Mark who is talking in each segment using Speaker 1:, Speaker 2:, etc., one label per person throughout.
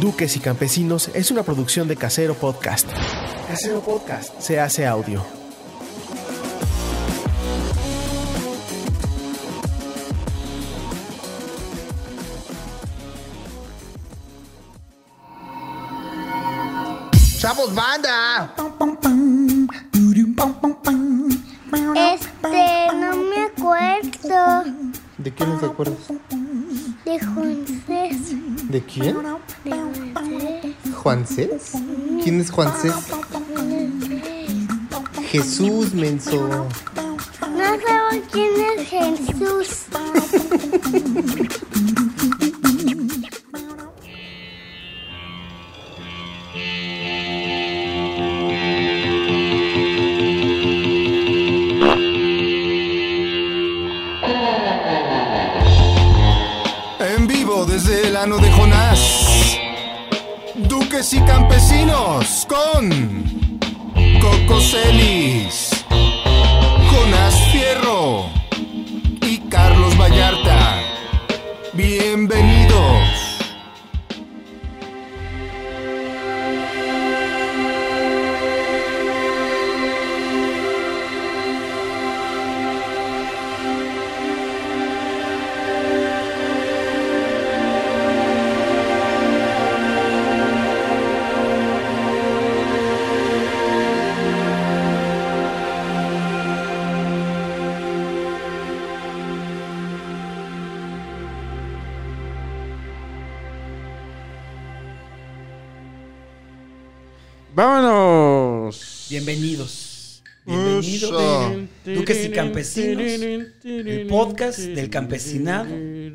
Speaker 1: Duques y Campesinos es una producción de Casero Podcast. Casero Podcast se hace audio.
Speaker 2: ¡Chavos, banda!
Speaker 3: Este, no me acuerdo
Speaker 2: ¿De quién no te acuerdas?
Speaker 3: de Joncés.
Speaker 2: ¿De quién?
Speaker 3: De Joncés.
Speaker 2: ¿Juan Cés? ¿Quién es Juan Cés? Jesús, menso.
Speaker 3: No sé quién es Jesús.
Speaker 4: En vivo desde el ano de Jonás. Duques y campesinos con Coco Celis, Jonás Fierro y Carlos Vallarta. Bienvenidos.
Speaker 5: ¡Vámonos!
Speaker 6: Bienvenidos. Bienvenidos. Duques y campesinos. El podcast del campesinado,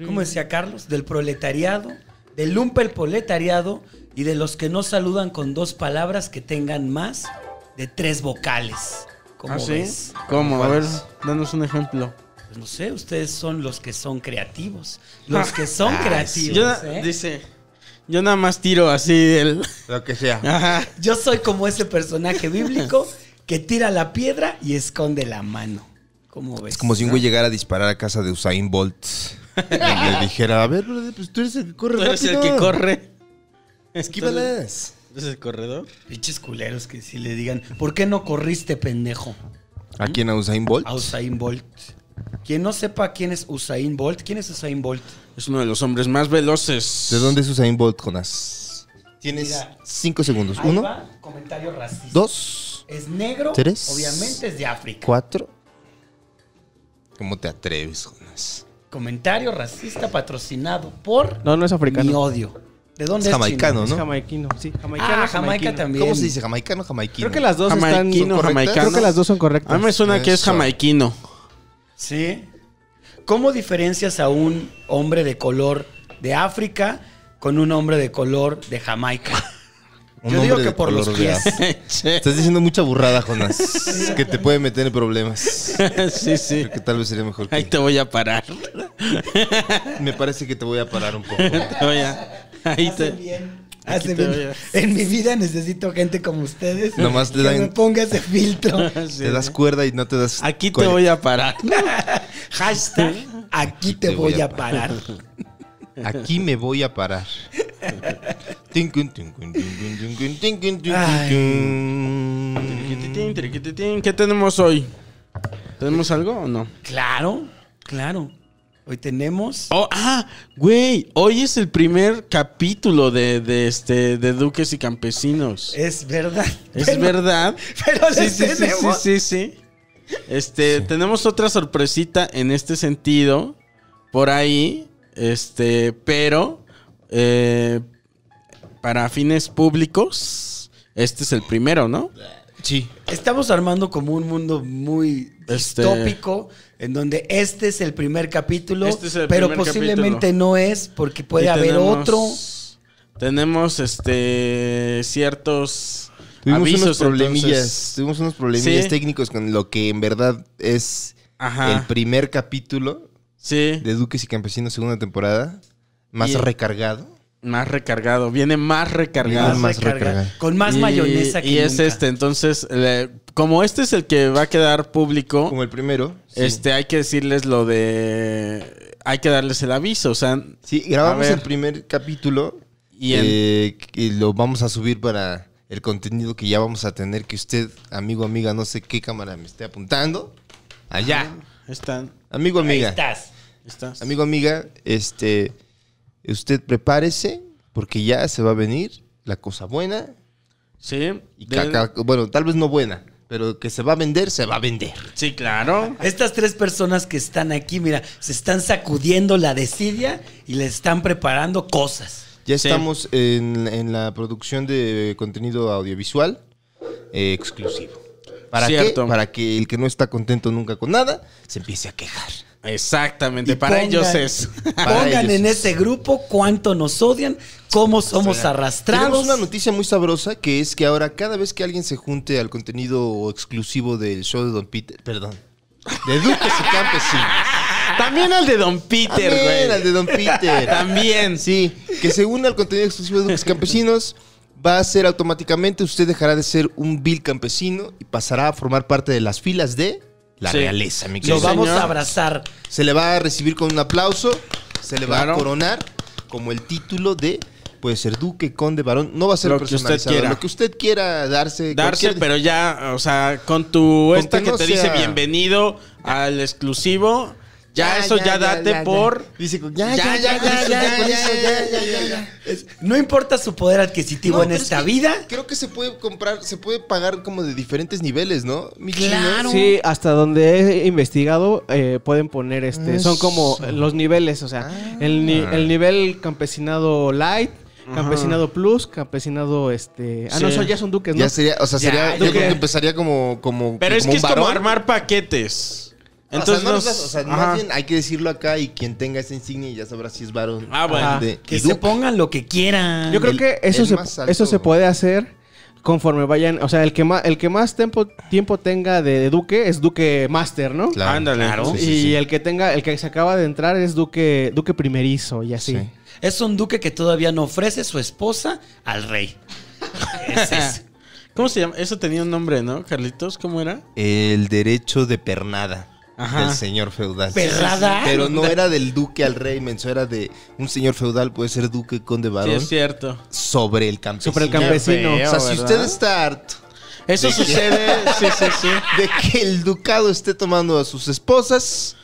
Speaker 6: como decía Carlos, del proletariado, del lumpe el proletariado y de los que no saludan con dos palabras que tengan más de tres vocales. Como
Speaker 5: ¿Ah, sí?
Speaker 6: ves.
Speaker 5: ¿Cómo? A ver,
Speaker 6: ¿Cuáles?
Speaker 5: danos un ejemplo.
Speaker 6: Pues no sé, ustedes son los que son creativos. Los que son creativos.
Speaker 5: Yo, na-
Speaker 6: ¿eh?
Speaker 5: Dice, yo nada más tiro así el...
Speaker 4: Lo que sea.
Speaker 5: Ajá.
Speaker 6: Yo soy como ese personaje bíblico que tira la piedra y esconde la mano. ¿Cómo ves?
Speaker 4: Es como si un güey llegara a disparar a casa de Usain Bolt. Y le dijera, a ver, brother, pues tú eres el que corre
Speaker 5: Tú eres el
Speaker 4: rápido.
Speaker 5: que corre.
Speaker 4: Esquívalas.
Speaker 5: Tú eres el corredor.
Speaker 6: Pinches culeros que si le digan, ¿por qué no corriste, pendejo?
Speaker 4: ¿A quién? ¿A Usain Bolt?
Speaker 6: A Usain Bolt. Quien no sepa quién es Usain Bolt, ¿quién es Usain Bolt?
Speaker 5: Es uno de los hombres más veloces.
Speaker 4: ¿De dónde es Usain Bolt, Jonás? Tienes
Speaker 6: Mira.
Speaker 4: cinco segundos.
Speaker 6: Ahí
Speaker 4: Pues Uno,
Speaker 6: va, comentario racista.
Speaker 4: dos,
Speaker 6: Es negro,
Speaker 4: Tres.
Speaker 6: obviamente es de África.
Speaker 4: cuatro. ¿Cómo te atreves, Jonás?
Speaker 6: Comentario racista patrocinado por
Speaker 5: No, no es africano.
Speaker 6: mi odio. ¿de dónde
Speaker 4: Es
Speaker 6: es
Speaker 4: jamaicano,
Speaker 5: Es
Speaker 4: ¿no?
Speaker 5: jamaiquino, sí. Jamaicano,
Speaker 6: Ah,
Speaker 5: jamaiquino.
Speaker 6: Jamaica también.
Speaker 4: ¿Cómo se dice? ¿Jamaicano o jamaiquino?
Speaker 7: Creo que las dos están.
Speaker 4: ¿Son
Speaker 5: Jamaiquino,
Speaker 4: correctas?
Speaker 5: jamaicano.
Speaker 7: Creo que las dos son correctas.
Speaker 5: A mí me suena que es
Speaker 4: Eso.
Speaker 5: jamaiquino.
Speaker 6: Sí. ¿Cómo diferencias a un hombre de color de África con un hombre de color de Jamaica?
Speaker 4: Un
Speaker 6: Yo digo
Speaker 4: hombre
Speaker 6: que
Speaker 4: de
Speaker 6: por los
Speaker 4: color de
Speaker 6: pies.
Speaker 4: África. Estás diciendo mucha burrada, Jonás. que te puede meter en problemas.
Speaker 5: sí, sí.
Speaker 4: Creo que tal vez sería mejor
Speaker 5: Ahí
Speaker 4: que...
Speaker 5: te voy a parar.
Speaker 4: Me parece que te voy a parar un poco.
Speaker 5: Te voy a- Ahí
Speaker 6: Hace
Speaker 5: te...
Speaker 6: bien. Hace
Speaker 5: Aquí te
Speaker 6: bien.
Speaker 5: veo.
Speaker 6: En mi vida necesito gente como ustedes.
Speaker 4: Nomás te
Speaker 6: que
Speaker 4: dan-
Speaker 6: me ponga ese filtro.
Speaker 5: Sí,
Speaker 4: Te das cuerda y no te das...
Speaker 5: Aquí te voy a parar.
Speaker 6: Hashtag aquí te voy a parar.
Speaker 4: Aquí me voy a parar. Tincun, tincun, tincun, tincun, tincun, tincun,
Speaker 6: Ay.
Speaker 4: tincun.
Speaker 5: ¿Qué tenemos hoy? ¿Tenemos algo o no?
Speaker 6: Claro, claro. Hoy tenemos.
Speaker 5: Oh, ah, güey, hoy es el primer capítulo de, de este de Duques y Campesinos.
Speaker 6: Es verdad.
Speaker 5: Es
Speaker 6: Pero-
Speaker 5: verdad.
Speaker 6: Pero
Speaker 5: Sí,
Speaker 6: les
Speaker 5: sí, sí, sí,
Speaker 6: tenemos.
Speaker 5: sí, sí. Este, tenemos otra sorpresita en este sentido por ahí, este, pero eh, para fines públicos, este es el primero, ¿no?
Speaker 4: Sí.
Speaker 6: Estamos armando como un mundo muy
Speaker 5: Este-
Speaker 6: distópico en donde este es el primer capítulo,
Speaker 5: Este es el
Speaker 6: pero
Speaker 5: primer
Speaker 6: posiblemente
Speaker 5: capítulo.
Speaker 6: no es porque puede
Speaker 5: Y
Speaker 6: haber
Speaker 5: tenemos-
Speaker 6: otro.
Speaker 5: Tenemos este ciertos
Speaker 4: Tuvimos
Speaker 5: avisos,
Speaker 4: unos problemillas,
Speaker 5: entonces-
Speaker 4: tuvimos unos problemillas
Speaker 5: Sí.
Speaker 4: técnicos con lo que en verdad es
Speaker 5: Ajá.
Speaker 4: el primer capítulo
Speaker 5: sí,
Speaker 4: de Duques y Campesinos segunda temporada, más
Speaker 5: Y-
Speaker 4: recargado.
Speaker 5: más recargado, viene más recargado.
Speaker 4: Viene más
Speaker 6: recarga-
Speaker 4: recarga.
Speaker 6: Con más
Speaker 5: Y-
Speaker 6: mayonesa que
Speaker 5: Y es
Speaker 6: nunca.
Speaker 5: este, entonces, le- como este es el que va a quedar público,
Speaker 4: Como el primero. sí.
Speaker 5: este hay que decirles lo de hay que darles el aviso, o sea,
Speaker 4: Sí, grabamos
Speaker 5: A ver.
Speaker 4: el primer capítulo
Speaker 5: y Y en-
Speaker 4: eh, que lo vamos a subir para el contenido que ya vamos a tener, que usted, amigo, amiga, no sé qué cámara me esté apuntando. Allá.
Speaker 5: Están.
Speaker 4: Amigo,
Speaker 6: Ahí
Speaker 4: amiga.
Speaker 6: estás.
Speaker 5: Estás.
Speaker 4: Amigo, amiga, este, usted prepárese porque ya se va a venir la cosa buena.
Speaker 5: Sí.
Speaker 4: Y
Speaker 5: de-
Speaker 4: caca- bueno, tal vez no buena, pero que se va a vender, se va a vender.
Speaker 5: Sí, claro.
Speaker 6: Estas tres personas que están aquí, mira, se están sacudiendo la desidia y le están preparando cosas.
Speaker 4: Ya
Speaker 5: Sí.
Speaker 4: estamos en, en la producción de contenido audiovisual eh, exclusivo. ¿Para
Speaker 5: Cierto.
Speaker 4: qué? Para que el que no está contento nunca con nada se empiece a quejar.
Speaker 5: Exactamente.
Speaker 6: Y
Speaker 5: para
Speaker 6: pongan-
Speaker 5: ellos es.
Speaker 4: Para
Speaker 6: Pongan
Speaker 4: ellos
Speaker 6: en
Speaker 4: es.
Speaker 6: ese grupo cuánto nos odian, cómo somos arrastrados.
Speaker 4: Tenemos una noticia muy sabrosa que es que ahora cada vez que alguien se junte al contenido exclusivo del show de Don Peter, perdón, de Duques y Campesinos,
Speaker 5: También al de Don Peter,
Speaker 4: También,
Speaker 5: güey.
Speaker 4: al de Don Peter.
Speaker 5: También.
Speaker 4: Sí, que se une al contenido exclusivo de Duques y Campesinos, va a ser automáticamente, usted dejará de ser un vil campesino y pasará a formar parte de las filas de la
Speaker 5: Sí.
Speaker 4: realeza, mi
Speaker 6: Lo
Speaker 4: querido.
Speaker 6: vamos
Speaker 5: señor.
Speaker 6: a abrazar.
Speaker 4: Se le va a recibir con un aplauso, se le va
Speaker 5: Claro.
Speaker 4: a coronar como el título de puede ser duque, conde, varón, no va a ser
Speaker 5: Lo que usted
Speaker 4: personalizado,
Speaker 5: quiera.
Speaker 4: lo que usted quiera darse,
Speaker 5: Darse,
Speaker 4: cualquier-
Speaker 5: pero ya, o sea, con tu
Speaker 4: Con
Speaker 5: esta
Speaker 4: que
Speaker 5: que
Speaker 4: no
Speaker 5: te dice
Speaker 4: sea-
Speaker 5: bienvenido al exclusivo, ya, eso ya, date por.
Speaker 4: Dice,
Speaker 5: Ya, ya, ya, ya, ya,
Speaker 4: con
Speaker 5: ya,
Speaker 4: eso,
Speaker 5: ya, ya, ya,
Speaker 6: No importa su poder adquisitivo
Speaker 4: No,
Speaker 6: en
Speaker 4: pero es
Speaker 6: esta
Speaker 4: que
Speaker 6: vida.
Speaker 4: Creo que se puede comprar, se puede pagar como de diferentes niveles, ¿no? Mi chino.
Speaker 7: Sí, hasta donde he investigado eh, pueden poner este. Son como los niveles, o sea,
Speaker 4: Ah.
Speaker 7: el, ni- el nivel campesinado light, campesinado plus, campesinado este. Ah, no,
Speaker 5: Sí.
Speaker 7: eso ya son duques, ¿no?
Speaker 4: Ya sería, o sea,
Speaker 5: Ya,
Speaker 4: sería, yo
Speaker 5: duque.
Speaker 4: creo que empezaría como, como,
Speaker 5: Pero es
Speaker 4: como
Speaker 5: que
Speaker 4: un
Speaker 5: es como
Speaker 4: varón.
Speaker 5: armar paquetes.
Speaker 4: Entonces,
Speaker 5: Entonces,
Speaker 4: o sea, no
Speaker 5: nos-
Speaker 4: nos- o sea,
Speaker 5: ajá.
Speaker 4: más bien hay que decirlo acá y quien tenga esa insignia ya sabrá si es varón.
Speaker 5: Ah, bueno.
Speaker 4: De-
Speaker 6: Que
Speaker 4: y
Speaker 6: se
Speaker 4: duque.
Speaker 6: pongan lo que quieran.
Speaker 7: Yo creo
Speaker 4: El-
Speaker 7: que eso
Speaker 4: el
Speaker 7: se,
Speaker 4: más alto.
Speaker 7: eso se puede hacer conforme vayan. O sea, el que más, el que más tiempo, tiempo tenga de, de duque es duque master, ¿no?
Speaker 4: Claro.
Speaker 5: Ándale.
Speaker 4: Claro.
Speaker 5: Sí,
Speaker 7: y el que tenga, el que se acaba de entrar es duque, duque primerizo y así.
Speaker 4: Sí.
Speaker 6: Es un duque que todavía no ofrece su esposa al rey. Es eso.
Speaker 5: ¿Cómo se llama? Eso tenía un nombre, ¿no, Carlitos? ¿Cómo era?
Speaker 4: El derecho de pernada.
Speaker 5: Ajá.
Speaker 4: Del señor feudal.
Speaker 6: ¿Perrada?
Speaker 4: Pero no era del duque al rey, menso, era de un señor feudal, puede ser duque, conde,
Speaker 5: Sí,
Speaker 4: varón,
Speaker 5: es cierto.
Speaker 4: sobre el campesino.
Speaker 7: Sobre el campesino.
Speaker 5: Qué
Speaker 4: O
Speaker 5: feo,
Speaker 4: sea, si
Speaker 5: ¿verdad?
Speaker 4: usted está harto
Speaker 5: Eso
Speaker 4: de-
Speaker 5: sucede. sí, sí, sí.
Speaker 4: de que el ducado esté tomando a sus esposas,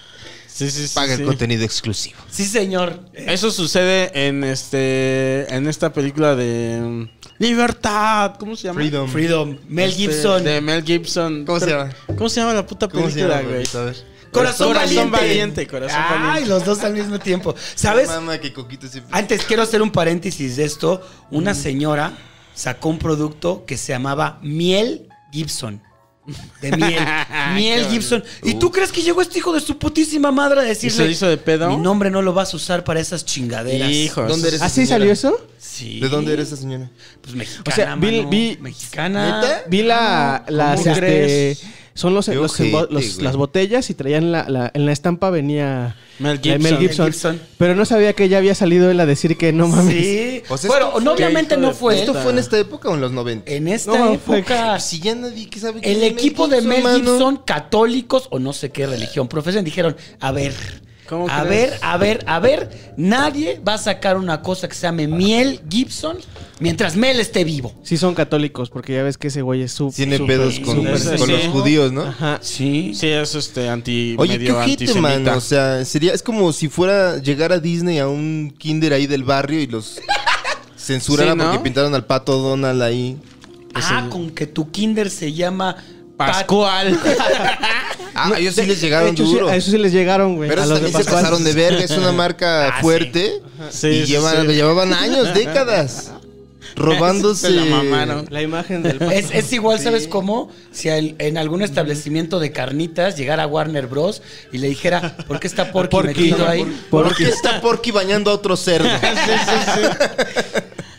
Speaker 5: Sí, sí, sí,
Speaker 4: paga
Speaker 5: sí.
Speaker 4: el contenido exclusivo.
Speaker 6: Sí, señor. Eh,
Speaker 5: Eso sucede en este en esta película de mm, Libertad, ¿cómo se llama?
Speaker 6: Freedom. Mel
Speaker 5: Este,
Speaker 6: Gibson.
Speaker 5: De Mel Gibson.
Speaker 4: ¿Cómo se
Speaker 5: Pero-
Speaker 4: llama?
Speaker 5: ¿Cómo se llama la puta película, güey?
Speaker 4: A ver.
Speaker 6: Corazón,
Speaker 5: Corazón
Speaker 6: valiente.
Speaker 5: valiente, corazón
Speaker 6: Ay,
Speaker 5: valiente.
Speaker 6: los dos al mismo tiempo. ¿Sabes?
Speaker 4: Mamá, que Coquito siempre-
Speaker 6: Antes quiero hacer un paréntesis de esto. Una señora sacó un producto que se llamaba miel Gibson. De miel.
Speaker 5: Qué
Speaker 6: miel
Speaker 5: bonito.
Speaker 6: Gibson. ¿Y tú crees que llegó este hijo de su putísima madre a decirle?
Speaker 5: ¿Y se hizo de pedo?
Speaker 6: Mi nombre no lo vas a usar para esas chingaderas.
Speaker 5: Hijos.
Speaker 4: ¿Dónde eres?
Speaker 7: ¿Así
Speaker 4: señora?
Speaker 7: salió eso?
Speaker 6: Sí.
Speaker 4: ¿De dónde eres esa señora?
Speaker 6: Pues mexicana,
Speaker 7: O sea, vi-
Speaker 6: mano.
Speaker 7: vi-
Speaker 6: mexicana.
Speaker 4: ¿Neta?
Speaker 7: Ah, Vi la, las,
Speaker 5: ¿Cómo
Speaker 7: este,
Speaker 5: crees?
Speaker 7: son los,
Speaker 4: Qué
Speaker 7: los-
Speaker 4: ojete,
Speaker 7: los-
Speaker 4: güey.
Speaker 7: las botellas y traían la, la- en la estampa venía
Speaker 5: Mel
Speaker 7: la de
Speaker 5: Gibson.
Speaker 7: Mel
Speaker 5: Mel
Speaker 7: Gibson.
Speaker 6: Gibson.
Speaker 7: Pero no sabía que ya había salido él a decir que no mames.
Speaker 6: Sí.
Speaker 4: O sea,
Speaker 6: bueno,
Speaker 4: esto-
Speaker 6: no,
Speaker 5: Qué
Speaker 6: obviamente
Speaker 5: hijo
Speaker 6: no
Speaker 5: de
Speaker 6: fue.
Speaker 4: ¿Esto fue en esta época o en los 90?
Speaker 6: En esta
Speaker 7: No, fue-
Speaker 6: época.
Speaker 4: Si ya nadie que sabe quién
Speaker 6: El
Speaker 4: es
Speaker 6: equipo de Mel
Speaker 4: mano.
Speaker 6: Gibson, católicos o no sé qué religión profesan, dijeron, a ver,
Speaker 5: ¿Cómo
Speaker 6: a
Speaker 5: crees?
Speaker 6: ver, a ver, a ver, nadie va a sacar una cosa que se llame Miel Gibson mientras Mel esté vivo.
Speaker 7: Sí son católicos, porque ya ves que ese güey es su-
Speaker 4: Tiene
Speaker 7: súper-
Speaker 4: pedos con,
Speaker 7: súper-
Speaker 5: Eso
Speaker 4: con
Speaker 5: sí.
Speaker 4: los judíos, ¿no?
Speaker 7: Ajá.
Speaker 6: Sí.
Speaker 5: Sí, es este anti
Speaker 4: Oye, qué
Speaker 5: medio
Speaker 4: ojete,
Speaker 5: antisemita.
Speaker 4: mano. O sea, sería, es como si fuera llegar a Disney a un kinder ahí del barrio y los censuraran
Speaker 5: Sí, ¿no?
Speaker 4: porque pintaron al pato Donald ahí.
Speaker 6: Ah, con que tu kinder se llama
Speaker 5: Pascual.
Speaker 4: Ah, ellos sí
Speaker 7: De-
Speaker 4: les
Speaker 7: de
Speaker 4: llegaron
Speaker 7: hecho, sí,
Speaker 4: duro.
Speaker 7: a eso sí les llegaron, güey.
Speaker 4: Pero
Speaker 7: a
Speaker 4: esos
Speaker 7: los de
Speaker 4: también se
Speaker 7: Pascual.
Speaker 4: pasaron de verga, es una marca
Speaker 6: Ah,
Speaker 4: fuerte.
Speaker 5: Sí,
Speaker 4: y
Speaker 5: sí,
Speaker 4: llevan-
Speaker 5: sí.
Speaker 4: llevaban años, décadas, robándose.
Speaker 5: Se la mamaron.
Speaker 7: La imagen del
Speaker 6: Pa- Es, es igual, ¿sabes cómo? Si al- en algún establecimiento de carnitas llegara Warner Bros. y le dijera, ¿por qué está Porky,
Speaker 7: Porky.
Speaker 6: metido ahí?
Speaker 4: ¿Por qué está Porky bañando a otro cerdo?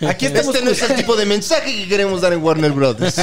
Speaker 6: Aquí estamos
Speaker 4: Este no es el tipo de mensaje que queremos dar en Warner Brothers.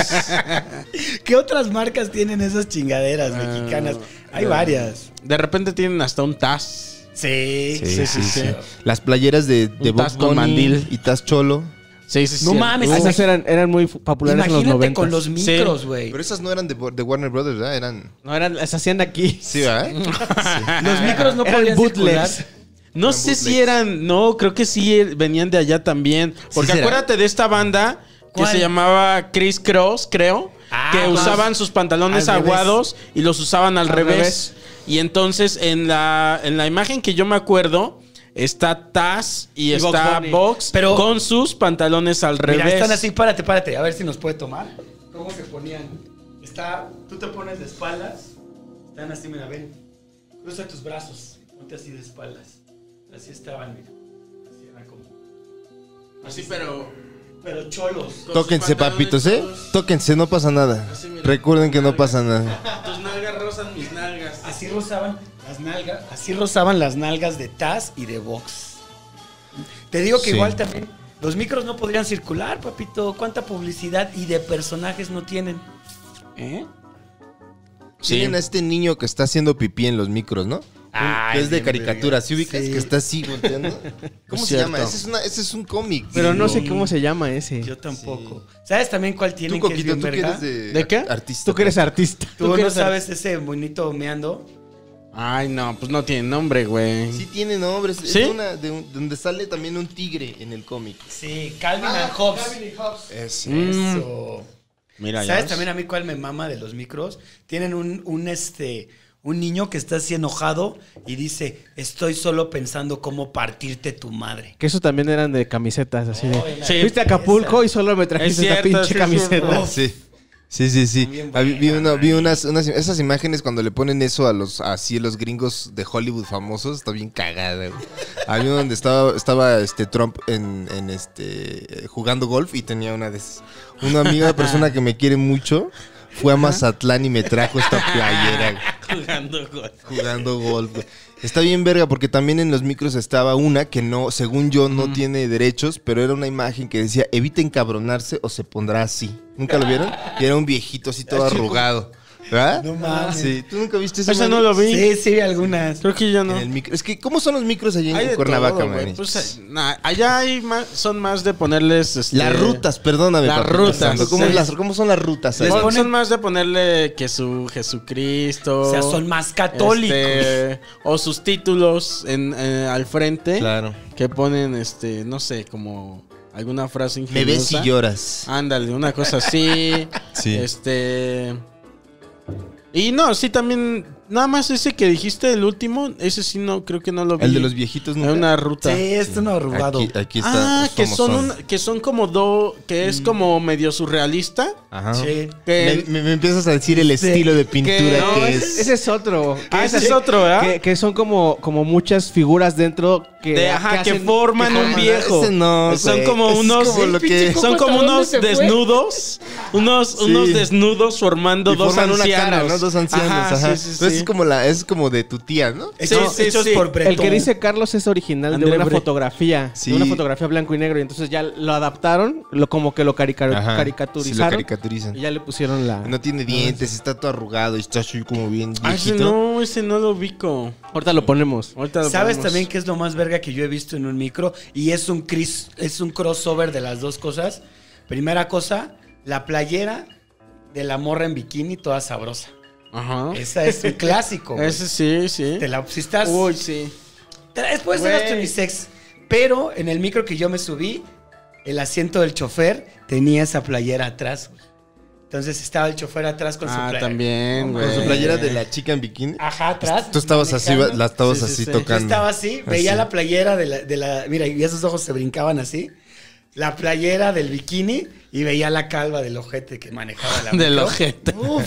Speaker 6: ¿Qué otras marcas tienen esas chingaderas mexicanas? Hay varias.
Speaker 5: De repente tienen hasta un TAS.
Speaker 6: Sí.
Speaker 5: Sí, sí, sí.
Speaker 4: Las playeras de, de
Speaker 5: Un
Speaker 4: Bob
Speaker 5: tas con
Speaker 4: Bunny
Speaker 5: mandil.
Speaker 4: y Taz Cholo.
Speaker 5: Sí, sí, sí.
Speaker 6: No mames,
Speaker 7: Ah,
Speaker 5: Uh,
Speaker 7: Esas eran, eran muy fu- populares en los
Speaker 6: Imagínate
Speaker 7: 90.
Speaker 6: con los
Speaker 5: Sí.
Speaker 6: micros, güey.
Speaker 4: Pero esas no eran de, de Warner Brothers, ¿verdad? Eran.
Speaker 7: No, eran, las hacían aquí.
Speaker 4: Sí, ¿verdad?
Speaker 6: Los micros no
Speaker 7: Eran
Speaker 6: podían
Speaker 7: bootlegs.
Speaker 6: circular.
Speaker 5: No
Speaker 4: Eran
Speaker 5: sé si
Speaker 4: bootlegs.
Speaker 5: eran, no, creo que sí er- venían de allá también. Porque
Speaker 4: será?
Speaker 5: acuérdate de esta banda que
Speaker 6: ¿Cuál?
Speaker 5: se llamaba Chris Cross, creo.
Speaker 6: Ah,
Speaker 5: que
Speaker 6: claro.
Speaker 5: usaban sus pantalones
Speaker 7: Al revés.
Speaker 5: aguados y los usaban al,
Speaker 7: Al
Speaker 5: revés.
Speaker 7: revés.
Speaker 5: Y entonces en la, en la imagen que yo me acuerdo está Taz y,
Speaker 7: Y Bugs
Speaker 5: está
Speaker 7: Bunny.
Speaker 5: Box
Speaker 6: Pero-
Speaker 5: con sus pantalones al revés.
Speaker 6: Mira, están así, párate, párate, a ver si nos puede tomar. ¿Cómo se ponían? Está, tú te pones de espaldas, están así, mira, ven. Cruza tus brazos, ponte así de espaldas. Así estaban, mira. Así era como.
Speaker 5: Así, pero.
Speaker 6: Pero cholos.
Speaker 5: con
Speaker 4: Tóquense,
Speaker 5: sus pantalones
Speaker 4: papitos, ¿eh?
Speaker 5: todos.
Speaker 4: Tóquense, no pasa nada.
Speaker 5: Así, mira.
Speaker 4: Recuerden que no pasa nada.
Speaker 5: Tus nalgas rozan mis nalgas.
Speaker 6: Así rozaban las nalgas, así rozaban las nalgas de Taz y de Vox. Te digo que
Speaker 4: Sí.
Speaker 6: igual también los micros no podrían circular, papito. ¿Cuánta publicidad y de personajes no tienen? ¿Eh?
Speaker 5: Sí.
Speaker 4: Miren a este niño que está haciendo pipí en los micros, ¿no?
Speaker 6: Ah,
Speaker 4: que es de
Speaker 6: sí,
Speaker 4: caricatura. ¿Sí ubicas?
Speaker 6: Sí.
Speaker 4: Que está así volteando. ¿Cómo se
Speaker 5: Cierto.
Speaker 4: llama? Ese es, una- ese es un cómic.
Speaker 7: Pero no
Speaker 4: Sí.
Speaker 7: sé cómo se llama ese.
Speaker 6: Yo tampoco. ¿Sabes también cuál tienen
Speaker 4: Tú,
Speaker 6: que es
Speaker 4: Coquito,
Speaker 6: bien
Speaker 4: tú que
Speaker 6: verga?
Speaker 4: eres de,
Speaker 7: ¿De qué?
Speaker 4: artista.
Speaker 7: Tú que eres artista.
Speaker 6: Tú,
Speaker 7: que
Speaker 6: no
Speaker 7: eres
Speaker 6: sabes ese bonito meando.
Speaker 5: Ay, no, pues no tiene nombre, güey.
Speaker 4: Sí tiene nombres.
Speaker 5: ¿Sí?
Speaker 4: Es una de un- donde sale también un tigre en el cómic.
Speaker 6: Sí, Calvin
Speaker 4: Ah,
Speaker 6: and Hobbes.
Speaker 4: Es
Speaker 5: Mm,
Speaker 6: Eso.
Speaker 5: Mira, ya.
Speaker 6: ¿Sabes
Speaker 5: ves.
Speaker 6: también a mí cuál me mama de los micros? Tienen un, un, este un niño que está así enojado y dice, "Estoy solo pensando cómo partirte tu madre."
Speaker 7: Que eso también eran de camisetas, así de.
Speaker 6: Oye, la-
Speaker 5: Sí.
Speaker 7: Fuiste a Acapulco y solo me trajiste
Speaker 5: Es cierto,
Speaker 7: esta pinche
Speaker 5: sí,
Speaker 7: camiseta.
Speaker 5: sí,
Speaker 4: Sí. Sí, sí, sí.
Speaker 6: Bien
Speaker 4: Ah, vi- vi
Speaker 6: buena,
Speaker 4: una- vi unas, unas- esas imágenes cuando le ponen eso a los así a los gringos de Hollywood famosos, está bien cagada. güey. Había uno donde estaba estaba este Trump en, en, este eh, jugando golf y tenía una de esas. Una amiga de persona que me quiere mucho fue a Mazatlán y me trajo esta playera. güey.
Speaker 5: Jugando, güey.
Speaker 4: jugando golf. güey. Está bien verga porque también en los micros estaba una que no, según yo, no tiene derechos, pero era una imagen que decía, evita encabronarse o se pondrá así. ¿Nunca lo vieron? Y era un viejito así
Speaker 5: Ah,
Speaker 4: todo arrugado. ¿Verdad?
Speaker 6: No mames.
Speaker 4: Sí. ¿Tú nunca viste
Speaker 5: Esa
Speaker 4: madre?
Speaker 5: no lo vi.
Speaker 6: Sí, sí, algunas.
Speaker 5: Creo que yo no.
Speaker 4: En el micro. Es que, ¿cómo son los micros allá
Speaker 5: Hay
Speaker 4: en
Speaker 5: de
Speaker 4: Cuernavaca,
Speaker 5: todo,
Speaker 4: man?
Speaker 5: güey. Pues, eh, nah, allá hay más, son más de ponerles. este,
Speaker 4: Las rutas, perdóname.
Speaker 5: Las
Speaker 4: papito
Speaker 5: rutas,
Speaker 4: santo. ¿Cómo,
Speaker 5: sí.
Speaker 4: es las- cómo son las rutas?
Speaker 5: son-
Speaker 4: allá?
Speaker 6: ponen-
Speaker 5: Son más de ponerle que su Jesucristo.
Speaker 6: O sea, son más católicos.
Speaker 5: este, o sus títulos en, eh, al frente.
Speaker 4: Claro.
Speaker 5: Que ponen, este, no sé, como alguna frase
Speaker 4: Me
Speaker 5: ingeniosa.
Speaker 4: ves y lloras.
Speaker 5: Ándale, una cosa así.
Speaker 4: Sí.
Speaker 5: Este. Y no, sí, también. Nada más ese que dijiste, el último, ese sí no, creo que no lo vi.
Speaker 4: El de los viejitos
Speaker 5: Era
Speaker 4: nunca.
Speaker 5: una ruta.
Speaker 6: Sí, es un arrugado.
Speaker 4: Aquí, aquí está.
Speaker 5: ah, que
Speaker 4: somos
Speaker 5: son, un- que son como do, que
Speaker 4: Mm.
Speaker 5: es como medio surrealista.
Speaker 4: Ajá.
Speaker 6: Sí.
Speaker 5: Que,
Speaker 4: me, me- me empiezas a decir el estilo de pintura que,
Speaker 5: no,
Speaker 4: es.
Speaker 7: Ese ese es otro.
Speaker 5: Ah,
Speaker 7: Que
Speaker 5: ese es otro, ¿verdad?
Speaker 7: Que, que son como, como muchas figuras dentro que.
Speaker 5: de- ajá, que,
Speaker 7: hacen-
Speaker 5: forman
Speaker 7: que
Speaker 5: un viejo.
Speaker 4: Ese no,
Speaker 5: son
Speaker 4: güey.
Speaker 5: como
Speaker 4: Es
Speaker 5: unos,
Speaker 4: como lo que-
Speaker 5: son como unos desnudos, unos,
Speaker 4: Sí.
Speaker 5: unos desnudos formando
Speaker 4: Y
Speaker 5: dos
Speaker 4: forman
Speaker 5: ancianos.
Speaker 4: una cara, ¿no? Dos ancianos, ajá.
Speaker 5: sí, sí,
Speaker 4: Pero
Speaker 5: sí.
Speaker 4: Es como la, es como de tu tía, ¿no?
Speaker 5: Sí,
Speaker 6: Hechos,
Speaker 5: sí,
Speaker 6: hechos
Speaker 5: sí.
Speaker 6: por Bretón.
Speaker 7: El que dice Carlos es original
Speaker 5: André
Speaker 7: de una
Speaker 5: Bre-
Speaker 7: fotografía.
Speaker 4: Sí.
Speaker 7: De una fotografía blanco y negro. Y entonces ya lo adaptaron, lo, como que lo carica-
Speaker 4: Ajá, sí, lo
Speaker 7: caricaturizaron.
Speaker 4: caricaturizan.
Speaker 7: y ya le pusieron la.
Speaker 4: No tiene dientes, está todo arrugado y está así como bien
Speaker 5: Ah, ese
Speaker 4: viejito.
Speaker 5: no, ese no lo ubico.
Speaker 7: Ahorita lo ponemos.
Speaker 5: Ahorita lo
Speaker 6: ¿Sabes
Speaker 5: ponemos.
Speaker 6: también qué es lo más verga que yo he visto en un micro? Y es un, cris- es un crossover de las dos cosas. Primera cosa, la playera de la morra en bikini toda sabrosa.
Speaker 5: Ajá.
Speaker 6: Esa es un clásico. güey.
Speaker 5: Ese sí, sí.
Speaker 6: Te la, si estás,
Speaker 5: Uy, sí.
Speaker 6: te la- puede ser hasta
Speaker 5: Güey.
Speaker 6: unisex. Pero en el micro que yo me subí, el asiento del chofer tenía esa playera atrás. güey. Entonces estaba el chofer atrás con su
Speaker 5: Ah,
Speaker 6: playera.
Speaker 5: también, güey.
Speaker 4: Con su playera de la chica en bikini.
Speaker 6: Ajá, atrás.
Speaker 4: Tú estabas así,
Speaker 6: manejando.
Speaker 4: la estabas
Speaker 5: Eh. Ah, Sí, sí,
Speaker 4: así
Speaker 5: sí.
Speaker 6: Yo
Speaker 4: tocando.
Speaker 6: estaba así, veía
Speaker 4: Así.
Speaker 6: la playera de la, de la- Mira, y esos ojos se brincaban así. La playera del bikini y veía la calva del ojete que manejaba la
Speaker 5: Del
Speaker 6: micro.
Speaker 5: ojete.
Speaker 6: Uf,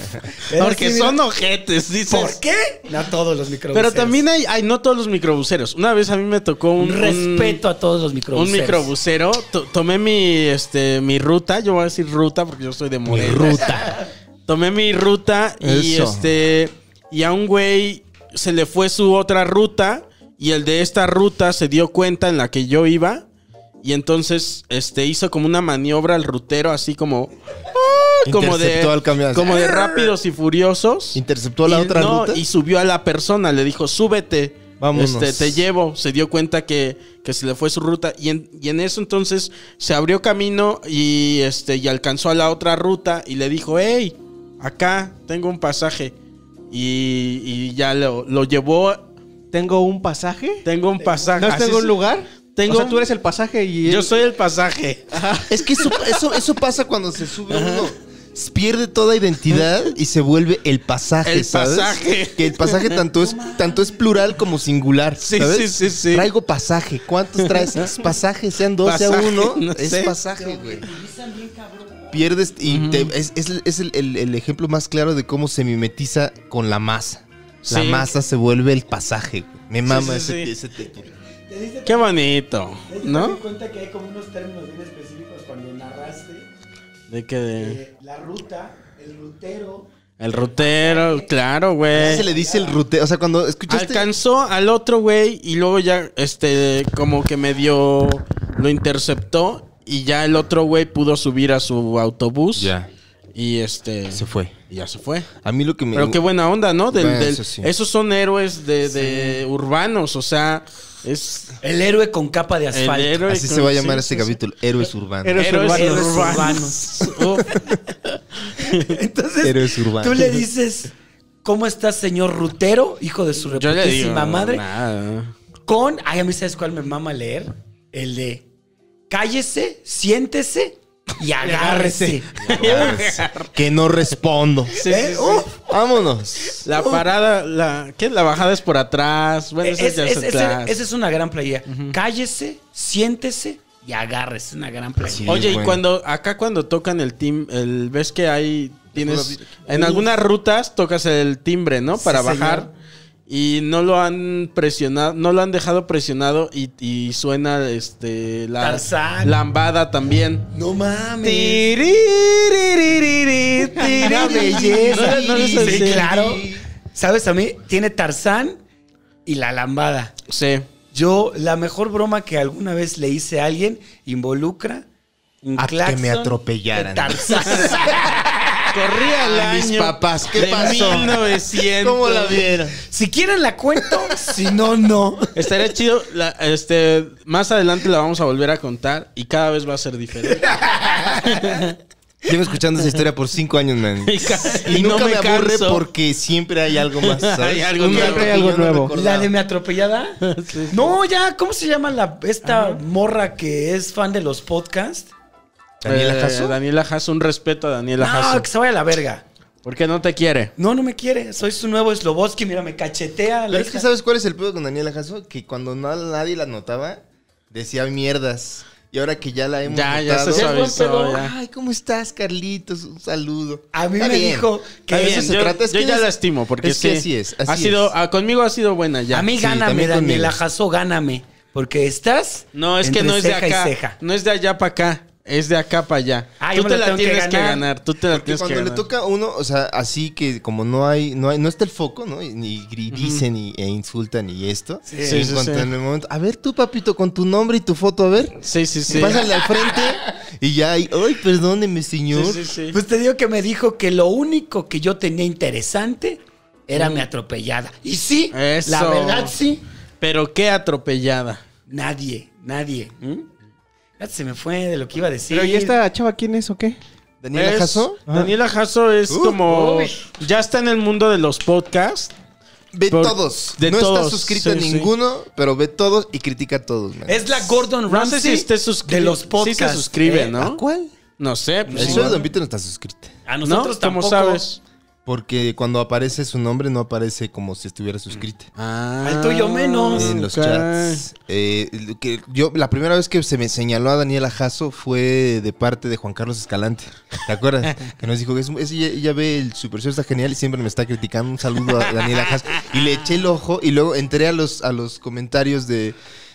Speaker 6: era
Speaker 5: Porque
Speaker 6: así, mira,
Speaker 5: son ojetes, dices.
Speaker 6: ¿Por qué? No todos los microbuseros.
Speaker 5: Pero también hay, hay no todos los microbuseros. Una vez a mí me tocó un
Speaker 6: un respeto a todos los
Speaker 5: Un, un
Speaker 6: microbuseros.
Speaker 5: microbusero. To- tomé mi este mi ruta, yo voy a decir ruta porque yo soy de Morelia. ruta. tomé mi ruta y
Speaker 4: Eso.
Speaker 5: este y a un güey se le fue su otra ruta y el de esta ruta se dio cuenta en la que yo iba y entonces este hizo como una maniobra al rutero así como ¡ah! como de
Speaker 4: Interceptó al camión.
Speaker 5: como de rápidos y furiosos.
Speaker 4: Interceptó la
Speaker 5: Y
Speaker 4: otra ruta.
Speaker 5: Y subió a la persona, le dijo, súbete.
Speaker 4: Vámonos.
Speaker 5: Este, te llevo. Se dio cuenta que, que se le fue su ruta. Y en, y en eso entonces se abrió camino y, este, y alcanzó a la otra ruta y le dijo, hey, acá tengo un pasaje. Y, y ya lo, lo llevó.
Speaker 7: tengo un pasaje.
Speaker 5: Tengo un
Speaker 7: ¿No
Speaker 5: pasaje. Así
Speaker 7: tengo
Speaker 5: es.
Speaker 7: un lugar?
Speaker 5: Tengo-
Speaker 7: O sea, tú eres el pasaje y...
Speaker 5: Yo
Speaker 7: él-
Speaker 5: soy el pasaje.
Speaker 4: Es que eso, eso, eso pasa cuando se sube uno. Pierde toda identidad y se vuelve el pasaje.
Speaker 5: El
Speaker 4: ¿sabes?
Speaker 5: pasaje.
Speaker 4: Que el pasaje tanto es, tanto es plural como singular.
Speaker 5: Sí,
Speaker 4: ¿sabes?
Speaker 5: sí, sí, sí.
Speaker 4: Traigo pasaje. ¿Cuántos traes? Es pasaje, sean dos, sea
Speaker 5: Pasaje,
Speaker 4: uno.
Speaker 5: no
Speaker 4: es
Speaker 5: sé.
Speaker 4: pasaje, güey. Pierdes y te- es, es el- es el, el- el ejemplo más claro de cómo se mimetiza con la masa. La
Speaker 5: Sí.
Speaker 4: masa se vuelve el pasaje. güey. Me mama
Speaker 5: sí, sí.
Speaker 4: ese, ese título.
Speaker 5: Qué bonito,
Speaker 6: ¿No?
Speaker 5: ¿no?
Speaker 6: cuenta que hay como unos términos bien específicos cuando narraste
Speaker 5: De que de-
Speaker 6: eh, la ruta, el rutero.
Speaker 5: el rutero, claro,
Speaker 4: Se le
Speaker 5: güey.
Speaker 4: dice el ruteo. O sea, cuando escuchaste.
Speaker 5: Alcanzó al otro güey y luego ya este como que medio lo interceptó y ya el otro güey pudo subir a su autobús.
Speaker 4: Ya.
Speaker 5: Y este
Speaker 4: Se fue.
Speaker 5: y ya se fue.
Speaker 4: A mí lo que me.
Speaker 5: Pero qué buena onda, ¿no? Del-
Speaker 4: Bueno,
Speaker 5: del-
Speaker 4: eso sí.
Speaker 5: Esos son héroes de, de urbanos, o sea, es
Speaker 6: El héroe con capa de
Speaker 5: el
Speaker 6: asfalto.
Speaker 5: héroe
Speaker 4: Así
Speaker 5: con-
Speaker 4: se va a llamar
Speaker 5: sí,
Speaker 4: este capítulo, Héroes Urbanos.
Speaker 7: Héroes
Speaker 5: Héroes
Speaker 7: urbanos.
Speaker 6: Héroes
Speaker 5: urbanos. Uf.
Speaker 6: Entonces,
Speaker 4: Héroes urbanos.
Speaker 6: tú le dices, ¿cómo estás, señor rutero, hijo de
Speaker 5: Yo le
Speaker 6: su
Speaker 5: digo,
Speaker 6: reputísima madre?
Speaker 5: nada.
Speaker 6: Con, ay, a mí sabes cuál me mama leer, el de cállese, siéntese y agárrese.
Speaker 4: Ah, que no respondo. Oh,
Speaker 5: Sí, sí, sí.
Speaker 4: Uh, Vámonos.
Speaker 5: La parada, la, ¿qué? La bajada es por atrás. Bueno,
Speaker 6: Es-
Speaker 5: esa ya
Speaker 6: Eh, es- es-
Speaker 5: es
Speaker 6: Esa
Speaker 5: atrás.
Speaker 6: esa es una gran playa. Cállese, siéntese y agárrese. Es una gran playa.
Speaker 4: Sí,
Speaker 5: Oye, y
Speaker 4: bueno.
Speaker 5: cuando acá cuando tocan el tim, el ves que hay tienes
Speaker 4: Pura
Speaker 5: en algunas rutas tocas el timbre, ¿no? Para
Speaker 6: Sí,
Speaker 5: bajar y no lo han presionado, no lo han dejado presionado y, y suena este la
Speaker 6: Tarzán.
Speaker 5: lambada también.
Speaker 6: No mames.
Speaker 5: Tiririririri, tiriri.
Speaker 6: Una belleza.
Speaker 5: No, no les
Speaker 6: sí,
Speaker 5: hace-
Speaker 6: claro. ¿Sabes? A mí tiene Tarzán y la lambada.
Speaker 5: Sí.
Speaker 6: Yo, la mejor broma que alguna vez le hice a alguien involucra un
Speaker 4: A
Speaker 6: claxon
Speaker 4: que me
Speaker 6: de
Speaker 4: atropellaran.
Speaker 6: Tarzán.
Speaker 5: Corría el
Speaker 4: Ah,
Speaker 5: año.
Speaker 4: mis papás, ¿qué
Speaker 5: de
Speaker 4: pasó?
Speaker 5: 1900.
Speaker 4: ¿Cómo la vieron?
Speaker 6: si quieren la cuento, si no, no.
Speaker 5: Estaría chido, la- este, más adelante la vamos a volver a contar y cada vez va a ser diferente.
Speaker 4: Llevo escuchando esa historia por cinco años, man.
Speaker 5: Y, ca-
Speaker 4: Y,
Speaker 5: y
Speaker 4: nunca me, aburre
Speaker 5: canso.
Speaker 4: porque siempre hay algo más. ¿sabes?
Speaker 5: Hay algo
Speaker 4: Una
Speaker 5: nuevo.
Speaker 4: que
Speaker 7: Hay algo
Speaker 4: yo no
Speaker 7: nuevo.
Speaker 4: recordaba.
Speaker 6: La de mi atropellada. No, ya, ¿cómo se llama la, esta morra que es fan de los podcasts?
Speaker 4: Daniela
Speaker 5: Eh,
Speaker 4: Jasso.
Speaker 5: Daniela Jasso, un respeto a Daniela
Speaker 6: No,
Speaker 5: Jasso.
Speaker 6: que se vaya a la verga.
Speaker 5: ¿Por qué no te quiere?
Speaker 6: No, no me quiere. Soy su nuevo Sloboski. Mira, me cachetea.
Speaker 4: Pero
Speaker 6: la
Speaker 4: es que
Speaker 6: hija.
Speaker 4: ¿sabes cuál es el pedo con Daniela Jasso? Que cuando na- nadie la notaba, decía mierdas. Y ahora que ya la hemos
Speaker 5: Ya, ya
Speaker 4: notado,
Speaker 5: se
Speaker 4: es buen
Speaker 5: suavizó,
Speaker 4: pedo.
Speaker 5: ya.
Speaker 4: Ay, ¿cómo estás, Carlitos? Un saludo.
Speaker 6: A mí
Speaker 4: Está
Speaker 6: me
Speaker 4: bien.
Speaker 6: dijo que
Speaker 4: Está
Speaker 6: eso
Speaker 4: bien,
Speaker 5: yo,
Speaker 4: se trata. Es
Speaker 5: yo
Speaker 4: que
Speaker 5: ya
Speaker 4: es-
Speaker 5: la estimo porque
Speaker 4: es que
Speaker 5: sí.
Speaker 4: así es,
Speaker 5: ha
Speaker 4: así
Speaker 5: sido,
Speaker 4: es.
Speaker 5: ah, conmigo ha sido buena ya.
Speaker 6: a mí
Speaker 4: sí,
Speaker 6: gáname,
Speaker 4: también
Speaker 6: Daniela
Speaker 4: conmigo.
Speaker 6: Jasso, gáname. Porque estás.
Speaker 5: No, es que
Speaker 6: entre
Speaker 5: no es de
Speaker 6: ceja y
Speaker 5: acá.
Speaker 6: ceja.
Speaker 5: No es de allá para acá. Es de acá para allá.
Speaker 6: Ah, yo
Speaker 5: tú
Speaker 6: me
Speaker 5: te
Speaker 6: la
Speaker 5: la
Speaker 6: tengo que
Speaker 5: tienes que
Speaker 6: ganar.
Speaker 5: ganar. Tú te la
Speaker 4: Porque
Speaker 5: tienes que
Speaker 4: cuando
Speaker 5: ganar.
Speaker 4: le toca a uno, o sea, así que como no hay, no hay, no está el foco, ¿no? Y- Ni gri- dicen y- e insultan y esto.
Speaker 5: Sí,
Speaker 4: en
Speaker 5: sí, sí.
Speaker 4: cuanto en el momento, a ver tú, papito, con tu nombre y tu foto, a ver.
Speaker 5: Sí, sí, sí.
Speaker 4: Pásale al frente y ya, hay, ay, perdóneme, señor.
Speaker 5: Sí, sí, sí.
Speaker 6: Pues te digo que me dijo que lo único que yo tenía interesante era mi atropellada. Y sí,
Speaker 5: Mm. Eso.
Speaker 6: la verdad sí.
Speaker 5: Pero qué atropellada.
Speaker 6: Nadie, nadie.
Speaker 5: ¿Mm?
Speaker 6: Ya Se me fue de lo que iba a decir.
Speaker 7: Pero ¿y esta chava quién es o qué?
Speaker 4: Daniela
Speaker 5: Es-
Speaker 4: Jasso,
Speaker 5: Daniela Jasso es
Speaker 4: Uh,
Speaker 5: como.
Speaker 4: uy.
Speaker 5: Ya está en el mundo de los podcasts.
Speaker 4: ve
Speaker 5: Por-
Speaker 4: todos.
Speaker 5: de
Speaker 4: no
Speaker 5: todos,
Speaker 4: está suscrita
Speaker 5: sí,
Speaker 4: a
Speaker 5: sí.
Speaker 4: ninguno, pero ve todos y critica a todos, man.
Speaker 6: Es la Gordon
Speaker 5: No
Speaker 6: Ramsay
Speaker 5: sé si esté suscri-
Speaker 6: de los
Speaker 5: sí se
Speaker 6: podcasts.
Speaker 5: suscribe,
Speaker 6: ¿eh?
Speaker 5: ¿no?
Speaker 4: ¿A cuál?
Speaker 5: No sé.
Speaker 4: El
Speaker 5: pues,
Speaker 4: show
Speaker 5: igual.
Speaker 4: de Don Pito no está suscrita.
Speaker 6: A
Speaker 5: ¿No?
Speaker 6: nosotros
Speaker 5: ¿Cómo
Speaker 6: tampoco.
Speaker 5: sabes?
Speaker 4: Porque cuando aparece su nombre, no aparece como si estuviera suscrita.
Speaker 5: Ah,
Speaker 6: Al tuyo menos.
Speaker 4: en los
Speaker 5: ok.
Speaker 4: chats. Eh, lo que yo, la primera vez que se me señaló a Daniela Jasso fue de parte de Juan Carlos Escalante. ¿Te acuerdas? que nos dijo que es, es- ella, ella ve el Super Show, está genial y siempre me está criticando. Un saludo a Daniela Jasso. Y le eché el ojo y luego entré a los, a los comentarios de.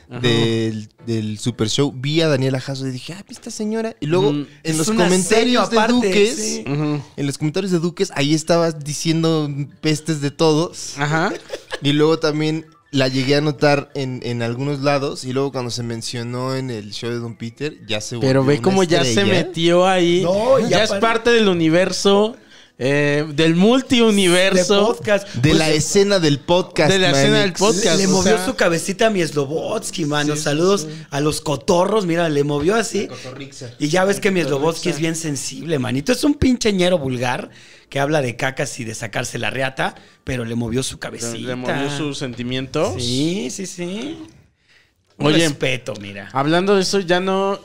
Speaker 4: Del, del Super Show, vi a Daniela Jasso y dije, ah, esta señora. Y luego
Speaker 5: Mm.
Speaker 4: en
Speaker 6: Es
Speaker 4: los
Speaker 6: una
Speaker 4: comentarios de
Speaker 6: seño aparte,
Speaker 4: Duques,
Speaker 6: sí.
Speaker 5: Ujú.
Speaker 4: en los comentarios de Duques, ahí estabas diciendo pestes de todos.
Speaker 5: Ajá.
Speaker 4: Y luego también la llegué a notar en, en algunos lados. Y luego cuando se mencionó en el show de Don Peter, ya se volvió
Speaker 5: Pero ve
Speaker 4: una
Speaker 5: cómo ya se
Speaker 4: estrella.
Speaker 5: metió ahí.
Speaker 6: No,
Speaker 5: ya
Speaker 6: ya
Speaker 5: es
Speaker 6: pare-
Speaker 5: parte del universo. eh, del
Speaker 6: De
Speaker 5: multiuniverso.
Speaker 6: podcast. Pues
Speaker 4: De
Speaker 5: Pues
Speaker 6: Oye,
Speaker 4: la escena del podcast.
Speaker 5: De la escena del
Speaker 4: Manix.
Speaker 5: podcast.
Speaker 6: Le
Speaker 5: o
Speaker 6: movió
Speaker 5: sea-
Speaker 6: su cabecita a mi Slobotsky, mano. Saludos a los cotorros. Mira, le movió así. Y ya ves que mi Slobotsky es bien sensible, manito. Es un pinche ñero vulgar que habla de cacas y de sacarse la reata, pero le movió su cabecita.
Speaker 5: Le movió sus sentimientos.
Speaker 6: Sí, sí, sí. Un
Speaker 5: Oye.
Speaker 6: respeto, mira.
Speaker 5: Hablando de eso, ya no.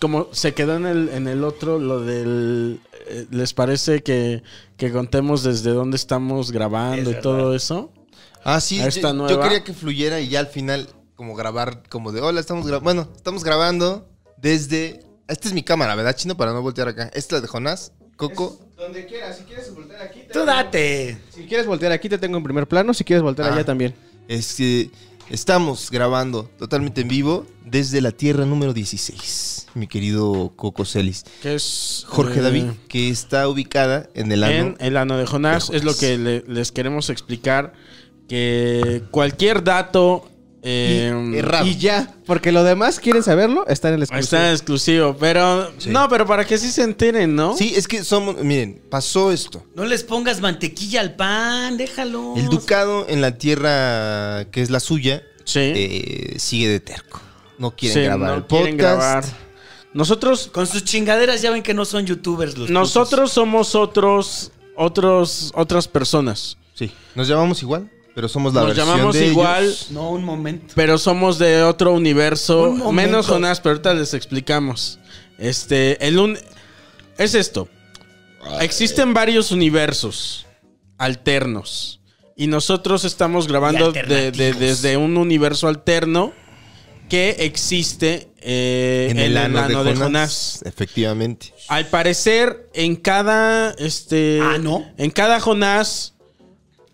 Speaker 5: Como se quedó en el, en el otro, lo del. eh, ¿Les parece que, que contemos desde dónde estamos grabando
Speaker 6: Es
Speaker 5: y todo
Speaker 6: verdad.
Speaker 5: eso?
Speaker 4: Ah, sí.
Speaker 5: A esta
Speaker 4: yo,
Speaker 5: nueva.
Speaker 4: yo quería que fluyera y ya al final, como grabar, como de, hola, estamos grabando. Bueno, estamos grabando desde. Esta es mi cámara, ¿verdad, chino? Para no voltear acá. Esta es la de Jonás, Coco.
Speaker 2: Donde quieras, si quieres voltear aquí.
Speaker 6: Tú date.
Speaker 7: Si quieres voltear aquí, te tengo en primer plano. Si quieres voltear
Speaker 4: Ah.
Speaker 7: allá también.
Speaker 4: Es que estamos grabando totalmente en vivo desde la tierra número 16. Mi querido Coco Celis.
Speaker 5: Que es.
Speaker 4: Jorge
Speaker 5: eh,
Speaker 4: David, que está ubicada en el
Speaker 5: en
Speaker 4: ano.
Speaker 5: el ano de Jonás.
Speaker 4: de
Speaker 5: Es lo
Speaker 4: Jonás.
Speaker 5: que le- les queremos explicar. Que cualquier dato. eh,
Speaker 4: errado.
Speaker 7: Y ya, porque lo demás, ¿quieren saberlo? Está en el exclusivo.
Speaker 5: Está exclusivo, pero.
Speaker 4: Sí.
Speaker 5: No, pero para que sí se enteren, ¿no?
Speaker 4: Sí, es que somos. Miren, pasó esto.
Speaker 6: No les pongas mantequilla al pan, déjalo.
Speaker 4: El ducado en la tierra que es la suya
Speaker 5: Sí.
Speaker 4: eh, sigue de terco. No quieren
Speaker 5: Sí,
Speaker 4: grabar
Speaker 5: no
Speaker 4: el
Speaker 5: quieren
Speaker 4: podcast.
Speaker 5: grabar. Nosotros
Speaker 6: Con sus chingaderas ya ven que no son youtubers los
Speaker 5: Nosotros somos otros, otros, otras personas.
Speaker 4: Sí, nos llamamos igual, pero somos la
Speaker 5: Nos
Speaker 4: versión
Speaker 5: llamamos
Speaker 4: de
Speaker 5: igual.
Speaker 4: ellos.
Speaker 6: putos. No, un momento.
Speaker 5: Pero somos de otro universo.
Speaker 6: Un momento.
Speaker 5: Menos Jonás, pero ahorita les explicamos. Este, el un... Es esto. Existen varios universos alternos. Y nosotros estamos grabando de- de-
Speaker 6: alternativos.
Speaker 5: desde un universo alterno que existe eh,
Speaker 4: En el, ano, de, Jonás. Efectivamente.
Speaker 5: Al parecer, en cada. Este,
Speaker 6: Ah, ¿no?
Speaker 5: En cada Jonás.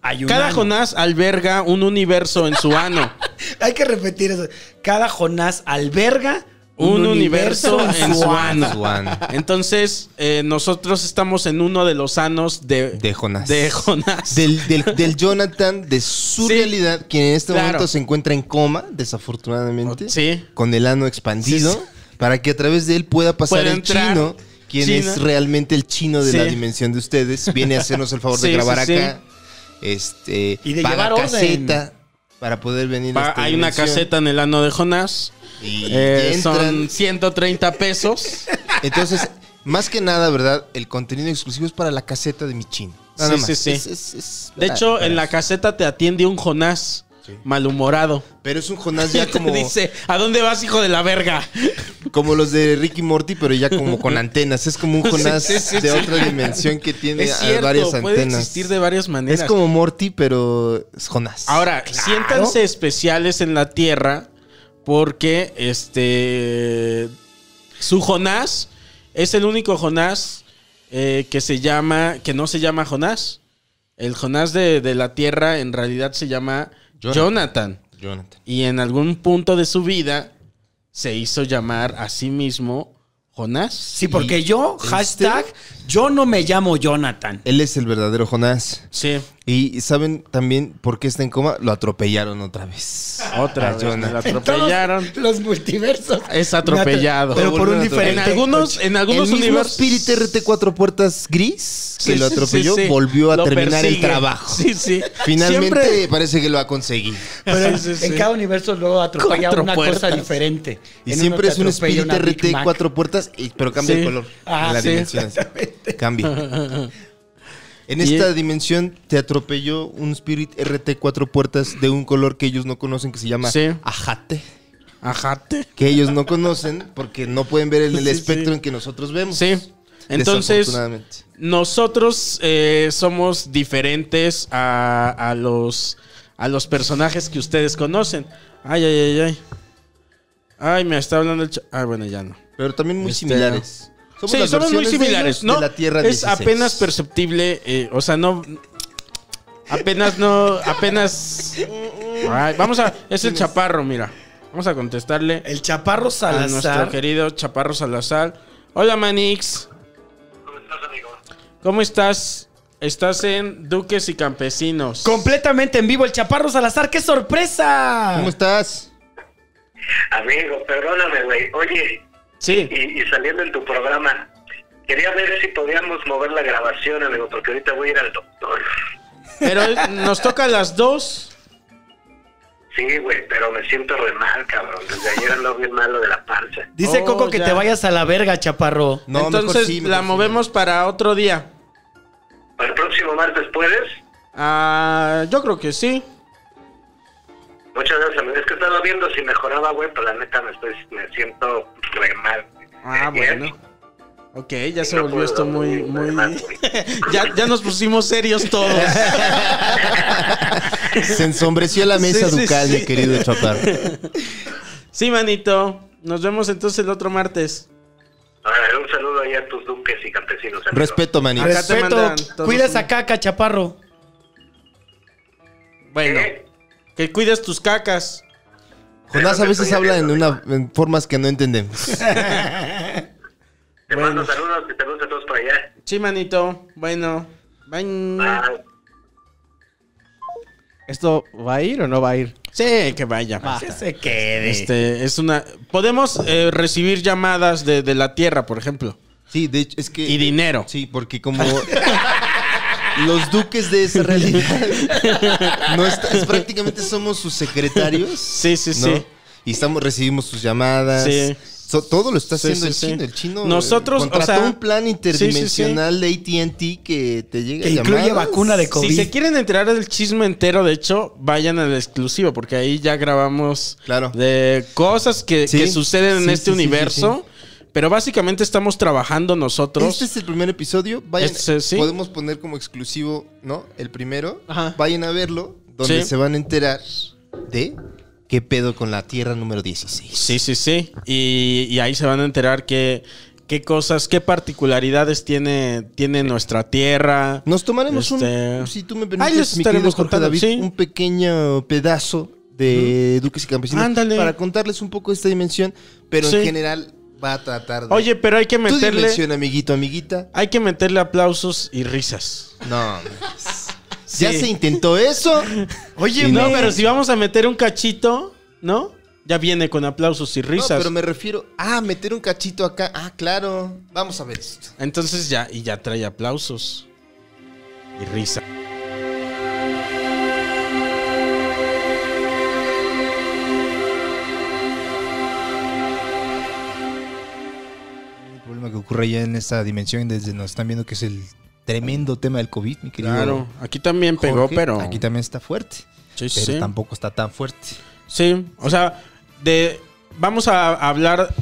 Speaker 6: Hay un
Speaker 5: Cada
Speaker 6: ano.
Speaker 5: Jonás alberga un universo en su ano.
Speaker 6: Hay que repetir eso. Cada Jonás alberga
Speaker 5: un, universo, en su ano.
Speaker 4: Juan
Speaker 5: Entonces, eh, nosotros estamos en uno de los anos de,
Speaker 4: de Jonás.
Speaker 5: de Jonás.
Speaker 4: Del, del- del Jonathan, de su
Speaker 5: Sí,
Speaker 4: realidad, quien en este
Speaker 5: claro.
Speaker 4: momento se encuentra en coma, desafortunadamente.
Speaker 5: Sí.
Speaker 4: Con el ano expandido,
Speaker 5: Sí,
Speaker 4: para que a través de él pueda pasar
Speaker 5: Pueda
Speaker 4: el
Speaker 5: entrar.
Speaker 4: chino, quien
Speaker 5: Chino.
Speaker 4: es realmente el chino de
Speaker 5: Sí.
Speaker 4: la dimensión de ustedes. Viene a hacernos el favor de
Speaker 5: Sí,
Speaker 4: grabar
Speaker 5: sí,
Speaker 4: acá. Este,
Speaker 6: Y de
Speaker 4: paga
Speaker 6: llevar orden.
Speaker 4: caseta para poder venir a
Speaker 5: Va-
Speaker 4: esta
Speaker 5: hay una
Speaker 4: dimensión.
Speaker 5: caseta en el ano de Jonás.
Speaker 4: Y
Speaker 5: Eh,
Speaker 4: entran.
Speaker 5: son 130 pesos.
Speaker 4: Entonces, más que nada, ¿verdad? El contenido exclusivo es para la caseta de mi chino. Nada
Speaker 5: Sí,
Speaker 4: más.
Speaker 5: sí, sí.
Speaker 4: Es- es- es
Speaker 5: De
Speaker 4: para-
Speaker 5: hecho,
Speaker 4: para
Speaker 5: en la
Speaker 4: eso.
Speaker 5: caseta te atiende un Jonás malhumorado.
Speaker 4: Pero es un Jonás
Speaker 5: Y
Speaker 4: ya
Speaker 5: te
Speaker 4: como.
Speaker 5: dice, ¿a dónde vas, hijo de la verga?
Speaker 4: Como los de Ricky Morty, pero ya como con antenas. Es como un Jonás
Speaker 5: Sí, sí, sí,
Speaker 4: de
Speaker 5: sí.
Speaker 4: otra dimensión que tiene
Speaker 5: Es
Speaker 4: ah,
Speaker 5: cierto,
Speaker 4: varias
Speaker 5: puede
Speaker 4: antenas.
Speaker 5: existir de varias maneras.
Speaker 4: es como Morty, pero es Jonás.
Speaker 5: Ahora, siéntanse especiales en la Tierra porque este su Jonás es el único Jonás eh, que se llama que no se llama Jonás. El Jonás de, de la Tierra en realidad se llama
Speaker 4: Jonathan.
Speaker 5: Jonathan
Speaker 4: Jonathan.
Speaker 5: y en algún punto de su vida se hizo llamar a sí mismo Jonás.
Speaker 6: Sí, porque yo,
Speaker 5: este
Speaker 6: hashtag, yo no me llamo Jonathan.
Speaker 4: Él es el verdadero Jonás.
Speaker 5: Sí,
Speaker 4: Y ¿saben también por qué está en coma? Lo atropellaron otra vez.
Speaker 5: otra
Speaker 4: A
Speaker 5: vez
Speaker 4: Ah, Jonathan.
Speaker 5: lo atropellaron.
Speaker 6: Los multiversos.
Speaker 5: Es atropellado.
Speaker 6: Pero por un
Speaker 5: en
Speaker 6: diferente.
Speaker 5: algunos en algunos
Speaker 4: el mismo
Speaker 5: universos
Speaker 4: Spirit RT cuatro puertas gris que
Speaker 5: Sí,
Speaker 4: lo
Speaker 5: sí,
Speaker 4: atropelló
Speaker 5: sí, sí.
Speaker 4: volvió a
Speaker 5: Lo
Speaker 4: terminar el
Speaker 5: persigue.
Speaker 4: trabajo.
Speaker 5: Sí, sí.
Speaker 4: Finalmente
Speaker 5: Siempre-
Speaker 4: parece que lo ha conseguido.
Speaker 6: Pero en,
Speaker 5: Sí, sí,
Speaker 6: en
Speaker 5: sí.
Speaker 6: cada universo luego atropella
Speaker 5: Cuatro
Speaker 6: una
Speaker 5: puertas.
Speaker 6: cosa diferente.
Speaker 4: Y
Speaker 6: En
Speaker 4: siempre
Speaker 6: uno te
Speaker 4: es un
Speaker 6: atropella
Speaker 4: Spirit
Speaker 6: una Big
Speaker 4: RT
Speaker 6: Mac.
Speaker 4: cuatro puertas, y- pero cambia
Speaker 5: Sí.
Speaker 4: el color.
Speaker 6: Ah,
Speaker 4: en la
Speaker 5: sí,
Speaker 4: dimensión. Cambia. En esta dimensión te atropelló un Spirit RT cuatro puertas de un color que ellos no conocen que se llama
Speaker 5: Sí.
Speaker 4: ajate.
Speaker 5: Ajate.
Speaker 4: Que ellos no conocen porque no pueden ver el, el
Speaker 5: Sí, sí.
Speaker 4: espectro en que nosotros vemos.
Speaker 5: Sí. Entonces,
Speaker 4: Desafortunadamente.
Speaker 5: nosotros eh, somos diferentes a, a los a los personajes que ustedes conocen. Ay, ay, ay, ay. Ay, me está hablando el ch- Ah, bueno, ya no.
Speaker 4: Pero también muy
Speaker 5: Este,
Speaker 4: similares.
Speaker 5: sí,
Speaker 4: las
Speaker 5: somos muy
Speaker 4: versiones de
Speaker 5: similares,
Speaker 4: ellos
Speaker 5: ¿no?
Speaker 4: de la Tierra
Speaker 5: es
Speaker 4: 16.
Speaker 5: apenas perceptible, eh, o sea, no apenas no apenas Ay, vamos a es el chaparro, mira. Vamos a contestarle.
Speaker 6: El chaparro
Speaker 5: a nuestro
Speaker 6: Salazar.
Speaker 5: querido Chaparro Salazar. Hola Manix. ¿Cómo estás, amigo? ¿Cómo estás? Estás en Duques y Campesinos.
Speaker 6: Completamente en vivo, el chaparro Salazar. ¡Qué sorpresa!
Speaker 4: ¿Cómo estás?
Speaker 8: Amigo, perdóname, güey. Oye,
Speaker 5: sí.
Speaker 8: y, y saliendo en tu programa, Quería ver si podíamos mover la grabación, amigo, porque ahorita voy a ir al doctor.
Speaker 5: Pero es- nos toca a las dos.
Speaker 8: Sí, güey, pero me siento re mal, cabrón. Desde ayer ando bien malo de la panza.
Speaker 6: Dice
Speaker 5: Oh,
Speaker 6: Coco que
Speaker 5: ya.
Speaker 6: te vayas a la verga, chaparro.
Speaker 4: No, mejor
Speaker 5: Entonces
Speaker 4: sí, mejor
Speaker 5: la
Speaker 4: sí.
Speaker 5: movemos para otro día.
Speaker 8: ¿Para el próximo martes puedes?
Speaker 5: Ah, yo creo que sí.
Speaker 8: Muchas gracias, amigo. Es que estaba viendo si mejoraba, güey, pero la neta me, estoy, me siento re mal.
Speaker 5: Ah,
Speaker 8: Desde ayer,
Speaker 5: bueno. Ok, ya se
Speaker 8: no
Speaker 5: volvió
Speaker 8: puedo
Speaker 5: esto muy,
Speaker 8: dormir,
Speaker 5: muy.
Speaker 8: además, güey.
Speaker 5: ya, ya nos pusimos serios todos.
Speaker 4: Se ensombreció la mesa
Speaker 5: Sí, sí,
Speaker 4: ducal,
Speaker 5: sí.
Speaker 4: mi querido Chapar.
Speaker 5: Sí, manito. Nos vemos entonces el otro martes.
Speaker 8: Ahora, un saludo ahí a tus duques y campesinos. amigo.
Speaker 4: Respeto, manito.
Speaker 5: Acá te
Speaker 6: Respeto,
Speaker 5: mandan todos
Speaker 6: cuida
Speaker 5: un-
Speaker 6: esa caca, chaparro.
Speaker 5: Bueno,
Speaker 8: ¿Eh?
Speaker 5: que cuides tus cacas.
Speaker 4: Jonás a veces habla en, una, en formas que no entendemos.
Speaker 8: Te mando saludos y saludos a todos por allá.
Speaker 5: Sí, manito. Bueno, bye.
Speaker 8: Bye.
Speaker 7: ¿Esto va a ir o no va a ir?
Speaker 5: Sí, que vaya.
Speaker 6: Que se quede.
Speaker 5: Este, es una. Podemos eh, recibir llamadas de, de la tierra, por ejemplo.
Speaker 4: Sí, de hecho, es que...
Speaker 5: Y dinero.
Speaker 4: Sí, porque como los duques de esa realidad no está- es- prácticamente somos sus secretarios.
Speaker 5: Sí, sí,
Speaker 4: ¿no?
Speaker 5: sí.
Speaker 4: Y estamos, recibimos sus llamadas.
Speaker 5: Sí.
Speaker 4: So- todo lo está
Speaker 5: Sí,
Speaker 4: haciendo
Speaker 5: sí,
Speaker 4: el
Speaker 5: sí.
Speaker 4: chino. El chino
Speaker 5: Nosotros,
Speaker 4: eh, contrató
Speaker 5: o sea,
Speaker 4: un plan interdimensional de ATT que te llega
Speaker 6: Que incluye vacuna de COVID.
Speaker 5: Si se quieren enterar del chisme entero, de hecho, vayan al exclusivo, porque ahí ya grabamos
Speaker 4: Claro.
Speaker 5: de cosas que,
Speaker 4: Sí.
Speaker 5: que suceden en
Speaker 4: Sí,
Speaker 5: este
Speaker 4: sí, sí,
Speaker 5: universo. Pero básicamente estamos trabajando nosotros.
Speaker 4: Este es el primer episodio. Vayan,
Speaker 5: Este, sí.
Speaker 4: Podemos poner como exclusivo, ¿no? El primero.
Speaker 7: Ajá.
Speaker 4: Vayan a verlo, donde
Speaker 5: Sí.
Speaker 4: se van a enterar de qué pedo con la Tierra número 16.
Speaker 5: Sí, sí, sí. Y, y ahí se van a enterar que, qué cosas, qué particularidades tiene, tiene nuestra tierra.
Speaker 4: Nos tomaremos
Speaker 5: Este-
Speaker 4: un, si tú me
Speaker 5: Ahí les
Speaker 4: permites, mi querido
Speaker 5: estaremos
Speaker 4: Jorge
Speaker 5: contando,
Speaker 4: David,
Speaker 5: sí.
Speaker 4: un pequeño pedazo de Duques y Campesinos
Speaker 5: Ándale.
Speaker 4: para contarles un poco esta dimensión, pero
Speaker 5: Sí.
Speaker 4: en general va a tratar de...
Speaker 5: Oye, pero hay que
Speaker 4: tu
Speaker 5: meterle,
Speaker 4: dimensión, amiguito, amiguita.
Speaker 5: hay que meterle aplausos y risas.
Speaker 4: No. Ya
Speaker 5: Sí.
Speaker 4: se intentó eso.
Speaker 5: Oye,
Speaker 4: Y
Speaker 5: no,
Speaker 4: no.
Speaker 5: pero si vamos a meter un cachito, ¿no? Ya viene con aplausos y
Speaker 4: No,
Speaker 5: risas.
Speaker 4: pero me refiero a meter un cachito acá. Ah, claro. Vamos a ver esto.
Speaker 5: Entonces ya, y ya trae aplausos y risa.
Speaker 9: El problema que ocurre ya en esta dimensión, desde nos están viendo que es el tremendo tema del COVID, mi querido.
Speaker 5: Claro, aquí también pegó,
Speaker 9: Jorge.
Speaker 5: pero.
Speaker 9: Aquí también está fuerte.
Speaker 5: sí,
Speaker 9: Pero
Speaker 5: sí.
Speaker 9: tampoco está tan fuerte.
Speaker 5: Sí, o sea, de vamos a hablar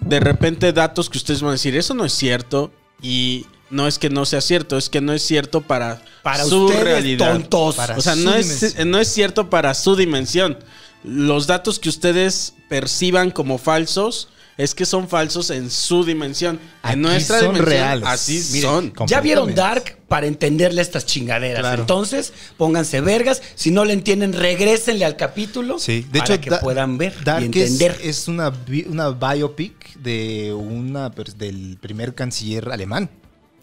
Speaker 5: de repente datos que ustedes van a decir, eso no es cierto y no es que no sea cierto, es que no es cierto para,
Speaker 6: Para
Speaker 5: su
Speaker 6: ustedes,
Speaker 5: realidad.
Speaker 6: tontos.
Speaker 9: Para
Speaker 5: o sea,
Speaker 9: su
Speaker 5: no es,
Speaker 9: dimensión.
Speaker 5: no es cierto para su dimensión. Los datos que ustedes perciban como falsos es que son falsos en su dimensión.
Speaker 9: Aquí
Speaker 5: en nuestra
Speaker 9: son
Speaker 5: dimensión
Speaker 9: reales.
Speaker 5: así
Speaker 9: Miren,
Speaker 5: son.
Speaker 6: Ya vieron
Speaker 9: completamente.
Speaker 6: Dark para entenderle estas chingaderas. Entonces, pónganse vergas. Si no le entienden, regrésenle al capítulo
Speaker 9: Sí, de
Speaker 6: para
Speaker 9: hecho,
Speaker 6: que
Speaker 9: Da-
Speaker 6: puedan ver
Speaker 9: Dark
Speaker 6: y
Speaker 9: es-
Speaker 6: entender.
Speaker 9: Es, una, bi- una biopic de una per- del primer canciller alemán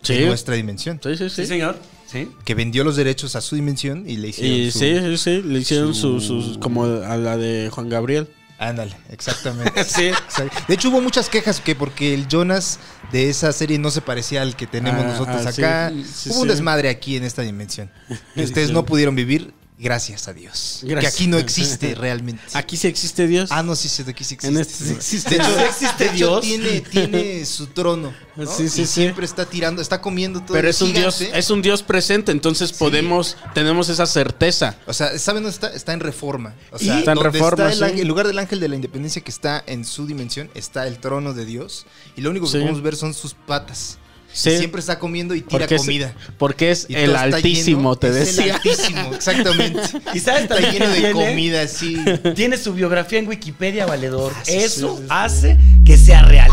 Speaker 5: Sí.
Speaker 9: de nuestra dimensión.
Speaker 5: Sí, sí, sí.
Speaker 6: señor. Sí.
Speaker 9: Que vendió los derechos a su dimensión y le hicieron.
Speaker 5: Y
Speaker 9: su-
Speaker 5: sí, sí, sí, le hicieron su-
Speaker 9: su-
Speaker 5: sus como a la de Juan Gabriel.
Speaker 9: Ándale, exactamente.
Speaker 5: Sí.
Speaker 9: Exacto. De hecho, hubo muchas quejas que porque el Jonas de esa serie no se parecía al que tenemos
Speaker 5: Ah,
Speaker 9: nosotros
Speaker 5: ah, sí.
Speaker 9: acá.
Speaker 5: Sí,
Speaker 9: hubo un
Speaker 5: sí.
Speaker 9: desmadre aquí en esta dimensión. Que ustedes no pudieron vivir, gracias a Dios.
Speaker 5: Gracias.
Speaker 9: Que aquí no existe realmente.
Speaker 5: Aquí sí existe Dios.
Speaker 9: Ah, no, sí, sí, aquí sí existe.
Speaker 5: En este sí existe.
Speaker 9: De hecho,
Speaker 6: ¿Sí existe
Speaker 9: de hecho,
Speaker 6: Dios?
Speaker 9: tiene, tiene su trono. ¿no?
Speaker 5: Sí, sí,
Speaker 9: Y
Speaker 5: sí.
Speaker 9: Siempre está tirando, está comiendo todo.
Speaker 5: Pero
Speaker 9: el
Speaker 5: es un Dios,
Speaker 9: gigante.
Speaker 5: es un Dios presente, entonces podemos, tenemos esa certeza.
Speaker 9: O sea, ¿saben dónde está? Está en reforma. O sea,
Speaker 5: Está en
Speaker 9: donde
Speaker 5: Reforma,
Speaker 9: está el,
Speaker 5: sí.
Speaker 9: ángel- en lugar del ángel de la independencia que está en su dimensión, está el trono de Dios. Y lo único que
Speaker 5: Sí.
Speaker 9: podemos ver son sus patas.
Speaker 5: Sí.
Speaker 9: Y Siempre está comiendo y tira
Speaker 5: Porque es-
Speaker 9: comida.
Speaker 5: Porque es
Speaker 9: Y
Speaker 5: el
Speaker 9: todo está
Speaker 5: Altísimo,
Speaker 9: lleno-
Speaker 5: te
Speaker 9: es El
Speaker 5: decía.
Speaker 9: altísimo, exactamente.
Speaker 6: ¿Y sabes
Speaker 9: está
Speaker 6: también
Speaker 9: lleno
Speaker 6: qué
Speaker 9: de
Speaker 6: tiene?
Speaker 9: comida así.
Speaker 6: Tiene su biografía en Wikipedia, valedor.
Speaker 9: Ah,
Speaker 6: Eso hace que sea real.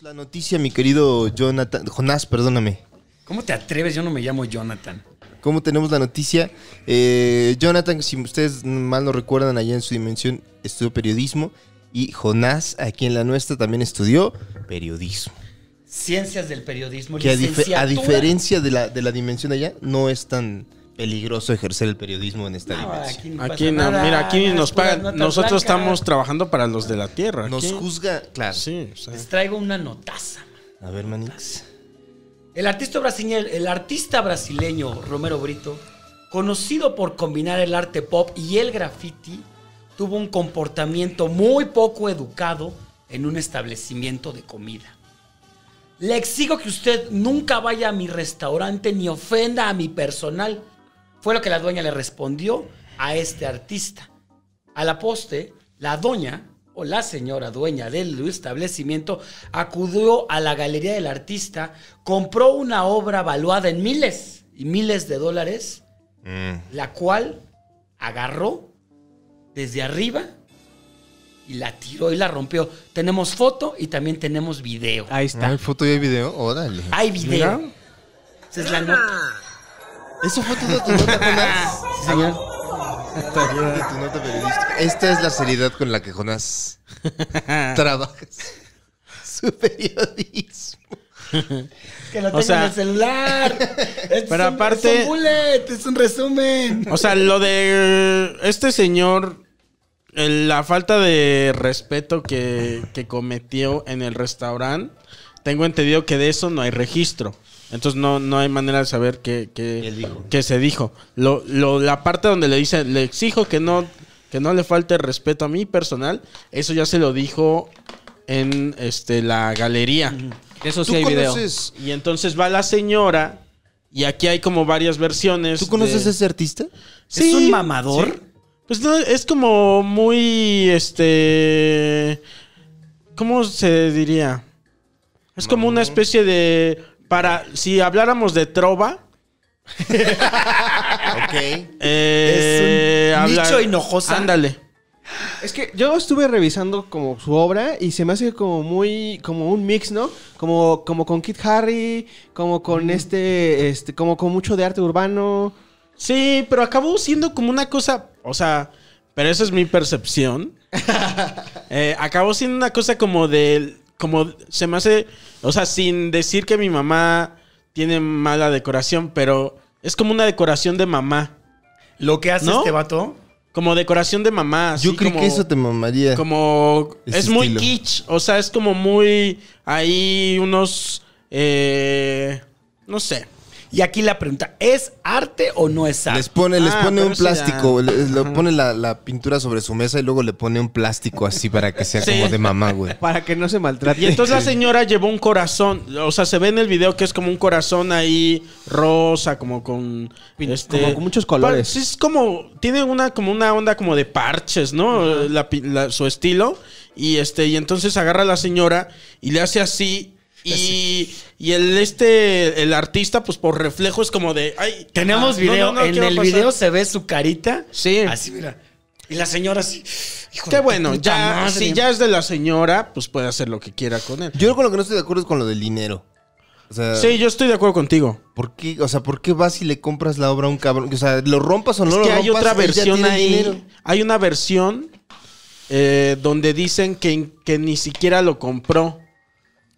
Speaker 4: La noticia, mi querido Jonathan. Jonás, perdóname.
Speaker 6: ¿Cómo te atreves? Yo no me llamo Jonathan.
Speaker 4: ¿Cómo tenemos la noticia? Eh, Jonathan, si ustedes mal no recuerdan, allá en su dimensión estudió periodismo. Y Jonás, aquí en la nuestra, también estudió periodismo.
Speaker 6: Ciencias del periodismo.
Speaker 4: Que a, dife-
Speaker 6: licenciatura.
Speaker 4: a diferencia de la, de la dimensión allá, no es tan peligroso ejercer el periodismo en esta
Speaker 6: No,
Speaker 4: dimensión.
Speaker 6: Ah, aquí no
Speaker 5: Aquí
Speaker 6: pasa
Speaker 5: no,
Speaker 6: nada,
Speaker 5: mira, aquí
Speaker 6: puras
Speaker 5: nos
Speaker 6: notas
Speaker 5: pagan. Nosotros
Speaker 6: blancas.
Speaker 5: estamos trabajando para los de la tierra.
Speaker 4: Nos
Speaker 5: aquí.
Speaker 4: juzga, claro.
Speaker 5: Sí, o sea,
Speaker 6: Les traigo una notaza.
Speaker 4: A ver, Manix.
Speaker 6: El artista brasileño, el artista brasileño Romero Brito, conocido por combinar el arte pop y el graffiti, tuvo un comportamiento muy poco educado en un establecimiento de comida. Le exijo que usted nunca vaya a mi restaurante ni ofenda a mi personal. Fue lo que la dueña le respondió a este artista. A la poste, la doña o la señora dueña del establecimiento acudió a la galería del artista, compró una obra valuada en miles y miles de dólares, la cual agarró desde arriba y la tiró y la rompió. Tenemos foto y también tenemos video.
Speaker 7: Ahí está.
Speaker 4: ¿Hay foto y hay video? Órale.
Speaker 6: Hay video. Esa es la nota.
Speaker 4: ¿Eso fue todo tu nota, Jonás? Señor. tu nota periodística. Esta es la seriedad con la que Jonás trabajas. Su periodismo.
Speaker 6: Que lo
Speaker 5: O
Speaker 6: tengo
Speaker 5: sea-
Speaker 6: en el celular. Este
Speaker 5: Pero
Speaker 6: es un-
Speaker 5: aparte-
Speaker 6: Es un bullet, es un resumen.
Speaker 5: O sea, lo de este señor, el- la falta de respeto que, que cometió en el restaurante, tengo entendido que de eso no hay registro. Entonces no, no hay manera de saber qué, qué- qué se dijo. Lo, lo- la parte donde le dice, le exijo que no, que no le falte respeto a mi personal, eso ya se lo dijo en este, la galería.
Speaker 7: Eso sí
Speaker 4: ¿Tú
Speaker 7: hay video.
Speaker 4: conoces,
Speaker 5: Y entonces va la señora, y aquí hay como varias versiones.
Speaker 4: ¿Tú conoces a
Speaker 5: de-
Speaker 4: ese artista?
Speaker 5: Sí,
Speaker 6: es un mamador.
Speaker 5: sí. Pues no, es como muy, este... ¿Cómo se diría? Es como una especie de... Para, si habláramos de trova,
Speaker 4: Ok.
Speaker 5: eh,
Speaker 6: Es un nicho hinojosa.
Speaker 5: Ándale.
Speaker 7: Es que yo estuve revisando como su obra y se me hace como muy, como un mix, ¿no? Como, como con Kid Harry, como con este, este, como con mucho de arte urbano.
Speaker 5: Sí, pero acabó siendo como una cosa, o sea, pero eso es mi percepción. Eh, acabó siendo una cosa como de, como se me hace, o sea, sin decir que mi mamá tiene mala decoración, pero es como una decoración de mamá,
Speaker 6: Lo que hace
Speaker 5: ¿No?
Speaker 6: este vato.
Speaker 5: como decoración de mamá.
Speaker 4: Yo
Speaker 5: así
Speaker 4: creo
Speaker 5: como-
Speaker 4: que eso te mamaría.
Speaker 5: como
Speaker 4: Ese
Speaker 5: es muy
Speaker 4: estilo.
Speaker 5: kitsch, o sea, es como muy ahí unos, eh, no sé.
Speaker 6: Y aquí la pregunta: ¿es arte o no es arte?
Speaker 4: Les pone, les
Speaker 5: Ah,
Speaker 4: pone
Speaker 5: pero
Speaker 4: un
Speaker 5: eso ya-
Speaker 4: plástico, le, le pone la, la pintura sobre su mesa y luego le pone un plástico así para que sea
Speaker 5: Sí.
Speaker 4: como de mamá, güey.
Speaker 7: Para que no se maltrate.
Speaker 5: Y entonces la señora llevó un corazón, o sea, se ve en el video que es como un corazón ahí rosa, como con
Speaker 7: Pin- como con muchos colores.
Speaker 5: Par- sí, es como tiene una como una onda como de parches, ¿no? La pi- la- su estilo y este y entonces agarra a la señora y le hace así y, y el este el artista pues por reflejo es como de ay
Speaker 6: Tenemos
Speaker 5: ah, no,
Speaker 6: video.
Speaker 5: no, no,
Speaker 6: en
Speaker 5: ¿qué va a
Speaker 6: el
Speaker 5: pasar?
Speaker 6: video se ve su carita.
Speaker 5: Sí.
Speaker 6: Así, mira. Y la señora así. hijo de
Speaker 5: Qué
Speaker 6: tu
Speaker 5: bueno,
Speaker 6: puta
Speaker 5: ya
Speaker 6: madre.
Speaker 5: si ya es de la señora, pues puede hacer lo que quiera con él.
Speaker 4: Yo con lo que no estoy de acuerdo es con lo del dinero. O sea,
Speaker 5: Sí, yo estoy de acuerdo contigo.
Speaker 4: ¿por qué, o sea, ¿por qué vas y le compras la obra a un cabrón? O sea, lo rompas o no
Speaker 5: Es
Speaker 4: lo
Speaker 5: que
Speaker 4: rompas.
Speaker 5: hay otra
Speaker 4: él ya
Speaker 5: versión
Speaker 4: tiene
Speaker 5: ahí.
Speaker 4: dinero.
Speaker 5: Hay una versión eh, donde dicen que, que ni siquiera lo compró.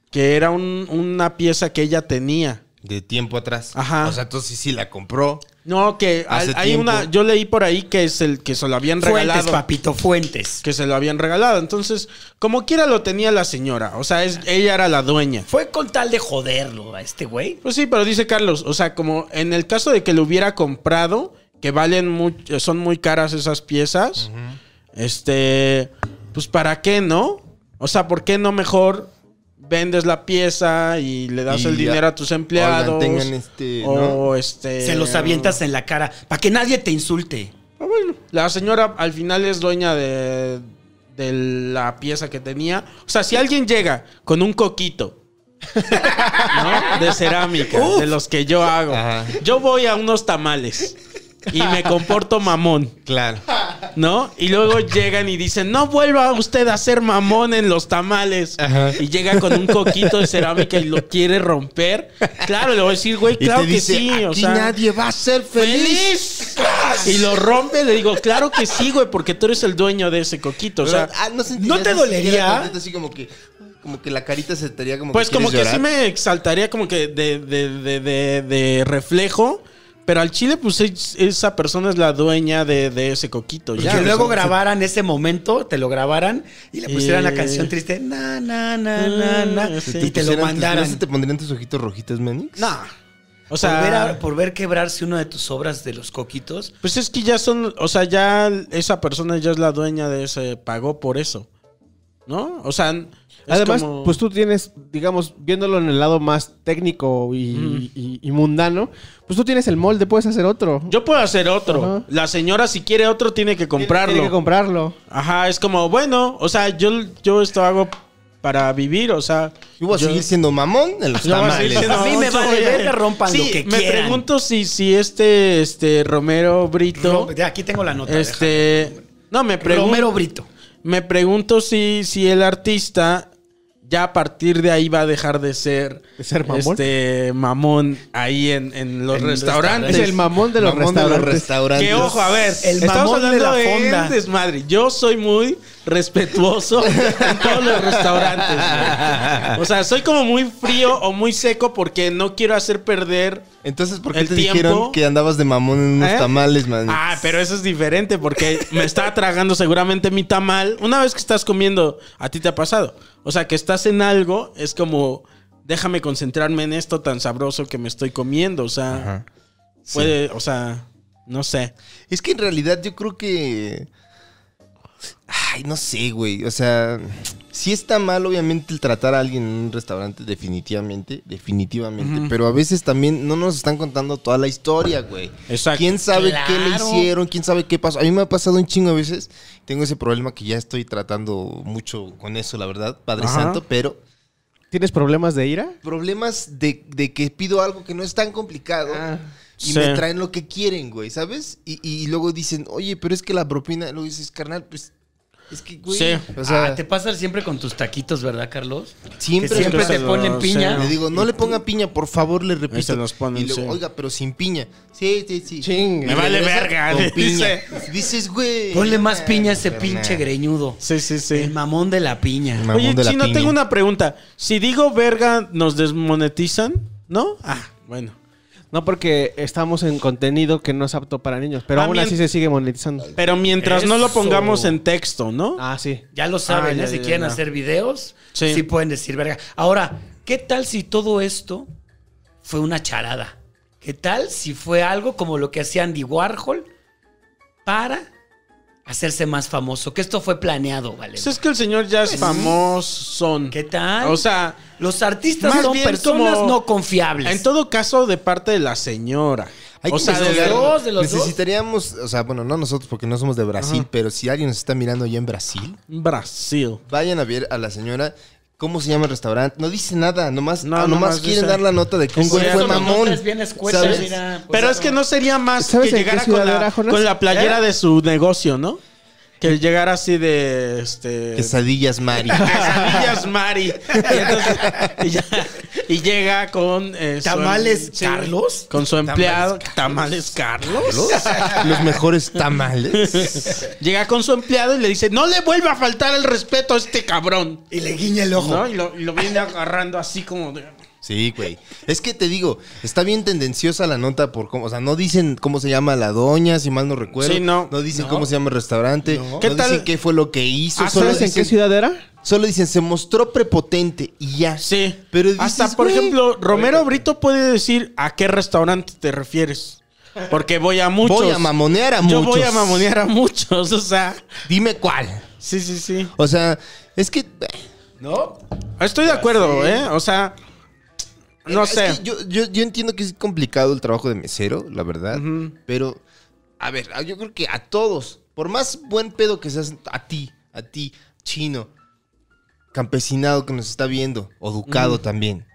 Speaker 5: Que era un- una pieza que ella tenía.
Speaker 4: De tiempo atrás.
Speaker 5: Ajá.
Speaker 4: O sea, entonces sí, sí la compró.
Speaker 5: No, que hay,
Speaker 4: Hace
Speaker 5: hay
Speaker 4: tiempo.
Speaker 5: una. Yo leí por ahí que es el que se lo habían
Speaker 6: Fuentes,
Speaker 5: regalado.
Speaker 6: papito, fuentes.
Speaker 5: Que se lo habían regalado. Entonces, como quiera lo tenía la señora. O sea, es, ella era la dueña.
Speaker 6: Fue con tal de joderlo a este güey.
Speaker 5: Pues sí, pero dice Carlos, o sea, como en el caso de que lo hubiera comprado, que valen mucho, son muy caras esas piezas, este, pues para qué no? O sea, ¿por qué no mejor vendes la pieza y le das
Speaker 4: Y
Speaker 5: el
Speaker 4: ya-
Speaker 5: dinero a tus empleados?
Speaker 4: Oigan, tengan este,
Speaker 5: o
Speaker 4: ¿no?
Speaker 5: este.
Speaker 6: Se los avientas en la cara para que nadie te insulte.
Speaker 5: Ah, bueno, la señora al final es dueña de, de la pieza que tenía. O sea, si alguien llega con un coquito, ¿no? De cerámica, de los que yo hago.
Speaker 4: Ajá.
Speaker 5: Yo voy a unos tamales y me comporto mamón,
Speaker 4: Claro.
Speaker 5: ¿no? Y luego llegan y dicen, no vuelva usted a ser mamón en los tamales.
Speaker 4: Ajá.
Speaker 5: Y llega con un coquito de cerámica y lo quiere romper. Claro, le voy a decir, güey,
Speaker 4: Y
Speaker 5: claro
Speaker 4: te
Speaker 5: que
Speaker 4: dice,
Speaker 5: sí. O
Speaker 4: "Aquí
Speaker 5: sea,
Speaker 4: nadie va a ser feliz.
Speaker 5: ¡Feliz! Y lo rompe, le digo, claro que sí, güey, porque tú eres el dueño de ese coquito. O sea,
Speaker 4: Pero, ah,
Speaker 6: ¿no te
Speaker 4: ni siquiera
Speaker 6: dolería?
Speaker 4: contento, Así como que, como que la carita se estaría como
Speaker 5: pues como que
Speaker 4: quieres
Speaker 5: sí
Speaker 4: llorar?
Speaker 5: me exaltaría como que de, de- de- de- de reflejo. Pero al chile, pues es- esa persona es la dueña de, de ese coquito.
Speaker 6: Y
Speaker 5: Pues ya,
Speaker 6: que
Speaker 5: o
Speaker 6: luego
Speaker 5: sea,
Speaker 6: grabaran ese momento, te lo grabaran y le pusieran la
Speaker 5: Eh.
Speaker 6: canción triste, na, na, na, na, na,
Speaker 5: Mm, Sí,
Speaker 6: y te
Speaker 4: pusieran
Speaker 6: lo
Speaker 4: tus- ¿no
Speaker 6: mandaran.
Speaker 4: se te pondrían tus ojitos rojitos, Manix?
Speaker 6: No.
Speaker 5: O
Speaker 6: por, ver a-
Speaker 5: sea,
Speaker 6: por ver quebrarse una de tus obras de los coquitos.
Speaker 5: pues es que ya son, o sea, ya esa persona ya es la dueña de ese, pagó por eso. ¿No? O sea, es
Speaker 7: Además,
Speaker 5: como-
Speaker 7: pues tú tienes, digamos, viéndolo en el lado más técnico y,
Speaker 5: Mm.
Speaker 7: y- y mundano, pues tú tienes el molde, puedes hacer otro.
Speaker 5: yo puedo hacer otro.
Speaker 7: Ajá.
Speaker 5: La señora, si quiere otro, tiene que comprarlo.
Speaker 7: Tienes que comprarlo.
Speaker 5: Ajá, es como, bueno, o sea, yo, yo esto hago para vivir, o sea.
Speaker 4: Yo voy a
Speaker 5: yo-
Speaker 4: seguir siendo mamón en los
Speaker 5: yo voy a
Speaker 4: tamales.
Speaker 5: seguir siendo
Speaker 6: A mí me
Speaker 5: mucho,
Speaker 6: vale
Speaker 5: oye.
Speaker 6: verga, rompan
Speaker 5: Sí,
Speaker 6: lo que
Speaker 5: Me
Speaker 6: quieran.
Speaker 5: pregunto si, si este, este Romero Brito.
Speaker 6: Ro- ya, aquí tengo la nota. deja.
Speaker 5: este. No, me pregunto.
Speaker 6: Romero Brito.
Speaker 5: Me pregunto si, si el artista ya a partir de ahí va a dejar de ser,
Speaker 7: ¿De ser mamón?
Speaker 5: este mamón ahí en, en los
Speaker 4: En
Speaker 5: restaurantes.
Speaker 7: Es el mamón de los
Speaker 4: Mamón de los
Speaker 7: restaurantes.
Speaker 4: restaurantes.
Speaker 5: Que ojo, a ver,
Speaker 6: El
Speaker 5: estamos
Speaker 6: mamón de
Speaker 5: hablando
Speaker 6: la
Speaker 5: de,
Speaker 6: fonda.
Speaker 5: desmadre. Yo soy muy respetuoso en todos los restaurantes. güey. O sea, soy como muy frío o muy seco porque no quiero hacer perder.
Speaker 4: Entonces, ¿por qué
Speaker 5: El
Speaker 4: te
Speaker 5: tiempo-
Speaker 4: dijeron que andabas de mamón en unos
Speaker 5: ¿Eh?
Speaker 4: tamales, Manix?
Speaker 5: Ah, pero eso es diferente porque me está tragando seguramente mi tamal. Una vez que estás comiendo, a ti te ha pasado. O sea, que estás en algo, es como, déjame concentrarme en esto tan sabroso que me estoy comiendo. O sea, puede, o sea, no sé.
Speaker 4: Es que en realidad yo creo que. Ay, no sé, güey. O sea, sí está mal, obviamente, el tratar a alguien en un restaurante, definitivamente, definitivamente. Pero a veces también no nos están contando toda la historia, güey.
Speaker 5: Exacto.
Speaker 4: ¿Quién sabe qué le
Speaker 6: Claro.
Speaker 4: hicieron? ¿Quién sabe qué pasó? A mí me ha pasado un chingo a veces. Tengo ese problema que ya estoy tratando mucho con eso, la verdad, Padre
Speaker 5: Ajá.
Speaker 4: Santo, pero
Speaker 7: ¿Tienes problemas de ira?
Speaker 4: problemas de, de que pido algo que no es tan complicado y
Speaker 6: Ah,
Speaker 5: Sí.
Speaker 4: me traen lo que quieren, güey, ¿sabes? Y, y luego dicen, oye, pero es que la propina, luego dices, carnal, pues es que, güey,
Speaker 5: Sí.
Speaker 4: o sea,
Speaker 6: Ah, te pasa siempre con tus taquitos, ¿verdad, Carlos? Que
Speaker 4: siempre,
Speaker 6: siempre
Speaker 5: se
Speaker 6: te
Speaker 5: lo-
Speaker 6: ponen piña.
Speaker 5: se
Speaker 4: le digo, no le ponga piña, por favor, le repito.
Speaker 5: se los ponen,
Speaker 4: y luego,
Speaker 5: sí.
Speaker 4: oiga, pero sin piña. Sí, sí, sí.
Speaker 7: Chingue.
Speaker 5: Me vale
Speaker 4: Regresa
Speaker 5: verga,
Speaker 4: Con
Speaker 5: dice.
Speaker 4: piña. Dices, güey.
Speaker 6: Ponle más piña a ese
Speaker 4: carnal.
Speaker 6: pinche greñudo.
Speaker 5: Sí, sí, eh, sí.
Speaker 6: El mamón de la piña.
Speaker 4: Mamón
Speaker 5: Oye,
Speaker 4: de la
Speaker 5: Chino,
Speaker 4: piña.
Speaker 5: tengo una pregunta. Si digo verga, ¿nos desmonetizan? ¿No? Ah, bueno.
Speaker 7: No, porque estamos en contenido que no es apto para niños, pero
Speaker 5: Ah,
Speaker 7: aún
Speaker 5: mien-
Speaker 7: así se sigue monetizando.
Speaker 5: Pero mientras no lo
Speaker 6: Eso.
Speaker 5: pongamos en texto, ¿no?
Speaker 7: Ah, sí.
Speaker 6: Ya lo saben,
Speaker 5: Ah,
Speaker 6: ¿eh?
Speaker 5: ya,
Speaker 6: si
Speaker 5: ya,
Speaker 6: quieren
Speaker 5: ya.
Speaker 6: hacer videos, sí.
Speaker 5: Sí.
Speaker 6: pueden decir verga. Ahora, ¿qué tal si todo esto fue una charada? ¿Qué tal si fue algo como lo que hacía Andy Warhol para hacerse más famoso? Que esto fue planeado, ¿vale?
Speaker 5: Pues es que el señor ya es famoso.
Speaker 6: ¿Qué tal?
Speaker 5: O sea,
Speaker 6: Los artistas
Speaker 5: más
Speaker 6: son
Speaker 5: bien
Speaker 6: personas
Speaker 5: como-
Speaker 6: no confiables.
Speaker 5: en todo caso, de parte de la señora.
Speaker 4: Hay
Speaker 5: o
Speaker 4: que
Speaker 5: sea, de
Speaker 4: investigar.
Speaker 6: los dos, de los dos.
Speaker 4: Necesitaríamos, o sea, bueno, no nosotros porque no somos de Brasil, pero si alguien nos está mirando allá en Brasil,
Speaker 5: Brasil.
Speaker 4: vayan a ver a la señora cómo se llama el restaurante. No dice nada, nomás,
Speaker 5: No,
Speaker 4: ah, nomás,
Speaker 5: nomás
Speaker 4: quieren
Speaker 5: dice-
Speaker 4: dar la nota de que un
Speaker 5: Sí,
Speaker 4: güey
Speaker 5: eso
Speaker 4: fue
Speaker 5: nos
Speaker 4: mamón.
Speaker 6: notas bien escuetas,
Speaker 4: ¿sabes?
Speaker 6: mira. Pues
Speaker 5: Pero
Speaker 6: no.
Speaker 5: es que no sería más que
Speaker 7: ¿Sabes en qué
Speaker 5: llegara con
Speaker 7: ciudad
Speaker 5: la,
Speaker 7: era, Jonas?
Speaker 5: con la playera de su negocio, ¿no? Que llegara así de este
Speaker 4: Quesadillas Mari.
Speaker 5: Quesadillas Mari. Y, entonces- y ya- y llega con. eh, su-
Speaker 6: ¿Tamales
Speaker 5: sí,
Speaker 6: Carlos?
Speaker 5: Con su empleado. ¿Tamales Carlos?
Speaker 4: Los mejores tamales.
Speaker 5: Llega con su empleado y le dice: No le vuelva a faltar el respeto a este cabrón.
Speaker 6: Y le guiña el ojo.
Speaker 5: ¿No? Y, lo, y lo viene agarrando así como. de-
Speaker 4: Sí, güey. Es que te digo, está bien tendenciosa la nota por cómo, o sea, no dicen cómo se llama la doña, si mal no recuerdo.
Speaker 5: Sí, no.
Speaker 4: dicen
Speaker 5: No.
Speaker 4: cómo se llama el restaurante. No,
Speaker 5: ¿Qué tal?
Speaker 4: dicen qué fue lo que hizo.
Speaker 5: Ah,
Speaker 4: solo,
Speaker 7: ¿Sabes en
Speaker 4: dicen,
Speaker 7: qué ciudad era?
Speaker 4: solo dicen se mostró prepotente y ya.
Speaker 5: Sí.
Speaker 4: Pero dices,
Speaker 5: Hasta, por
Speaker 4: güey,
Speaker 5: ejemplo, Romero Brito puede decir a qué restaurante te refieres. Porque voy a muchos.
Speaker 4: Voy a mamonear a
Speaker 5: Yo
Speaker 4: muchos.
Speaker 5: voy a mamonear a muchos. O sea,
Speaker 4: Dime cuál.
Speaker 5: sí, sí, sí.
Speaker 4: O sea, es que. eh,
Speaker 6: ¿No?
Speaker 5: Estoy de acuerdo, ¿eh? O sea, no
Speaker 4: Es
Speaker 5: sé.
Speaker 4: que yo, yo, yo entiendo que es complicado el trabajo de mesero, la verdad. Pero, a ver, ah, yo creo que a todos, por más buen pedo que seas, a ti, a ti, chino, campesinado que nos está viendo, o ducado también.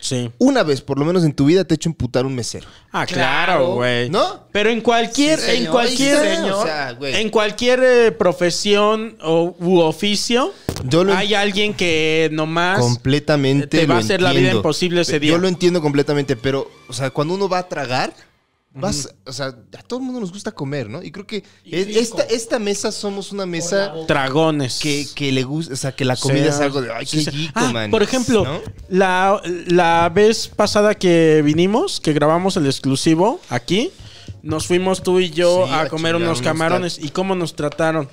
Speaker 5: Sí.
Speaker 4: Una vez, por lo menos en tu vida, te he hecho emputar un mesero.
Speaker 5: Ah, claro, güey.
Speaker 4: ¿No?
Speaker 5: Pero en cualquier,
Speaker 4: Sí, señor.
Speaker 5: en cualquier,
Speaker 4: Sí, señor. O sea, güey.
Speaker 5: en cualquier eh, profesión o, u oficio,
Speaker 4: Yo lo
Speaker 5: hay alguien que nomás.
Speaker 4: completamente
Speaker 5: te va
Speaker 4: lo
Speaker 5: a hacer la vida
Speaker 4: entiendo.
Speaker 5: imposible ese día.
Speaker 4: Yo lo entiendo completamente, pero, o sea, cuando uno va a tragar, vas, o sea, a todo el mundo nos gusta comer, ¿no? Y creo que es- esta, esta mesa somos una mesa
Speaker 5: Dragones.
Speaker 4: que, que le gusta, o sea, que la comida
Speaker 5: sea-
Speaker 4: es algo de, ay, qué
Speaker 5: Sí, sí.
Speaker 4: rico,
Speaker 5: Ah,
Speaker 4: man",
Speaker 5: Por ejemplo,
Speaker 4: ¿no?
Speaker 5: la, la vez pasada que vinimos, que grabamos el exclusivo aquí, Nos fuimos tú y yo
Speaker 4: Sí,
Speaker 5: a
Speaker 4: a
Speaker 5: comer
Speaker 4: chingar
Speaker 5: unos
Speaker 4: unos
Speaker 5: camarones. ¿Y cómo nos trataron?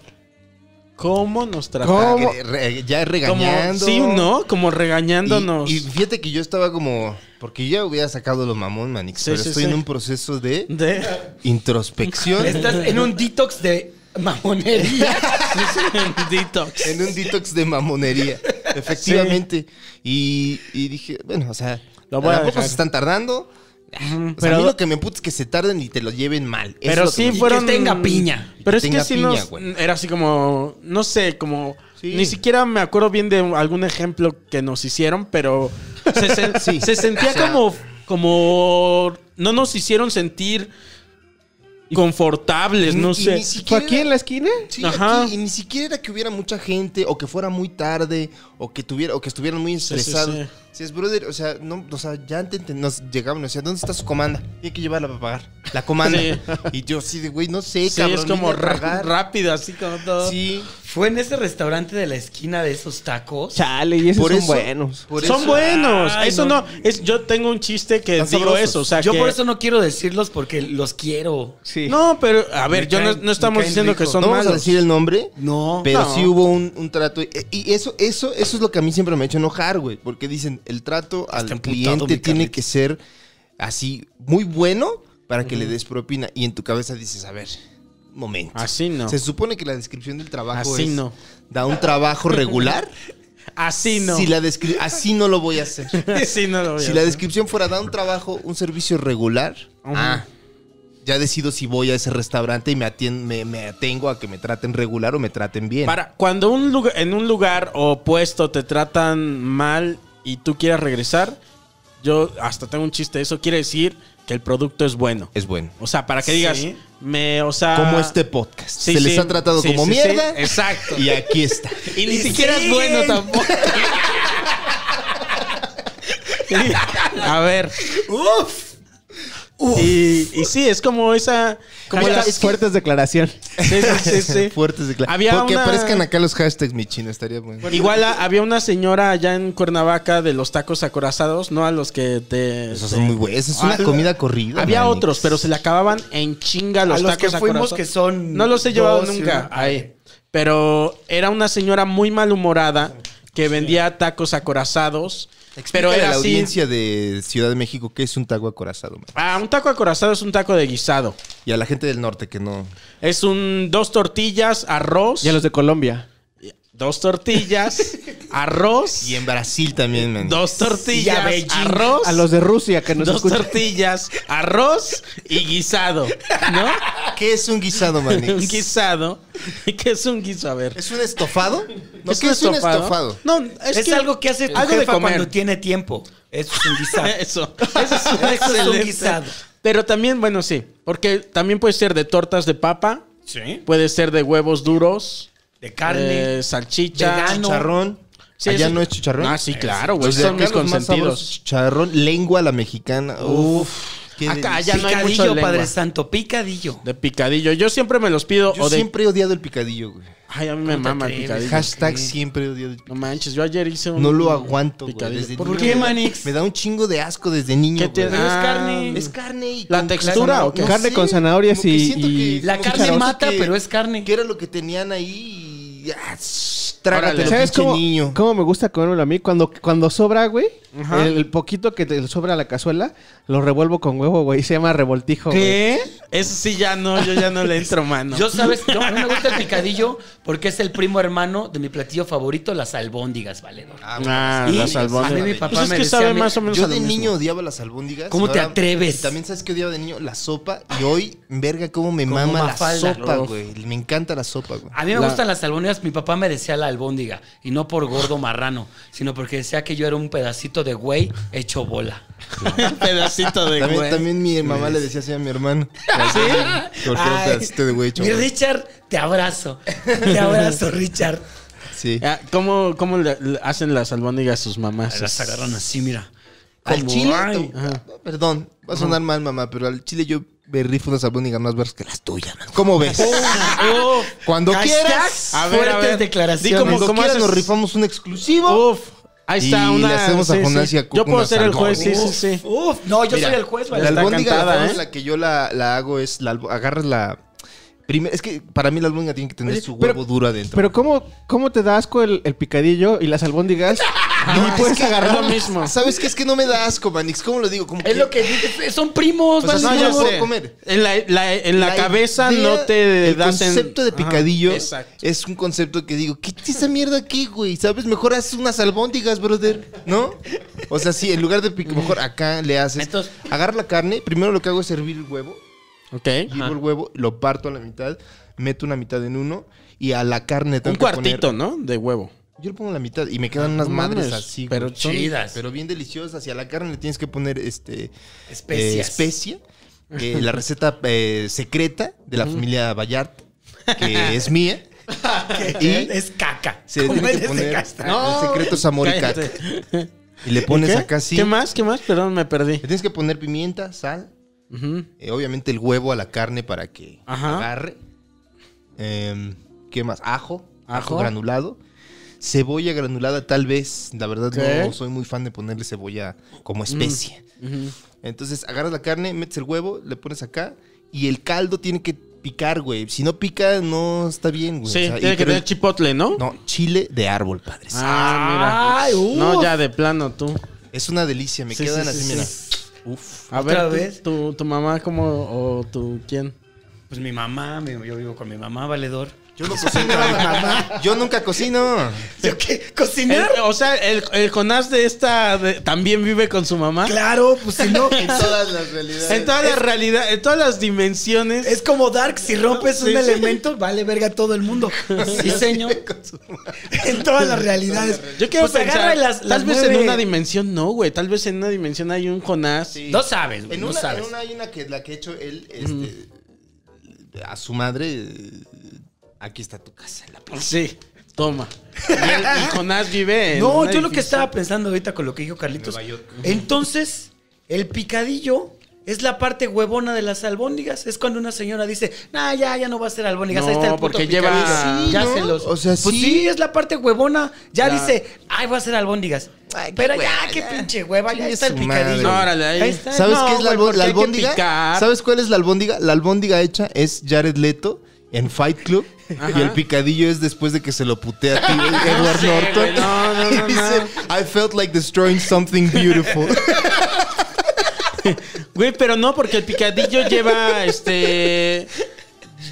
Speaker 5: ¿Cómo nos trataron?
Speaker 4: Como que re- ya
Speaker 5: Como,
Speaker 4: regañando.
Speaker 5: sí, ¿no? Como
Speaker 4: Y-
Speaker 5: regañándonos.
Speaker 4: Y, fíjate que yo estaba como. Porque yo ya hubiera sacado los mamón, Manix.
Speaker 5: Sí,
Speaker 4: pero
Speaker 5: sí,
Speaker 4: estoy
Speaker 5: sí.
Speaker 4: en un proceso de
Speaker 5: De-
Speaker 4: introspección.
Speaker 6: Estás en un detox de mamonería.
Speaker 5: Detox.
Speaker 4: en un detox de mamonería. Efectivamente. Y, y dije, bueno, o sea,
Speaker 5: Lo voy a
Speaker 4: tampoco
Speaker 5: dejar.
Speaker 4: se están tardando. O sea, pues a
Speaker 5: Pero-
Speaker 4: mí lo que me emputa es que se tarden y te lo lleven mal. Eso es
Speaker 5: Pero
Speaker 4: lo que
Speaker 5: sí
Speaker 4: me-
Speaker 6: que
Speaker 5: fueron.
Speaker 6: tenga piña.
Speaker 5: Pero es
Speaker 4: Que
Speaker 5: que
Speaker 4: tenga
Speaker 5: sí
Speaker 4: piña,
Speaker 5: nos.
Speaker 4: güey.
Speaker 5: Era así como. No sé, como.
Speaker 4: Sí.
Speaker 5: Ni siquiera me acuerdo bien de algún ejemplo que nos hicieron, pero. Se, sen-
Speaker 4: Sí.
Speaker 5: se sentía
Speaker 4: O sea-
Speaker 5: como. Como. No nos hicieron sentir. Confortables,
Speaker 4: Y-
Speaker 5: no
Speaker 4: y
Speaker 5: sé.
Speaker 4: ni siquiera-
Speaker 7: ¿Fue aquí en la esquina?
Speaker 4: Sí,
Speaker 5: Ajá.
Speaker 4: aquí, y ni siquiera era que hubiera mucha gente o que fuera muy tarde o que tuviera o que estuvieran muy
Speaker 5: sí,
Speaker 4: estresados.
Speaker 5: sí.
Speaker 4: Si es brother, o sea, no, o sea, ya antes te- nos llegaban, o sea, ¿dónde está su comanda? Tiene que llevarla para pagar. La comanda.
Speaker 5: Sí.
Speaker 4: Y yo así de, güey, no sé,
Speaker 5: Sí,
Speaker 4: cabrón.
Speaker 5: es como
Speaker 4: vine a
Speaker 5: ra-
Speaker 4: pagar.
Speaker 5: rápido, así como todo.
Speaker 4: Sí,
Speaker 6: Fue en ese restaurante de la esquina de esos tacos.
Speaker 7: Chale, y esos
Speaker 4: Por
Speaker 7: son
Speaker 4: eso-
Speaker 7: buenos.
Speaker 4: por
Speaker 5: Son
Speaker 4: eso-
Speaker 5: buenos.
Speaker 6: Ay,
Speaker 5: eso
Speaker 6: no.
Speaker 5: no. es, yo tengo un chiste que
Speaker 4: Están
Speaker 5: digo
Speaker 4: sabrosos.
Speaker 5: eso. O sea,
Speaker 6: Yo
Speaker 5: que-
Speaker 6: por eso no quiero decirlos porque los quiero.
Speaker 7: Sí.
Speaker 5: No, pero. A ver,
Speaker 6: Me
Speaker 5: yo no-
Speaker 6: caen-
Speaker 5: no,
Speaker 6: me
Speaker 5: estamos
Speaker 6: caen
Speaker 5: diciendo que
Speaker 6: rico.
Speaker 5: son
Speaker 4: no vamos
Speaker 5: malos.
Speaker 4: a decir el nombre.
Speaker 6: No.
Speaker 4: Pero
Speaker 5: No.
Speaker 4: sí hubo un, un trato. Y, y eso, eso, eso es lo que a mí siempre me ha hecho enojar, güey. Porque dicen, el trato al
Speaker 6: Está emputado, mi
Speaker 4: cliente tiene
Speaker 6: Carlitos.
Speaker 4: que ser así, muy bueno para que le des propina. Y en tu cabeza dices, a ver, un momento.
Speaker 5: Así no.
Speaker 4: Se supone que la descripción del trabajo
Speaker 5: Así
Speaker 4: es,
Speaker 5: no.
Speaker 4: da un trabajo regular.
Speaker 5: Así no.
Speaker 4: Si la descri- así no lo voy a hacer.
Speaker 5: Así no lo voy a
Speaker 4: Si la
Speaker 5: hacer.
Speaker 4: descripción fuera da un trabajo, un servicio regular, ah, ya decido si voy a ese restaurante y me, atien- me, me atengo a que me traten regular o me traten bien.
Speaker 5: Para cuando un lugar, en un lugar o puesto te tratan mal y tú quieras regresar, yo hasta tengo un chiste. Eso quiere decir que el producto es bueno.
Speaker 4: Es bueno.
Speaker 5: O sea, para que digas,
Speaker 6: Sí.
Speaker 5: me, o sea,
Speaker 4: como este podcast.
Speaker 5: Ah. sí,
Speaker 4: Se les
Speaker 5: sí,
Speaker 4: ha tratado
Speaker 5: sí,
Speaker 4: como
Speaker 5: sí,
Speaker 4: mierda.
Speaker 5: sí, exacto.
Speaker 4: Y aquí está.
Speaker 5: Y ni siquiera es bueno tampoco. A ver. Uf. Y, y sí, es como esa. Como
Speaker 7: Como
Speaker 5: las-
Speaker 7: las fuertes declaraciones.
Speaker 5: Sí, sí, sí, sí.
Speaker 4: Fuertes declaraciones.
Speaker 5: Había
Speaker 4: Porque
Speaker 5: una-
Speaker 4: aparezcan acá los hashtags, mi chino, estaría bueno.
Speaker 5: Igual a- había una señora allá en Cuernavaca de los tacos acorazados, no a los que te.
Speaker 4: Esos
Speaker 5: te-
Speaker 4: son muy buenos. Esa es una
Speaker 5: Ah,
Speaker 4: comida corrida.
Speaker 5: Había
Speaker 4: manix.
Speaker 5: otros, pero se le acababan en chinga los
Speaker 6: a los que
Speaker 5: tacos
Speaker 6: fuimos
Speaker 5: acorazados.
Speaker 6: que son.
Speaker 5: No los he llevado
Speaker 6: dos y
Speaker 5: nunca
Speaker 6: una-
Speaker 5: ahí. Pero era una señora muy malhumorada que vendía tacos acorazados.
Speaker 4: Explícale
Speaker 5: Pero
Speaker 4: a
Speaker 5: era
Speaker 4: la
Speaker 5: así.
Speaker 4: audiencia de Ciudad de México que es un taco acorazado. man.
Speaker 5: Ah, un taco acorazado es un taco de guisado.
Speaker 4: Y a la gente del norte que no.
Speaker 5: Es un dos tortillas, arroz.
Speaker 7: Y a los de Colombia.
Speaker 5: Dos tortillas, arroz.
Speaker 4: Y en Brasil también, man.
Speaker 5: Dos
Speaker 6: Y a
Speaker 5: tortillas,
Speaker 6: Beijing.
Speaker 5: arroz.
Speaker 7: A los de Rusia que nos
Speaker 5: dos
Speaker 7: escuchan.
Speaker 5: tortillas, arroz y guisado, ¿no?
Speaker 4: ¿Qué es un guisado, man?
Speaker 5: un guisado. ¿Qué es un guiso? A ver.
Speaker 4: ¿Es un estofado? No, ¿qué es un estofado?
Speaker 5: No,
Speaker 6: Es,
Speaker 5: es, que-
Speaker 6: algo que hace tu
Speaker 5: algo de
Speaker 6: jefa
Speaker 5: comer.
Speaker 6: cuando tiene tiempo. Eso es un guisado.
Speaker 5: Eso. Eso es un,
Speaker 6: Eso es un
Speaker 5: excelente.
Speaker 6: guisado.
Speaker 5: Pero también, bueno, sí. Porque también puede ser de tortas de papa.
Speaker 6: sí.
Speaker 5: Puede ser de huevos duros.
Speaker 6: De carne.
Speaker 5: eh, salchicha.
Speaker 6: vegano.
Speaker 4: Chicharrón.
Speaker 5: Sí,
Speaker 4: ¿Allá
Speaker 5: sí.
Speaker 4: no es chicharrón?
Speaker 5: Ah, sí, claro,
Speaker 4: Los
Speaker 5: güey.
Speaker 4: de
Speaker 5: Son
Speaker 4: acá
Speaker 5: mis
Speaker 4: los más sabrosos,
Speaker 5: consentidos.
Speaker 4: Chicharrón, lengua a la mexicana. Uf. qué
Speaker 5: Acá
Speaker 4: delicia.
Speaker 5: Ah, ya no hay mucho
Speaker 6: Picadillo,
Speaker 5: lengua.
Speaker 6: Padre Santo. Picadillo.
Speaker 5: De picadillo. Yo siempre me los pido.
Speaker 4: Yo
Speaker 5: o de...
Speaker 4: siempre he odiado el picadillo, güey.
Speaker 5: Ay, a mí me mama el
Speaker 6: atreves?
Speaker 5: picadillo.
Speaker 4: Hashtag siempre he odiado el
Speaker 5: No
Speaker 4: picadillo.
Speaker 5: manches, yo ayer hice un.
Speaker 4: No lo aguanto, güey.
Speaker 5: picadillo.
Speaker 4: desde
Speaker 5: ¿Por
Speaker 4: niño
Speaker 5: qué,
Speaker 4: me da-
Speaker 5: Manix?
Speaker 4: Me da un chingo de asco desde niño,
Speaker 5: ¿Qué te
Speaker 4: güey.
Speaker 5: da? Ah,
Speaker 6: carne.
Speaker 4: Es carne y
Speaker 5: ¿La
Speaker 4: con-
Speaker 5: textura o qué?
Speaker 7: Carne con zanahorias
Speaker 4: como que
Speaker 7: y-
Speaker 4: siento
Speaker 7: y-
Speaker 6: La
Speaker 4: como
Speaker 6: carne
Speaker 4: siento
Speaker 6: mata,
Speaker 4: que-
Speaker 6: pero es carne.
Speaker 4: Que era lo que tenían ahí y... ah, shh, Trágatelo,
Speaker 7: ¿Sabes
Speaker 4: pinche
Speaker 7: cómo,
Speaker 4: niño.
Speaker 7: cómo me gusta comérmelo a mí? Cuando, cuando sobra, güey, el, el poquito que te sobra a la cazuela, lo revuelvo con huevo, güey. Se llama revoltijo, güey.
Speaker 5: ¿Qué? Eso sí, ya no, yo ya no le entro, mano.
Speaker 6: Yo, ¿sabes? No, no me gusta el picadillo porque es el primo hermano de mi platillo favorito, las albóndigas, valedor.
Speaker 5: Ah,
Speaker 6: Y
Speaker 5: las
Speaker 6: a mí
Speaker 5: albóndigas.
Speaker 6: mi papá
Speaker 5: Pues es
Speaker 6: me
Speaker 5: que
Speaker 6: decía
Speaker 5: sabe
Speaker 6: a mí,
Speaker 5: más o menos
Speaker 4: Yo
Speaker 5: a lo
Speaker 4: de
Speaker 5: mismo.
Speaker 4: niño odiaba las albóndigas.
Speaker 6: ¿Cómo
Speaker 4: y
Speaker 6: te
Speaker 4: ahora-
Speaker 6: atreves?
Speaker 4: y También sabes que odiaba de niño la sopa. Y hoy, verga, cómo me
Speaker 6: Como
Speaker 4: mama
Speaker 6: Mafalda. Ah,
Speaker 4: la sopa, güey. Me encanta la sopa, güey.
Speaker 6: A mí me
Speaker 5: La-
Speaker 6: gustan las albóndigas. Mi papá me decía la albóndiga. Y no por gordo marrano, sino porque decía que yo era un pedacito de güey hecho bola.
Speaker 5: pedacito de
Speaker 4: También,
Speaker 5: güey.
Speaker 4: también mi mamá le decía así a mi hermano. ¿Sí? Porque era un
Speaker 6: Ay,
Speaker 4: pedacito de este güey,
Speaker 6: mi
Speaker 4: chaval.
Speaker 6: Richard, te abrazo. Te abrazo, Richard.
Speaker 4: Sí.
Speaker 5: Ah, ¿Cómo, cómo le- le hacen las albóndigas a sus mamás?
Speaker 6: Las agarran así, mira.
Speaker 4: Al
Speaker 6: Como,
Speaker 4: chile.
Speaker 6: ay.
Speaker 4: te- Perdón, va a sonar mal, mamá, pero al chile yo me rifo unas albóndigas más verdes que las tuyas, man. ¿Cómo ves?
Speaker 5: Uf,
Speaker 4: Cuando
Speaker 6: Hashtag
Speaker 4: quieras.
Speaker 5: a ver, a
Speaker 6: fuertes
Speaker 5: ver. Di
Speaker 6: declaraciones.
Speaker 5: cómo-
Speaker 4: Cuando
Speaker 5: cómo
Speaker 4: quieras
Speaker 5: haces- Oh,
Speaker 4: nos rifamos un exclusivo.
Speaker 5: Uf. Ahí está
Speaker 4: Y
Speaker 5: una.
Speaker 4: le hacemos a
Speaker 5: sí, sí.
Speaker 4: Jonasia
Speaker 5: Yo puedo
Speaker 4: Cucuna
Speaker 5: ser el juez, sí, sí,
Speaker 6: Uf,
Speaker 5: sí.
Speaker 6: uf, no, yo
Speaker 5: Mira,
Speaker 6: soy el juez,
Speaker 5: Ya
Speaker 4: la
Speaker 6: ¿vale?
Speaker 5: está
Speaker 4: albóndiga,
Speaker 5: cantada,
Speaker 4: la forma
Speaker 5: ¿eh?
Speaker 4: en la que yo la, la hago es, la, albo- agarras la... Primero, es que para mí la albóndiga tiene que tener
Speaker 7: Oye,
Speaker 4: su huevo
Speaker 7: pero-
Speaker 4: duro adentro.
Speaker 7: Pero ¿cómo, cómo te da asco el, el picadillo y las albóndigas? y puedes agarrar
Speaker 5: lo mismo.
Speaker 4: ¿Sabes qué? Es que no me da asco, Manix. ¿Cómo lo digo? Como
Speaker 6: Es lo que
Speaker 5: eh,
Speaker 6: dices, son primos,
Speaker 4: Pues
Speaker 6: ¿vale?
Speaker 5: No,
Speaker 4: así
Speaker 5: ya
Speaker 4: lo puedo
Speaker 5: sé.
Speaker 4: comer.
Speaker 5: En la, la- en la,
Speaker 4: La
Speaker 5: cabeza
Speaker 4: idea,
Speaker 5: no te
Speaker 4: El
Speaker 5: das en-
Speaker 4: concepto de
Speaker 5: Ajá,
Speaker 4: picadillo
Speaker 5: exacto.
Speaker 4: es un concepto que digo, ¿qué es esa mierda aquí, güey? ¿Sabes? Mejor haz unas albóndigas, brother, ¿no? O sea, sí, en lugar de pic- mejor acá le haces.
Speaker 6: Entonces-
Speaker 4: agarra la carne, primero lo que hago es hervir el huevo,
Speaker 5: Ok.
Speaker 4: hiervo el huevo, lo parto a la mitad, meto una mitad en uno y a la carne tengo
Speaker 5: Un
Speaker 4: que poner-
Speaker 5: cuartito, ¿no? De huevo.
Speaker 4: Yo le pongo la mitad y me quedan unas
Speaker 5: No
Speaker 4: madres
Speaker 5: mames,
Speaker 4: así, güey.
Speaker 5: pero son-
Speaker 6: Chidas.
Speaker 4: Pero bien deliciosas. Y a la carne le tienes que poner este eh,
Speaker 6: Especias.
Speaker 4: especia. eh, la receta eh, secreta de la familia Vallarta, que es mía.
Speaker 6: Y
Speaker 4: y
Speaker 6: es caca.
Speaker 4: se le
Speaker 6: Comer
Speaker 4: tiene que
Speaker 6: es de
Speaker 4: poner
Speaker 6: caca.
Speaker 4: el secreto samoricac.
Speaker 5: cállate.
Speaker 4: Y le pones
Speaker 5: ¿Qué?
Speaker 4: acá así.
Speaker 5: ¿Qué más? ¿Qué más? Perdón, me perdí.
Speaker 4: Le tienes que poner pimienta, sal,
Speaker 5: Ujú.
Speaker 4: eh, obviamente el huevo a la carne para que
Speaker 5: Ajá.
Speaker 4: agarre. Em, ¿Qué más? Ajo, ajo.
Speaker 5: Ajo.
Speaker 4: granulado. Cebolla granulada tal vez. La verdad
Speaker 5: ¿Qué? Mm.
Speaker 4: no soy muy fan de ponerle cebolla como especie. Entonces agarras la carne, metes el huevo, le pones acá y el caldo tiene que picar, güey. Si no pica, no está bien, güey.
Speaker 5: Sí,
Speaker 4: O sea, y-
Speaker 5: tiene que
Speaker 4: pero
Speaker 5: tener chipotle, ¿no?
Speaker 4: No, chile de árbol, padres.
Speaker 5: Ah,
Speaker 6: Ay,
Speaker 5: mira.
Speaker 6: uf.
Speaker 5: No, ya de plano tú.
Speaker 4: Es una delicia, me
Speaker 5: Sí,
Speaker 4: quedan
Speaker 5: sí, sí,
Speaker 4: así,
Speaker 5: sí.
Speaker 4: mira. Uf.
Speaker 5: A
Speaker 6: ¿Otra
Speaker 5: ver,
Speaker 6: vez?
Speaker 5: Tu, tu, tu mamá como o tu quién?
Speaker 6: Pues mi mamá, mi- yo vivo con mi mamá, valedor.
Speaker 4: Yo no cocino, ¿eh? mamá. Yo nunca cocino.
Speaker 6: ¿Yo qué? ¿Cocinar?
Speaker 5: El- o sea, el, el Jonás de esta de- también vive con su mamá.
Speaker 6: Claro, pues si no.
Speaker 4: En todas las realidades.
Speaker 5: En todas las realidades, en todas las dimensiones.
Speaker 6: Es como Dark, si rompes un
Speaker 5: Sí, sí.
Speaker 6: elemento, vale verga todo el mundo. Sí, señor. en todas las realidades.
Speaker 5: Yo quiero
Speaker 6: Pues agarra
Speaker 5: pensar,
Speaker 6: y las- las
Speaker 5: tal vez en
Speaker 6: mueve.
Speaker 5: una dimensión no, güey. Tal vez en una dimensión hay un Jonás.
Speaker 6: No sabes, güey,
Speaker 4: En
Speaker 6: no
Speaker 4: una,
Speaker 6: sabes.
Speaker 4: en una hay una que la que he hecho él, este, a su madre, eh, aquí está tu casa. La p-
Speaker 5: Sí, toma. Y el, el Jonás vive en
Speaker 6: No,
Speaker 5: un
Speaker 6: yo lo que
Speaker 5: edificio.
Speaker 6: estaba pensando ahorita con lo que dijo Carlitos. Entonces, el picadillo es la parte huevona de las albóndigas. Es cuando una señora dice, nah, ya, ya no va a ser albóndigas.
Speaker 5: No,
Speaker 6: ahí está el puto
Speaker 5: porque
Speaker 6: picadillo".
Speaker 5: lleva-
Speaker 6: ya
Speaker 4: ¿no?
Speaker 6: se los.
Speaker 4: O sea,
Speaker 6: pues
Speaker 4: sí.
Speaker 6: sí. es la parte huevona. Ya,
Speaker 5: Ya.
Speaker 6: dice, ay, va a ser albóndigas.
Speaker 4: Ay, qué
Speaker 6: Pero
Speaker 4: hueva,
Speaker 6: ya, qué
Speaker 4: ya.
Speaker 6: pinche hueva, ya
Speaker 4: Chingue
Speaker 6: está el
Speaker 4: su madre.
Speaker 6: picadillo.
Speaker 5: No, órale, ahí.
Speaker 6: está.
Speaker 4: ¿Sabes
Speaker 5: no,
Speaker 4: qué es la,
Speaker 5: güey,
Speaker 4: albo-
Speaker 5: porque
Speaker 4: la
Speaker 5: hay que
Speaker 4: albóndiga?
Speaker 5: picar.
Speaker 4: ¿Sabes cuál es la albóndiga? La albóndiga hecha es Jared Leto en Fight Club y el picadillo es después de que se lo putea a ti, Edward
Speaker 5: Sí, güey,
Speaker 4: Norton.
Speaker 5: no, no, no,
Speaker 4: Y dice, I felt like destroying something beautiful.
Speaker 5: Güey, pero no, porque el picadillo lleva este.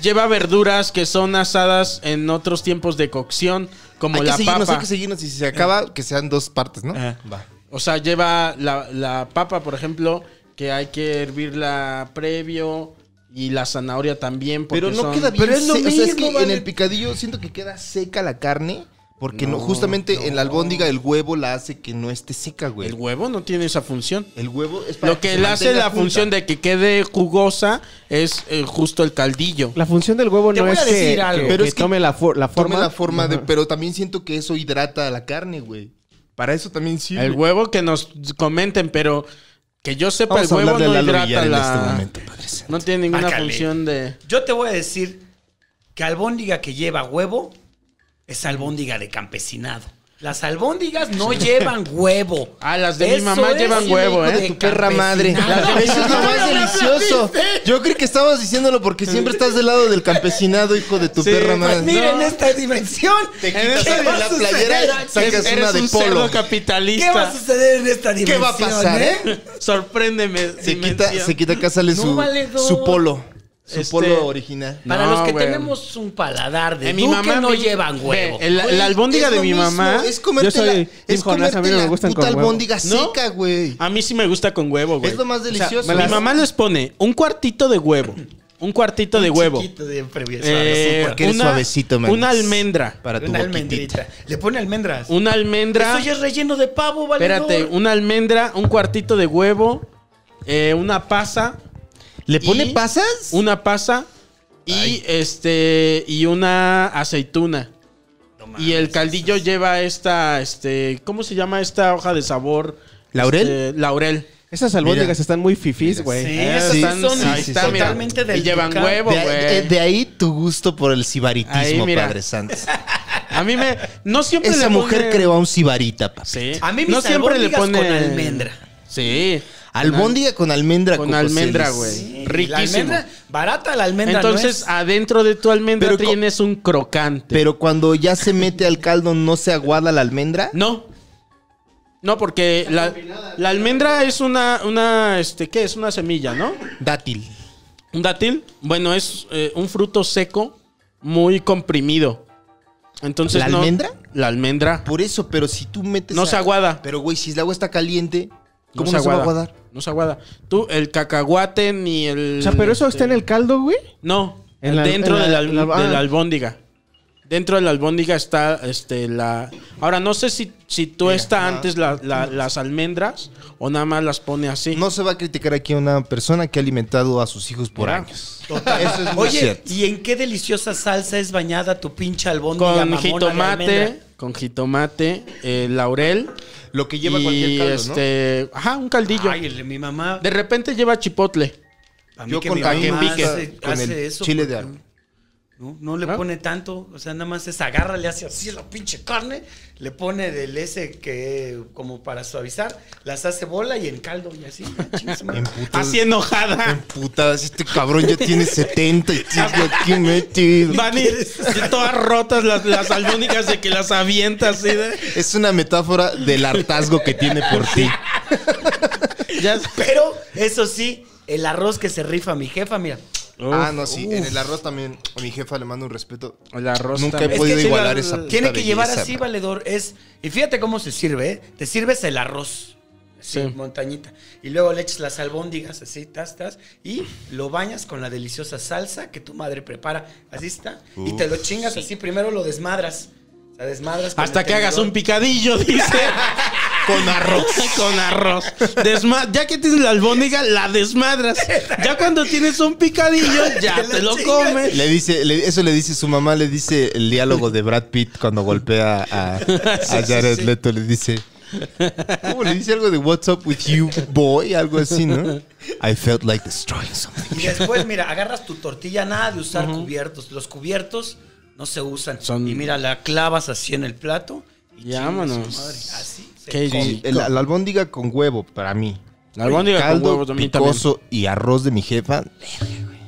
Speaker 5: Lleva verduras que son asadas en otros tiempos de cocción, como
Speaker 4: hay que
Speaker 5: la
Speaker 4: seguirnos, hay
Speaker 5: papa. Ah.
Speaker 4: que seguirnos y si se acaba, que sean dos partes, ¿no? Va.
Speaker 5: O sea, lleva la, la papa, por ejemplo, que hay que hervirla previo. Y la zanahoria también. porque
Speaker 4: Pero no
Speaker 5: son-
Speaker 4: queda bien.
Speaker 6: Pero es lo
Speaker 4: se- o sea, es
Speaker 6: mismo,
Speaker 4: que en
Speaker 6: vale.
Speaker 4: el picadillo siento que queda seca la carne. Porque no,
Speaker 5: No,
Speaker 4: justamente en la albóndiga el huevo la hace que no esté seca, güey.
Speaker 5: El
Speaker 4: El,
Speaker 5: huevo no tiene esa función.
Speaker 4: huevo es para
Speaker 5: Lo que
Speaker 4: se
Speaker 5: le hace
Speaker 4: mantenga
Speaker 5: la
Speaker 4: junta.
Speaker 5: función de que quede jugosa es eh, justo el caldillo.
Speaker 7: La función del huevo
Speaker 6: Te
Speaker 7: no
Speaker 6: voy
Speaker 7: es
Speaker 6: a
Speaker 7: que,
Speaker 6: decir algo.
Speaker 7: que-
Speaker 4: Pero
Speaker 7: que
Speaker 4: es que
Speaker 7: tome la, for- la
Speaker 4: Toma
Speaker 7: forma.
Speaker 4: la forma de... Pero también siento que eso hidrata a la carne, güey. Para eso también sirve.
Speaker 5: El huevo que nos comenten, pero que yo sepa,
Speaker 4: Vamos
Speaker 5: el
Speaker 4: a
Speaker 5: huevo
Speaker 4: hablarle
Speaker 5: no
Speaker 4: a Lalo
Speaker 5: hidrata
Speaker 4: Villar en
Speaker 5: la-
Speaker 4: este momento, padre santo.
Speaker 5: No tiene ninguna
Speaker 6: Márcale.
Speaker 5: función de.
Speaker 6: Yo te voy a decir que albóndiga que lleva huevo es albóndiga de campesinado. Las albóndigas no llevan huevo.
Speaker 5: Ah, las de mi mamá llevan
Speaker 6: es
Speaker 5: huevo,
Speaker 6: hijo
Speaker 5: ¿eh?
Speaker 6: de
Speaker 5: Tu
Speaker 4: Perra madre.
Speaker 6: campesinado.
Speaker 4: Eso es lo más delicioso. Yo creo que estabas diciéndolo porque siempre estás del lado del campesinado, hijo de tu
Speaker 5: Sí,
Speaker 4: perra
Speaker 5: pues
Speaker 4: madre.
Speaker 6: Miren esta dimensión.
Speaker 4: Te
Speaker 6: ¿Qué
Speaker 4: quitas
Speaker 6: va a
Speaker 4: la
Speaker 6: suceder
Speaker 4: playera y
Speaker 6: aquí?
Speaker 4: sacas
Speaker 5: Eres
Speaker 4: una de
Speaker 5: un
Speaker 4: polo.
Speaker 5: cerdo
Speaker 6: ¿Qué va a
Speaker 5: capitalista.
Speaker 6: suceder en esta dimensión?
Speaker 4: ¿Qué va a pasar, eh?
Speaker 5: Sorpréndeme.
Speaker 4: Se
Speaker 5: dimensión.
Speaker 4: quita, se quita acá sale
Speaker 6: No,
Speaker 4: su,
Speaker 6: valedor.
Speaker 4: su polo. Su
Speaker 5: Este-
Speaker 4: polo original.
Speaker 6: Para
Speaker 5: No,
Speaker 6: los que
Speaker 5: güey.
Speaker 6: tenemos un paladar de
Speaker 5: Eh,
Speaker 6: mi mamá no
Speaker 5: mi-
Speaker 6: llevan
Speaker 5: ve,
Speaker 6: huevo.
Speaker 5: el-
Speaker 4: Güey,
Speaker 5: la albóndiga
Speaker 4: es
Speaker 5: de
Speaker 4: lo
Speaker 5: mi
Speaker 4: mismo,
Speaker 5: mamá.
Speaker 4: Es comerte
Speaker 7: Yo soy
Speaker 4: la,
Speaker 7: Team
Speaker 4: es
Speaker 7: Jonás, a mí
Speaker 4: comerte
Speaker 7: no me
Speaker 4: la
Speaker 7: gustan
Speaker 4: puta
Speaker 7: con huevo.
Speaker 4: albóndiga
Speaker 5: ¿No?
Speaker 4: seca, güey.
Speaker 5: A mí sí me gusta con huevo, güey.
Speaker 4: Es lo más delicioso.
Speaker 5: mi mamá les pone un cuartito de huevo. Un cuartito de huevo.
Speaker 6: Chiquito de previo-
Speaker 5: eh,
Speaker 4: porque eres suavecito, man.
Speaker 5: Una almendra.
Speaker 4: para tu
Speaker 6: una
Speaker 4: boquitita.
Speaker 6: almendrita. Le pone almendras.
Speaker 5: Una almendra.
Speaker 6: Eso ya es relleno de pavo, ¿vale?
Speaker 5: Espérate, una almendra, un cuartito de huevo, eh, una pasa,
Speaker 4: ¿Le
Speaker 5: Y-
Speaker 4: pone pasas?
Speaker 5: una pasa y este y una aceituna. y el caldillo lleva esta, este, ¿cómo se llama esta hoja de sabor?
Speaker 4: ¿Laurel?
Speaker 5: Este, laurel.
Speaker 7: Esas albóndigas
Speaker 4: Mira.
Speaker 7: están muy fifís, güey.
Speaker 6: Sí,
Speaker 5: Eh,
Speaker 6: esas sí
Speaker 5: están-
Speaker 6: son
Speaker 5: ahí está, mira.
Speaker 6: totalmente del
Speaker 5: Y llevan
Speaker 6: Tucán.
Speaker 5: huevo,
Speaker 4: de,
Speaker 5: güey.
Speaker 4: de ahí tu gusto por el
Speaker 5: Ahí,
Speaker 4: sibaritismo,
Speaker 5: mira.
Speaker 4: Padre Santos.
Speaker 5: A mí me. No siempre
Speaker 4: Esa
Speaker 5: le
Speaker 4: mujer
Speaker 5: pone-
Speaker 4: creó a un sibarita, papi.
Speaker 5: Sí.
Speaker 6: A mí mis
Speaker 5: no siempre le pone
Speaker 6: albóndigas con almendra.
Speaker 5: Sí.
Speaker 4: Albóndiga con almendra.
Speaker 5: Con
Speaker 4: Coco
Speaker 5: almendra,
Speaker 4: Celis.
Speaker 5: güey.
Speaker 6: La
Speaker 5: Riquísimo.
Speaker 6: almendra, barata la almendra.
Speaker 5: Entonces,
Speaker 6: no es.
Speaker 5: adentro de tu almendra
Speaker 4: Pero co-
Speaker 5: tienes un crocante.
Speaker 4: Pero cuando ya se mete al caldo, ¿no se aguada la almendra?
Speaker 5: No. No, porque la, la almendra es una, una, este, ¿qué? Es una semilla, ¿no?
Speaker 4: Dátil.
Speaker 5: Un dátil, bueno, es eh, un fruto seco muy comprimido. Entonces,
Speaker 4: ¿La
Speaker 5: no-
Speaker 4: almendra?
Speaker 5: La almendra.
Speaker 4: Por eso, pero si tú metes.
Speaker 5: No se aguada.
Speaker 4: Pero, güey, si el agua está caliente,
Speaker 5: No
Speaker 4: ¿cómo no, se va a aguadar?
Speaker 5: No se aguada. Tú, el cacahuate ni el...
Speaker 7: O sea, pero eso
Speaker 5: este,
Speaker 7: está en el caldo, güey.
Speaker 5: No,
Speaker 7: En la-
Speaker 5: dentro
Speaker 7: en la-
Speaker 5: de, la, al-
Speaker 7: en la- ah.
Speaker 5: de la albóndiga. Dentro de la albóndiga está este, la... Ahora, no sé si, si tú
Speaker 4: ah,
Speaker 5: está antes la- la- las almendras o nada más las pone así.
Speaker 4: No se va a criticar aquí a una persona que ha alimentado a sus hijos por
Speaker 5: Mira.
Speaker 4: años. Eso
Speaker 5: ah,
Speaker 4: es muy
Speaker 6: Oye,
Speaker 4: cierto.
Speaker 6: ¿y en qué deliciosa salsa es bañada tu pinche albóndiga
Speaker 5: con
Speaker 6: mamona de almendra?
Speaker 5: jitomate, con jitomate, eh, laurel
Speaker 4: Lo que lleva
Speaker 5: y
Speaker 4: cualquier caldo,
Speaker 5: este, ajá, un caldillo.
Speaker 6: Ay, el de mi mamá.
Speaker 5: De repente lleva chipotle.
Speaker 6: a
Speaker 4: ¿no?
Speaker 6: mí
Speaker 4: Yo
Speaker 6: que
Speaker 4: con
Speaker 6: mi
Speaker 4: tajín
Speaker 6: mamá
Speaker 4: pique,
Speaker 6: hace-
Speaker 4: con el
Speaker 6: hace eso,
Speaker 4: chile de
Speaker 6: porque-
Speaker 4: árbol.
Speaker 6: No, no le
Speaker 5: ¿No?
Speaker 6: pone tanto, o sea, nada más es agarra, le hace así la pinche carne, le pone del ese que como para suavizar, las hace bola y en caldo y así. ah, chingue su madre.
Speaker 4: Emputadas-
Speaker 5: Así enojada.
Speaker 4: emputadas, este cabrón ya tiene 70 y sigue aquí metido.
Speaker 5: Van y y todas rotas las, las albóndigas de que las avienta así de...
Speaker 4: Es una metáfora del hartazgo que tiene por ti.
Speaker 5: Ya-
Speaker 6: Pero eso sí, el arroz que se rifa mi jefa, mira.
Speaker 4: ah, no, sí. En el arroz también. A mi jefa le mando un respeto.
Speaker 5: El arroz
Speaker 4: Nunca he
Speaker 5: también.
Speaker 4: podido
Speaker 6: Es que
Speaker 4: igualar
Speaker 5: la-
Speaker 4: esa puta
Speaker 6: Tiene que llevar
Speaker 4: belleza,
Speaker 6: así,
Speaker 4: bro.
Speaker 6: valedor. Es, y fíjate cómo se sirve, ¿eh? Te sirves el arroz. así,
Speaker 5: Sí.
Speaker 6: montañita. Y luego le echas las albóndigas, así, tas, tas. Y lo bañas con la deliciosa salsa que tu madre prepara. Así está. y te lo chingas así. Primero lo desmadras. O sea, desmadras. con este
Speaker 5: Hasta
Speaker 6: el
Speaker 5: que hagas
Speaker 6: tenedor.
Speaker 5: un picadillo, dice. Con arroz. Con arroz. Desma- ya que tienes la albóndiga, la desmadras. Ya cuando tienes un picadillo, ya te lo comes.
Speaker 4: Le dice, le- eso le dice su mamá, le dice el diálogo de Brad Pitt cuando golpea a, a Jared Leto, le dice. ¿Cómo le dice algo de What's up with you, boy? Algo así, ¿no? I felt like destroying something.
Speaker 6: Y después, mira, agarras tu tortilla, nada de usar cubiertos. Los cubiertos no se usan.
Speaker 5: Son-
Speaker 6: Y mira, la clavas así en el plato. Y
Speaker 5: Ya,
Speaker 6: chingas,
Speaker 5: vámonos.
Speaker 6: madre, Así. se
Speaker 5: Qué
Speaker 6: come.
Speaker 5: rico.
Speaker 4: La, la albóndiga con huevo, para mí.
Speaker 5: La albóndiga con
Speaker 4: Caldo
Speaker 5: huevos, a mí también.
Speaker 4: picoso y arroz de mi jefa.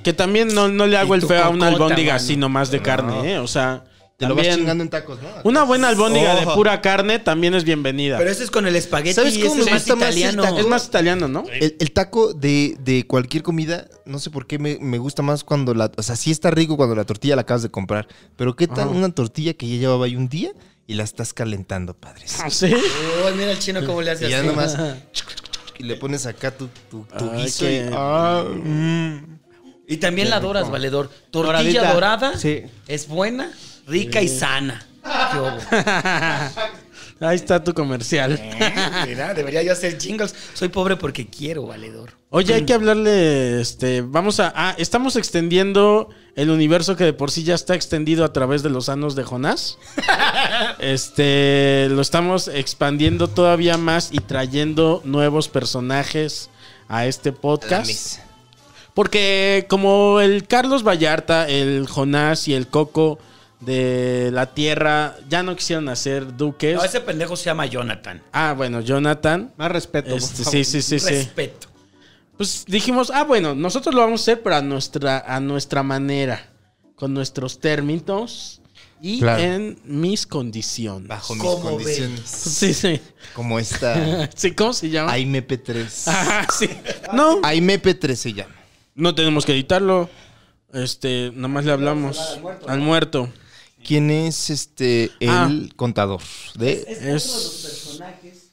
Speaker 5: Que también no, no le hago
Speaker 6: Y
Speaker 5: el
Speaker 6: tu
Speaker 5: feo a una
Speaker 6: cocota,
Speaker 5: albóndiga
Speaker 6: mano.
Speaker 5: así nomás de carne, ¿eh? O sea,
Speaker 4: Te lo vas
Speaker 5: también-
Speaker 4: chingando en tacos, ¿no? Oh.
Speaker 5: Una buena albóndiga de
Speaker 4: Ojo.
Speaker 5: pura carne también es bienvenida.
Speaker 6: Pero ese es con el espagueti.
Speaker 4: ¿Sabes cómo
Speaker 6: ese
Speaker 4: me
Speaker 6: es más
Speaker 4: gusta más el
Speaker 6: italiano.
Speaker 4: taco?
Speaker 5: es más italiano, ¿no?
Speaker 4: El, el taco de, de cualquier comida, no sé por qué me, me gusta más cuando la. O sea, sí está rico cuando la tortilla la acabas de comprar. Pero ¿qué tal una tortilla que ya llevaba ahí un día y la estás calentando, padres?
Speaker 5: Ah, ¿Sí?
Speaker 6: Uy, mira el chino cómo le hace
Speaker 4: Y ya
Speaker 6: así.
Speaker 4: nomás. Y le pones acá tu, tu, tu
Speaker 5: Ay,
Speaker 4: guiso
Speaker 5: qué-
Speaker 4: y- ah, mm.
Speaker 6: Y también la doras, valedor. Tortilla
Speaker 7: Doradita.
Speaker 6: dorada
Speaker 7: Sí.
Speaker 6: es buena, rica y sana. Qué obo.
Speaker 5: Ahí está tu comercial.
Speaker 6: Eh, Mira, debería yo hacer jingles. Soy pobre porque quiero, valedor.
Speaker 5: Oye, hay que hablarle, este, vamos a, ah, estamos extendiendo el universo que de por sí ya está extendido a través de los anos de Jonás. Este, lo estamos expandiendo todavía más y trayendo nuevos personajes a este podcast. Porque como el Carlos Vallarta, el Jonás y el Coco de la Tierra ya no quisieron hacer duques.
Speaker 6: No, ese pendejo se llama Jonathan.
Speaker 5: Ah, bueno, Jonathan.
Speaker 7: Más respeto. por
Speaker 5: Este,
Speaker 7: favor.
Speaker 5: sí, sí, sí, sí
Speaker 6: Respeto.
Speaker 5: pues dijimos, ah, bueno, nosotros lo vamos a hacer, pero a nuestra, a nuestra manera, con nuestros términos y
Speaker 4: Claro.
Speaker 5: en mis condiciones.
Speaker 4: Bajo mis
Speaker 6: ¿Cómo
Speaker 4: condiciones.
Speaker 5: Sí, sí.
Speaker 4: Como esta.
Speaker 5: sí. ¿Cómo se llama?
Speaker 4: AIMP3.
Speaker 5: Ajá, sí. No,
Speaker 4: AIMP3 se llama.
Speaker 5: no tenemos que editarlo. Este, nada más le hablamos al muerto.
Speaker 4: ¿Quién es este el
Speaker 5: Ah.
Speaker 4: contador? De,
Speaker 5: Es-
Speaker 6: Es, uno de los personajes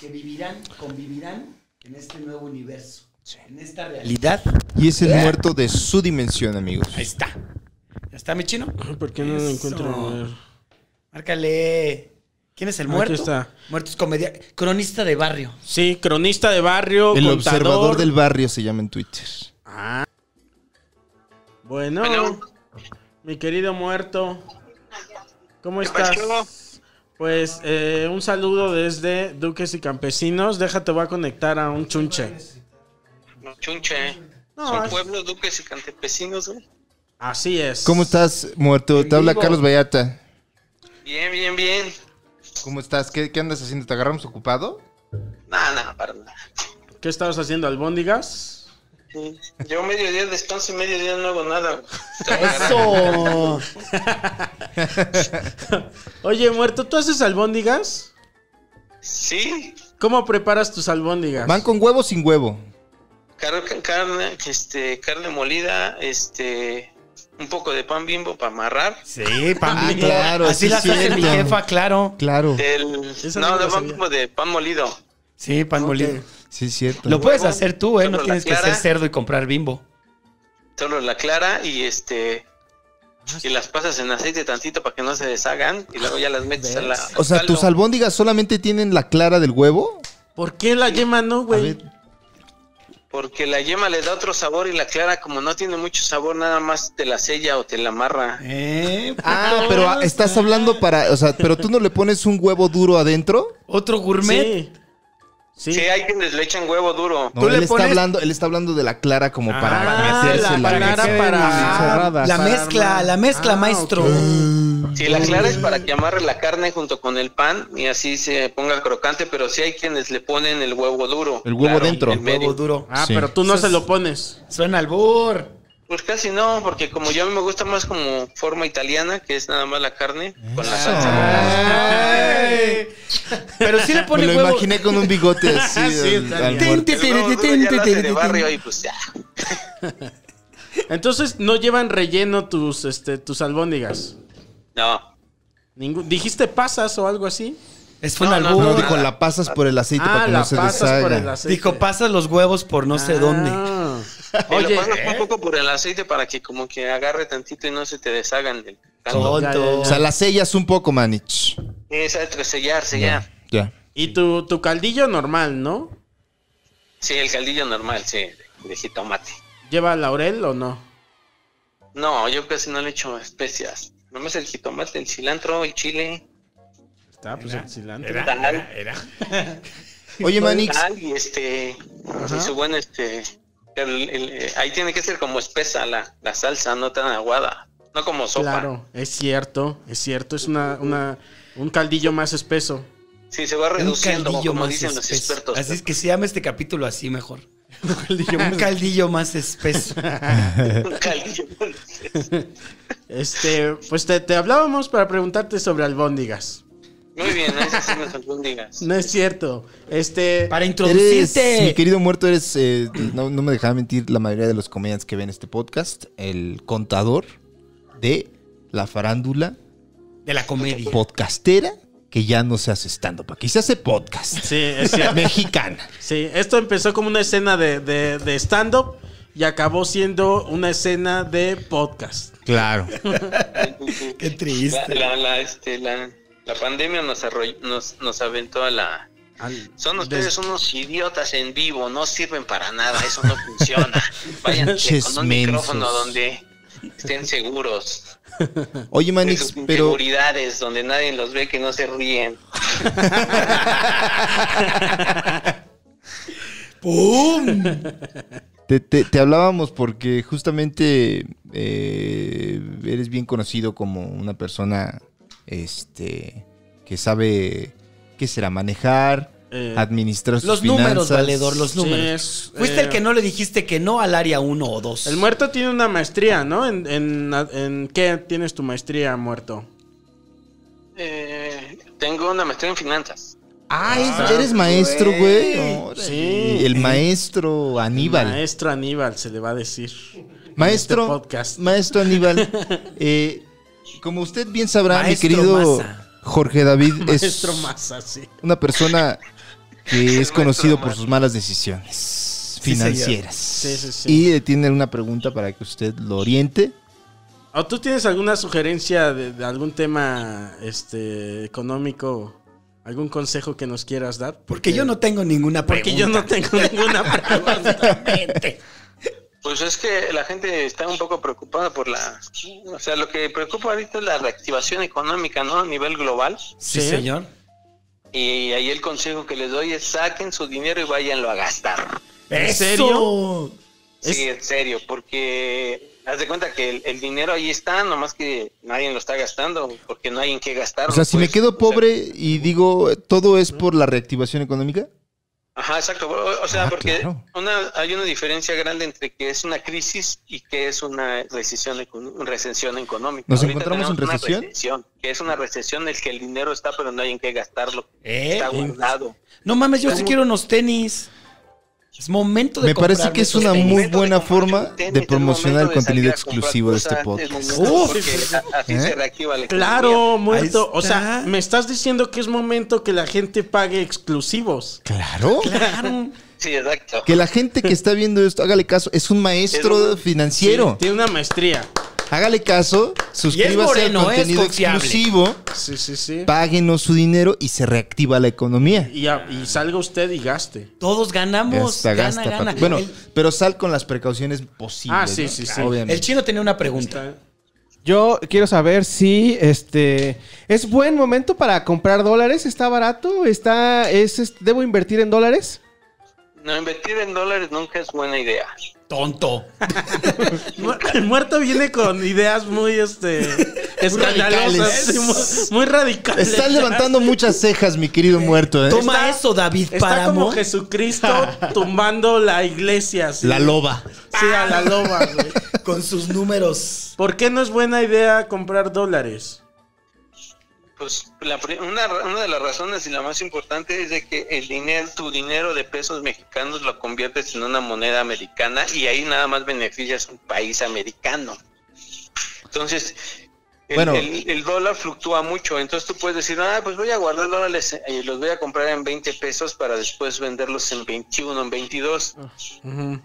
Speaker 6: que vivirán, convivirán en este nuevo universo. En esta realidad.
Speaker 4: y es el muerto de su dimensión, amigos.
Speaker 6: Ahí está. ¿Ya está mi chino?
Speaker 5: Ay, ¿Por qué no lo
Speaker 6: Eso.
Speaker 5: encuentro? A ver.
Speaker 6: Márcale. ¿Quién es el
Speaker 5: Aquí
Speaker 6: muerto?
Speaker 5: está.
Speaker 6: Muerto es comedia. Cronista de barrio.
Speaker 5: Sí, cronista de barrio,
Speaker 4: El
Speaker 5: contador.
Speaker 4: observador del barrio se llama en Twitter.
Speaker 5: Ah. Bueno,
Speaker 8: Bueno.
Speaker 5: mi querido muerto, ¿cómo
Speaker 8: pasó?
Speaker 5: estás? Pues eh, un saludo desde Duques y Campesinos. Déjate, voy a conectar a un chunche.
Speaker 8: No, chunche.
Speaker 5: No,
Speaker 8: Son
Speaker 5: es-
Speaker 8: pueblos, duques y cantepecinos, güey.
Speaker 5: Así es.
Speaker 4: ¿Cómo estás, muerto? Te habla Carlos Vallarta.
Speaker 10: Bien, bien, bien.
Speaker 4: ¿Cómo estás? ¿Qué, qué andas haciendo? ¿Te agarramos ocupado?
Speaker 10: Nada, nada, para nada.
Speaker 5: ¿Qué estabas haciendo, albóndigas?
Speaker 10: Sí. Yo medio día descanso y medio día no hago nada. güey.
Speaker 6: Eso.
Speaker 5: Oye, muerto, ¿tú haces albóndigas?
Speaker 10: Sí,
Speaker 5: ¿Cómo preparas tus albóndigas?
Speaker 4: ¿Van con huevo o sin huevo?
Speaker 10: car- car- carne, este, carne molida, este, un poco de pan bimbo para amarrar.
Speaker 6: Sí, pan
Speaker 4: Ah,
Speaker 6: bimbo.
Speaker 4: claro,
Speaker 6: Así
Speaker 4: sí,
Speaker 6: las hace mi
Speaker 4: cierto.
Speaker 6: jefa, claro.
Speaker 4: Claro.
Speaker 10: Del-
Speaker 5: Esa no
Speaker 10: no,
Speaker 5: me
Speaker 10: de
Speaker 5: la
Speaker 10: pan
Speaker 5: sabía.
Speaker 10: bimbo de pan molido.
Speaker 6: Sí, pan molido.
Speaker 4: Sí, es cierto.
Speaker 6: Lo puedes hacer tú, ¿eh?
Speaker 10: Solo
Speaker 6: No
Speaker 10: la
Speaker 6: tienes que ser
Speaker 10: clara.
Speaker 6: cerdo y comprar bimbo.
Speaker 10: Solo la clara y este. Y las pasas en aceite tantito para que no se deshagan y luego ya las metes a la.
Speaker 4: O sea,
Speaker 10: al
Speaker 4: ¿tus
Speaker 10: caldo.
Speaker 4: albóndigas solamente tienen la clara del huevo?
Speaker 5: ¿Por qué la yema no, güey?
Speaker 10: Porque la yema le da otro sabor y la clara, como no tiene mucho sabor, nada más te la sella o te la amarra.
Speaker 6: Eh,
Speaker 4: Ah, pero ah, estás hablando para... O sea, ¿pero tú no le pones un huevo duro adentro?
Speaker 6: Otro gourmet.
Speaker 5: Sí.
Speaker 10: Sí,
Speaker 5: Sí.
Speaker 10: hay quienes le echan huevo duro.
Speaker 4: No,
Speaker 6: Tú
Speaker 4: él,
Speaker 6: le
Speaker 4: está
Speaker 6: pones-
Speaker 4: hablando, él está hablando de la clara como
Speaker 5: Ah,
Speaker 4: para meterse
Speaker 5: la
Speaker 4: la,
Speaker 5: clara
Speaker 4: cabeza.
Speaker 5: para-
Speaker 7: cerradas.
Speaker 6: La mezcla, la mezcla,
Speaker 5: Ah,
Speaker 6: maestro.
Speaker 10: Sí, la clara es para que amarre la carne junto con el pan y así se ponga crocante, pero sí hay quienes le ponen el huevo duro.
Speaker 4: El huevo dentro.
Speaker 10: en medio.
Speaker 6: Huevo duro.
Speaker 5: Ah,
Speaker 4: Sí.
Speaker 5: pero tú no
Speaker 6: Eso
Speaker 5: se
Speaker 6: es-
Speaker 5: lo pones.
Speaker 6: Suena al bur.
Speaker 10: Pues casi no, porque como yo a mí me gusta más como forma italiana, que es nada más la carne con la salsa.
Speaker 5: Ah,
Speaker 6: Ay. Pero sí le
Speaker 4: Me
Speaker 6: pone
Speaker 4: lo
Speaker 6: huevo.
Speaker 4: imaginé con un bigote así
Speaker 5: Sí,
Speaker 4: al-
Speaker 5: está
Speaker 4: al
Speaker 5: bien.
Speaker 4: muerto.
Speaker 10: El huevo duro ya lo hace de barrio y pues ya.
Speaker 5: Entonces no llevan relleno tus, este, tus albóndigas.
Speaker 10: No.
Speaker 5: Ningún- ¿Dijiste pasas o algo así?
Speaker 6: Es un
Speaker 10: No,
Speaker 6: al
Speaker 10: no,
Speaker 6: bur.
Speaker 4: No,
Speaker 10: no,
Speaker 4: dijo, la pasas por el aceite para
Speaker 5: ah,
Speaker 4: que
Speaker 5: la
Speaker 4: no se
Speaker 5: pasas por el
Speaker 4: deshaga.
Speaker 5: aceite.
Speaker 6: Dijo, pasa los huevos por no sé dónde.
Speaker 5: Ah.
Speaker 10: Y
Speaker 5: Oye,
Speaker 10: lo pasas
Speaker 6: ¿eh?
Speaker 10: un poco por el aceite para que como que agarre tantito y no se te deshagan del caldo.
Speaker 6: Tonto.
Speaker 4: O sea, la sellas un poco, manich.
Speaker 10: Exacto, sellar, sellar.
Speaker 4: Ya.
Speaker 5: y tu, tu caldillo normal, ¿no?
Speaker 10: Sí, el caldillo normal, sí, de- de jitomate.
Speaker 5: ¿Lleva laurel o no?
Speaker 10: No, yo casi no le echo especias. Nomás el jitomate, el cilantro, el chile,
Speaker 5: Está, pues el cilantro.
Speaker 10: tal,
Speaker 4: Oye, Manix,
Speaker 10: tal, y este, y su buen este, el- el- eh, ahí tiene que ser como espesa la, la salsa, no tan aguada, no como sopa.
Speaker 5: Claro, es cierto, es cierto, es una, una, un caldillo más espeso.
Speaker 10: Sí, se va
Speaker 6: Un
Speaker 10: reduciendo,
Speaker 6: caldillo
Speaker 10: como
Speaker 6: más
Speaker 10: dicen los
Speaker 6: espeso.
Speaker 10: expertos.
Speaker 6: Así es que se llama este capítulo así mejor. Un
Speaker 5: más-
Speaker 6: caldillo más espeso.
Speaker 10: Un caldillo.
Speaker 5: Este, pues te, te hablábamos para preguntarte sobre albóndigas.
Speaker 10: Muy bien, esas son las albóndigas.
Speaker 5: No es cierto. Este,
Speaker 6: Para
Speaker 4: eres, mi
Speaker 6: introducirte.
Speaker 4: querido muerto, eres, eh, no, no me dejaba mentir la mayoría de los comediantes que ven este podcast, el contador de la farándula
Speaker 6: De la comedia.
Speaker 4: podcastera que ya no se hace stand-up, aquí se hace podcast
Speaker 5: sí, es cierto.
Speaker 4: mexicana.
Speaker 5: Sí, esto empezó como una escena de, de- de stand-up y acabó siendo una escena de podcast.
Speaker 4: Claro.
Speaker 6: Qué triste.
Speaker 10: La, la, la, este, la, la pandemia nos, arroll- nos, nos aventó a la, Son ustedes unos idiotas en vivo, no sirven para nada, eso no funciona. Váyanse con un
Speaker 4: Chismensos.
Speaker 10: micrófono donde estén seguros.
Speaker 4: Oye,
Speaker 10: De
Speaker 4: Manix,
Speaker 10: sus
Speaker 4: pero
Speaker 10: inseguridades, donde nadie los ve, que no se ríen.
Speaker 6: ¡Pum!
Speaker 4: te, te- te hablábamos porque justamente eh, eres bien conocido como una persona este, que sabe, ¿qué será? Manejar,
Speaker 5: Eh,
Speaker 4: administrar sus
Speaker 6: Los
Speaker 4: finanzas.
Speaker 6: números, valedor, los
Speaker 5: Sí,
Speaker 6: números.
Speaker 5: es,
Speaker 6: Fuiste
Speaker 5: eh,
Speaker 6: el que no le dijiste que no al área 1 o 2.
Speaker 5: El muerto tiene una maestría, ¿no? ¿En, en, en qué tienes tu maestría, muerto?
Speaker 10: Eh, tengo una maestría en finanzas.
Speaker 4: Ah, es- eres maestro, güey. Órale.
Speaker 5: Sí.
Speaker 4: El maestro Aníbal.
Speaker 5: Maestro Aníbal, se le va a decir.
Speaker 4: maestro,
Speaker 5: este podcast.
Speaker 4: maestro Aníbal. eh, como usted bien sabrá,
Speaker 6: Maestro
Speaker 4: mi querido
Speaker 6: Maza.
Speaker 4: Jorge David es
Speaker 5: Maestro Maza, sí.
Speaker 4: una persona que es
Speaker 10: Maestro
Speaker 4: conocido por
Speaker 10: Maza.
Speaker 4: sus malas decisiones financieras.
Speaker 5: Sí, sí, sí.
Speaker 4: Y eh, tiene una pregunta para que usted lo oriente.
Speaker 5: ¿O tú tienes alguna sugerencia de, de algún tema este económico? ¿Algún consejo que nos quieras dar?
Speaker 6: Porque yo no tengo ninguna pregunta.
Speaker 5: Porque yo no tengo ninguna pregunta.
Speaker 10: Pues es que la gente está un poco preocupada por la... O sea, lo que preocupa ahorita es la reactivación económica, ¿no? A nivel global.
Speaker 6: Sí,
Speaker 5: Sí.
Speaker 6: señor.
Speaker 10: Y ahí el consejo que les doy es saquen su dinero y váyanlo a gastar.
Speaker 5: ¿En
Speaker 6: ¡Eso!
Speaker 5: serio? Es-
Speaker 10: Sí, en serio, porque Haz de cuenta que el, el dinero ahí está, nomás que nadie lo está gastando, porque no hay en qué pues, gastar.
Speaker 4: O sea, si me quedo pobre y digo, ¿todo es por la reactivación económica?
Speaker 10: Ajá, exacto. O, o sea,
Speaker 4: Ah,
Speaker 10: porque
Speaker 4: claro.
Speaker 10: una, hay una diferencia grande entre que es una crisis y que es una recesión, econ- recesión económica.
Speaker 4: ¿Nos
Speaker 10: Ahorita
Speaker 4: encontramos en
Speaker 10: tenemos una
Speaker 4: recesión?
Speaker 10: Que es una recesión en el que el dinero está, pero no hay en qué gastarlo.
Speaker 6: Eh,
Speaker 10: Está
Speaker 6: eh.
Speaker 10: guardado.
Speaker 6: No mames, yo sí quiero unos tenis. Es momento de
Speaker 4: Me parece
Speaker 6: comprarme
Speaker 4: que es
Speaker 6: esos
Speaker 4: una
Speaker 10: El
Speaker 6: tenis.
Speaker 4: muy
Speaker 10: momento
Speaker 4: buena
Speaker 10: de comprar
Speaker 4: forma
Speaker 10: un tenis,
Speaker 4: de
Speaker 10: el
Speaker 4: promocionar
Speaker 10: momento
Speaker 4: el
Speaker 10: de salir
Speaker 4: contenido
Speaker 10: a comprar
Speaker 4: exclusivo de este
Speaker 10: cosas, el
Speaker 4: podcast.
Speaker 10: momento,
Speaker 5: Uf.
Speaker 10: porque a- así
Speaker 4: ¿Eh?
Speaker 10: se reactiva la economía.
Speaker 5: Claro, muerto.
Speaker 6: Ahí
Speaker 5: O sea,
Speaker 6: está.
Speaker 5: me estás diciendo que es momento que la gente pague exclusivos.
Speaker 4: Claro.
Speaker 10: Sí, exacto.
Speaker 4: Que la gente que está viendo esto, hágale caso, es un maestro
Speaker 10: Es un-
Speaker 4: financiero.
Speaker 5: Sí, tiene una maestría.
Speaker 4: Hágale caso, suscríbase
Speaker 6: moreno,
Speaker 4: al
Speaker 6: es
Speaker 4: contenido
Speaker 6: confiable.
Speaker 4: exclusivo,
Speaker 5: Sí, sí, sí.
Speaker 4: páguenos su dinero y se reactiva la economía.
Speaker 5: Y, a- y salga usted y gaste.
Speaker 6: Todos ganamos.
Speaker 4: Gasta,
Speaker 6: gana,
Speaker 4: gasta,
Speaker 6: gana.
Speaker 4: Paco. Bueno,
Speaker 6: el,
Speaker 4: pero sal con las precauciones posibles.
Speaker 5: Ah, sí,
Speaker 4: ¿no?
Speaker 5: sí, sí.
Speaker 4: Obviamente.
Speaker 6: el chino tenía una pregunta.
Speaker 7: Yo quiero saber si este es buen momento para comprar dólares, está barato, está es, es- debo invertir en dólares.
Speaker 10: No, invertir en dólares nunca es buena idea.
Speaker 6: Tonto.
Speaker 5: Mu- El muerto viene con ideas muy este escandalosas,
Speaker 4: radicales.
Speaker 5: sí, muy, muy radicales.
Speaker 4: Estás levantando muchas cejas, mi querido muerto. ¿eh?
Speaker 6: Toma
Speaker 5: Está-
Speaker 6: eso, David
Speaker 5: Está como
Speaker 6: Páramo.
Speaker 5: Jesucristo tumbando la iglesia. así.
Speaker 4: La loba.
Speaker 5: Sí, a la loba, güey.
Speaker 6: Con sus números.
Speaker 5: ¿Por qué no es buena idea comprar dólares?
Speaker 10: Pues la pri- una, una de las razones y la más importante es de que el dinero, tu dinero de pesos mexicanos lo conviertes en una moneda americana y ahí nada más beneficias un país americano. Entonces, el,
Speaker 4: Bueno.
Speaker 10: el- el dólar fluctúa mucho, entonces tú puedes decir, ah, pues voy a guardar dólares y los voy a comprar en 20 pesos para después venderlos en 21, en 22.
Speaker 5: Ah.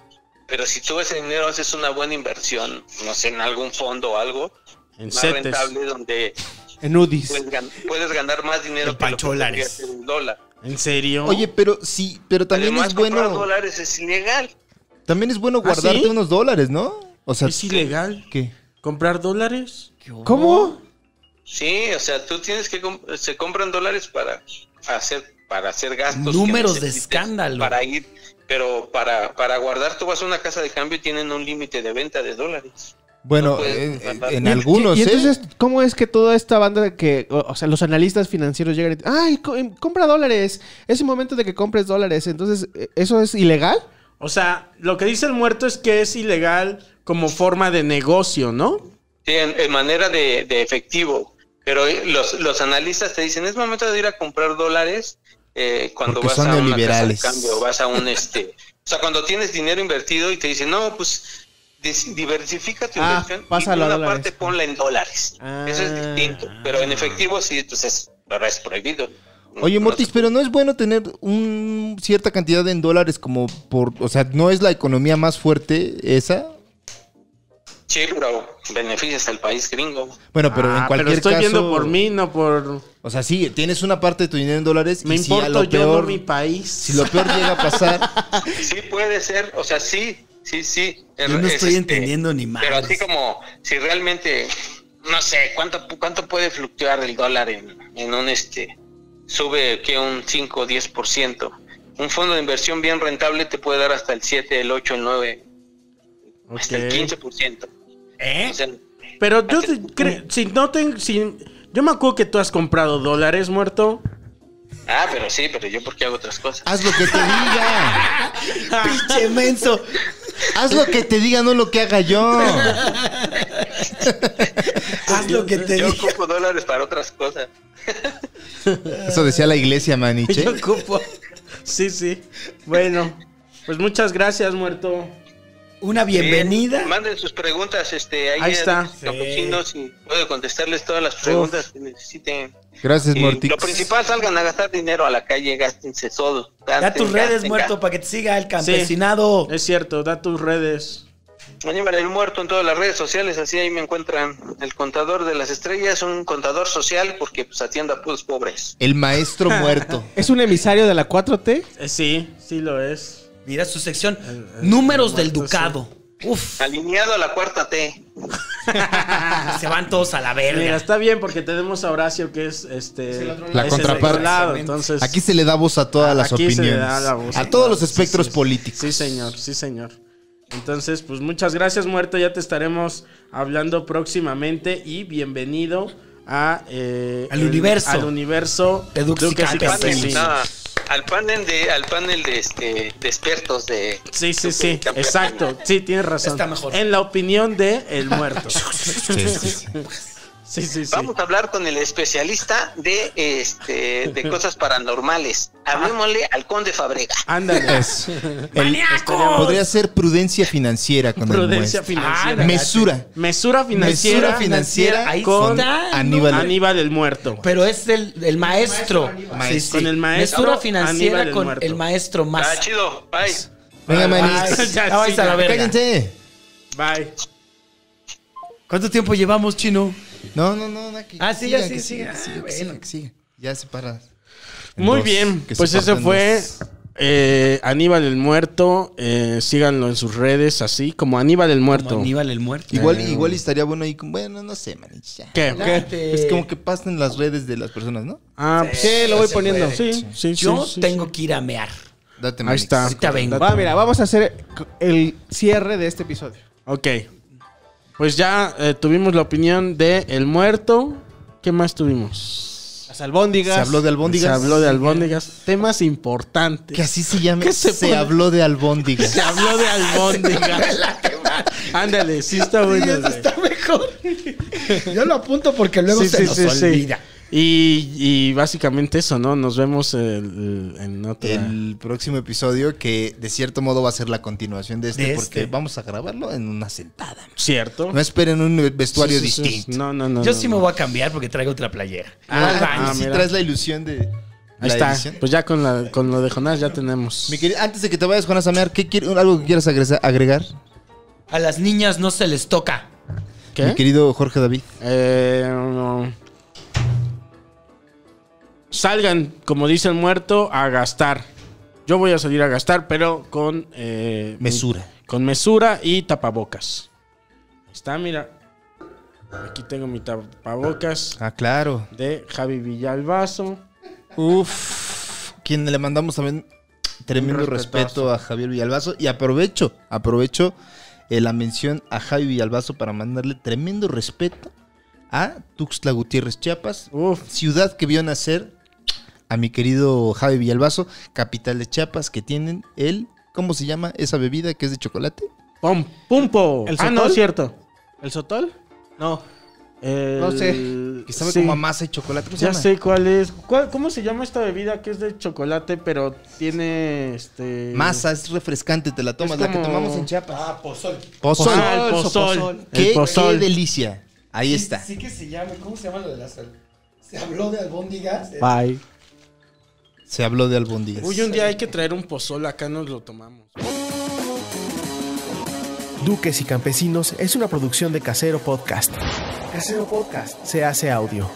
Speaker 10: Pero si tú ese dinero haces una buena inversión, no sé, en algún fondo o algo,
Speaker 5: En
Speaker 10: más
Speaker 5: CETES.
Speaker 10: rentable donde
Speaker 7: En UDIs.
Speaker 10: puedes, gan- puedes ganar más dinero
Speaker 6: En
Speaker 10: que lo que
Speaker 6: pacholares.
Speaker 10: podría ser un dólar.
Speaker 5: ¿En serio?
Speaker 4: Oye, pero sí, pero también
Speaker 10: Además,
Speaker 4: es
Speaker 10: comprar
Speaker 4: bueno.
Speaker 10: dólares es ilegal.
Speaker 4: También es bueno
Speaker 5: ¿Ah,
Speaker 4: guardarte
Speaker 5: sí?
Speaker 4: unos dólares, ¿no? O sea,
Speaker 5: ¿es ilegal
Speaker 4: ¿qué?
Speaker 5: comprar dólares?
Speaker 7: ¿Cómo?
Speaker 10: Sí, o sea, tú tienes que comp- se compran dólares para hacer para hacer gastos. que
Speaker 6: Números de
Speaker 10: necesites
Speaker 6: escándalo.
Speaker 10: Para ir, pero para para guardar tú vas a una casa de cambio y tienen un límite de venta de dólares.
Speaker 4: Bueno,
Speaker 10: No puedes
Speaker 4: en- en,
Speaker 10: guardar.
Speaker 7: Y-
Speaker 4: algunos,
Speaker 7: y, y
Speaker 4: ¿eh?
Speaker 7: entonces, ¿cómo es que toda esta banda que, o, o sea, los analistas financieros llegan y dicen, ay, co- em, compra dólares, es el momento de que compres dólares, entonces, eh, ¿eso es ilegal?
Speaker 5: O sea, lo que dice el muerto es que es ilegal como forma de negocio, ¿no?
Speaker 10: Sí, en, en manera de, de efectivo. Pero eh, los, los analistas te dicen, es momento de ir a comprar dólares eh, cuando
Speaker 4: Porque
Speaker 10: vas
Speaker 4: son
Speaker 10: a una casa de
Speaker 4: neoliberales.
Speaker 10: cambio, vas a un este... o sea, cuando tienes dinero invertido y te dicen, no, pues dis- diversifica tu
Speaker 7: Ah,
Speaker 10: inversión
Speaker 7: pásalo
Speaker 10: y
Speaker 7: a
Speaker 10: una
Speaker 7: dólares. Ah,
Speaker 10: parte ponla en dólares. Eso es distinto. Pero en efectivo sí, pues es, pero es prohibido.
Speaker 4: Oye,
Speaker 10: No
Speaker 4: Mortis,
Speaker 10: se-
Speaker 4: pero no es bueno tener un cierta cantidad en dólares como por, o sea, no es la economía más fuerte esa.
Speaker 10: Sí, pero beneficias al país gringo.
Speaker 4: Bueno, pero
Speaker 5: Ah,
Speaker 4: en cualquier
Speaker 5: estoy
Speaker 4: caso,
Speaker 5: viendo por mí, no por...
Speaker 4: o sea, sí, tienes una parte de tu dinero en dólares
Speaker 5: Me
Speaker 4: y si a
Speaker 5: importo
Speaker 4: lo
Speaker 5: yo,
Speaker 4: peor,
Speaker 5: no mi país.
Speaker 4: si lo peor llega a pasar,
Speaker 10: Sí puede ser, o sea, sí, sí, sí.
Speaker 6: Yo no
Speaker 10: Es,
Speaker 6: estoy
Speaker 10: este,
Speaker 6: entendiendo ni más.
Speaker 10: Pero así como, si realmente, no sé, ¿cuánto, cuánto puede fluctuar el dólar en, en un este? Sube que un 5 o 10%. Un fondo de inversión bien rentable te puede dar hasta el 7, el 8, el 9, hasta el
Speaker 5: Ok.
Speaker 10: 15%.
Speaker 6: ¿Eh?
Speaker 10: O sea,
Speaker 5: Pero yo te cre- si no te, si yo me acuerdo que tú has comprado dólares muerto.
Speaker 10: ah, pero sí, pero yo porque hago otras cosas.
Speaker 4: haz lo que te diga.
Speaker 6: Pinche menso.
Speaker 4: Haz lo que te diga, no lo que haga yo.
Speaker 6: Haz lo que te
Speaker 10: Yo
Speaker 6: digo.
Speaker 10: ocupo dólares para otras cosas.
Speaker 4: Eso decía la iglesia, Maniche.
Speaker 5: Yo ocupo. Sí, sí. Bueno, pues muchas gracias muerto.
Speaker 6: Una bienvenida.
Speaker 10: Bien, manden sus preguntas, este, ahí,
Speaker 5: Ahí
Speaker 10: a
Speaker 5: está.
Speaker 10: los capuchinos y puedo contestarles todas las preguntas que necesiten.
Speaker 4: Gracias,
Speaker 10: Y
Speaker 4: Mortis.
Speaker 10: Lo principal, salgan a gastar dinero a la calle, gástense todo.
Speaker 6: Da
Speaker 10: Gasten,
Speaker 6: tus redes,
Speaker 10: gasten,
Speaker 6: muerto, para que te siga el campesinado.
Speaker 5: Es cierto, da tus redes.
Speaker 10: Aníbal el Muerto en todas las redes sociales, así ahí me encuentran. El contador de las estrellas, un contador social porque pues atiende a puros pobres.
Speaker 4: El maestro muerto.
Speaker 7: ¿Es un emisario de la 4T?
Speaker 5: Eh, sí, sí lo es.
Speaker 6: Mira su
Speaker 5: Eh,
Speaker 6: sección. Números del
Speaker 5: muerto,
Speaker 6: ducado. Uf,
Speaker 10: Alineado a la cuarta T.
Speaker 6: se van todos a la
Speaker 5: Mira,
Speaker 6: verga.
Speaker 5: está bien porque tenemos a Horacio que es este
Speaker 4: La
Speaker 5: es el
Speaker 4: contraparte.
Speaker 5: otro lado, entonces Ah,
Speaker 4: Aquí se le da voz a todas las
Speaker 5: aquí
Speaker 4: opiniones.
Speaker 5: se le da la voz.
Speaker 4: a todos los
Speaker 5: Sí,
Speaker 4: espectros
Speaker 5: sí,
Speaker 4: políticos.
Speaker 5: Sí, señor, sí, señor. Entonces, pues muchas gracias, muerto. Ya te estaremos hablando próximamente. Y bienvenido a, eh,
Speaker 6: Al universo.
Speaker 5: Al universo.
Speaker 6: De Dux y
Speaker 5: Dux y
Speaker 6: Campes.
Speaker 5: Campes.
Speaker 6: Sí.
Speaker 5: Sí,
Speaker 10: Nada, al panel de, al panel de este de expertos de
Speaker 5: sí, sí, sí, exacto. Sí, tienes razón.
Speaker 6: Está mejor.
Speaker 5: En la opinión de el muerto.
Speaker 4: Sí, sí, sí.
Speaker 5: Sí, sí, sí.
Speaker 10: Vamos a hablar con el especialista de este de cosas paranormales. Hablémosle al conde Fabrega.
Speaker 5: Ándale.
Speaker 4: Podría ser prudencia financiera con el
Speaker 5: Prudencia
Speaker 4: maestro.
Speaker 5: financiera.
Speaker 4: Mesura.
Speaker 5: Mesura financiera.
Speaker 4: Mesura financiera
Speaker 6: Ahí
Speaker 4: con
Speaker 6: está.
Speaker 4: Aníbal.
Speaker 5: Aníbal el muerto.
Speaker 6: Pero es el, el maestro. Sí, sí.
Speaker 5: Con el maestro
Speaker 6: Mesura financiera
Speaker 5: Aníbal el
Speaker 6: con
Speaker 5: muerto.
Speaker 6: el maestro más.
Speaker 10: Ah, chido. Bye.
Speaker 4: Venga,
Speaker 5: Ay,
Speaker 4: manis.
Speaker 5: ya,
Speaker 6: Ya vais
Speaker 5: sí,
Speaker 6: a la
Speaker 5: ya.
Speaker 6: verga.
Speaker 4: Cállense.
Speaker 5: Bye.
Speaker 6: ¿Cuánto tiempo llevamos, chino?
Speaker 4: No, no, no. no, que
Speaker 6: Ah,
Speaker 4: que
Speaker 6: sí, ya,
Speaker 4: siga,
Speaker 6: sí,
Speaker 4: que
Speaker 6: sí.
Speaker 4: siga,
Speaker 6: Ah,
Speaker 4: que siga, que
Speaker 6: bueno.
Speaker 4: siga, que siga. Ya se para. En
Speaker 5: Muy
Speaker 4: dos,
Speaker 5: bien,
Speaker 4: que se
Speaker 5: pues ese
Speaker 4: partan
Speaker 5: fue
Speaker 4: dos.
Speaker 5: eh, Aníbal el Muerto. eh, síganlo en sus redes, así como Aníbal el Muerto.
Speaker 6: Como Aníbal el muerto.
Speaker 4: Igual, igual estaría bueno ahí. con- Bueno, no sé, manis. Ya.
Speaker 5: ¿Qué?
Speaker 6: Date.
Speaker 4: Es como que pasen las redes de las personas, ¿no?
Speaker 5: Ah, pues, sí, lo voy poniendo. Sí, sí,
Speaker 6: Yo
Speaker 5: sí, Ah, pues, sí,
Speaker 6: tengo que ir a mear.
Speaker 4: Date,
Speaker 5: Ahí está.
Speaker 6: Ahorita vengo.
Speaker 7: Va, mira, vamos a hacer el cierre de este episodio.
Speaker 5: Ok. Pues ya eh, tuvimos la opinión de El Muerto. ¿Qué más tuvimos?
Speaker 7: Las albóndigas.
Speaker 4: Se habló de albóndigas.
Speaker 5: Se habló de albóndigas. Temas importantes.
Speaker 4: Que así se llame.
Speaker 5: ¿Qué se
Speaker 4: Se,
Speaker 5: pone?
Speaker 4: habló de albóndigas.
Speaker 5: Se habló de albóndigas. Ándale, sí está bueno. güey.
Speaker 6: mejor. Yo lo apunto porque luego
Speaker 5: Sí,
Speaker 6: se
Speaker 5: sí,
Speaker 6: nos
Speaker 5: sí, sí.
Speaker 6: olvida.
Speaker 5: Y, y básicamente eso, ¿no? Nos vemos el- en otra.
Speaker 4: El próximo episodio, que de cierto modo va a ser la continuación de este,
Speaker 6: De
Speaker 4: porque
Speaker 6: este.
Speaker 4: vamos a grabarlo en una sentada.
Speaker 5: ¿Cierto?
Speaker 4: No esperen un vestuario
Speaker 5: Oh. Sí, sí, sí.
Speaker 4: distinto.
Speaker 5: No, no, no.
Speaker 6: Yo
Speaker 5: no,
Speaker 6: sí
Speaker 5: no.
Speaker 6: me voy a cambiar porque traigo otra playera.
Speaker 5: Ah,
Speaker 4: Ah,
Speaker 5: ah,
Speaker 4: sí
Speaker 5: mira.
Speaker 4: traes la ilusión de
Speaker 5: Ahí
Speaker 4: la
Speaker 5: está.
Speaker 4: edición.
Speaker 5: Pues ya con, la, con lo de Jonás ya tenemos.
Speaker 4: Mi querido, antes de que te vayas, Juan Samear, ¿qué quiere- algo que quieras agresa- agregar?
Speaker 6: A las niñas no se les toca.
Speaker 4: Mi
Speaker 5: ¿Qué?
Speaker 4: querido Jorge David.
Speaker 5: Eh, no. Salgan, como dice el muerto, a gastar. Yo voy a salir a gastar, pero con... eh,
Speaker 4: Mesura.
Speaker 5: Con mesura y tapabocas. Ahí Está, mira. Aquí tengo mi tapabocas
Speaker 4: Ah, claro.
Speaker 5: de Javi Villalbazo.
Speaker 4: Uf. Quien le mandamos también tremendo
Speaker 5: Un respetazo.
Speaker 4: respeto a Javier Villalbazo. Y aprovecho, aprovecho eh, la mención a Javi Villalbazo para mandarle tremendo respeto a Tuxtla Gutiérrez, Chiapas.
Speaker 5: Uf.
Speaker 4: ciudad que vio nacer a mi querido Javi Villalbazo, capital de Chiapas, que tienen el, ¿cómo se llama esa bebida que es de chocolate?
Speaker 5: Pom, pumpo.
Speaker 7: ¿El
Speaker 5: Ah, no,
Speaker 7: sotol?
Speaker 5: es cierto.
Speaker 7: ¿El sotol? No.
Speaker 5: El-
Speaker 7: No sé.
Speaker 4: Que sabe
Speaker 5: sí.
Speaker 4: como a masa y chocolate. ¿Cómo se
Speaker 5: Ya
Speaker 4: llama?
Speaker 5: sé cuál es. ¿Cuál- ¿Cómo se llama esta bebida que es de chocolate, pero tiene este.
Speaker 4: Masa, es refrescante, te la tomas,
Speaker 5: Es
Speaker 4: la que
Speaker 5: como-
Speaker 4: tomamos en Chiapas.
Speaker 6: Ah, pozol.
Speaker 4: Pozol.
Speaker 5: Ah, el pozol.
Speaker 7: sopozol.
Speaker 5: El
Speaker 4: ¿Qué,
Speaker 5: pozol.
Speaker 4: qué delicia. Ahí está.
Speaker 11: Sí que se llama, ¿cómo se llama lo de las al- Se habló de albóndigas. eh,
Speaker 7: Bye.
Speaker 4: Se habló de albondías.
Speaker 5: Uy, un día hay que traer un pozol, acá nos lo tomamos.
Speaker 12: Duques y Campesinos es una producción de Casero Podcast. Casero Podcast se hace audio.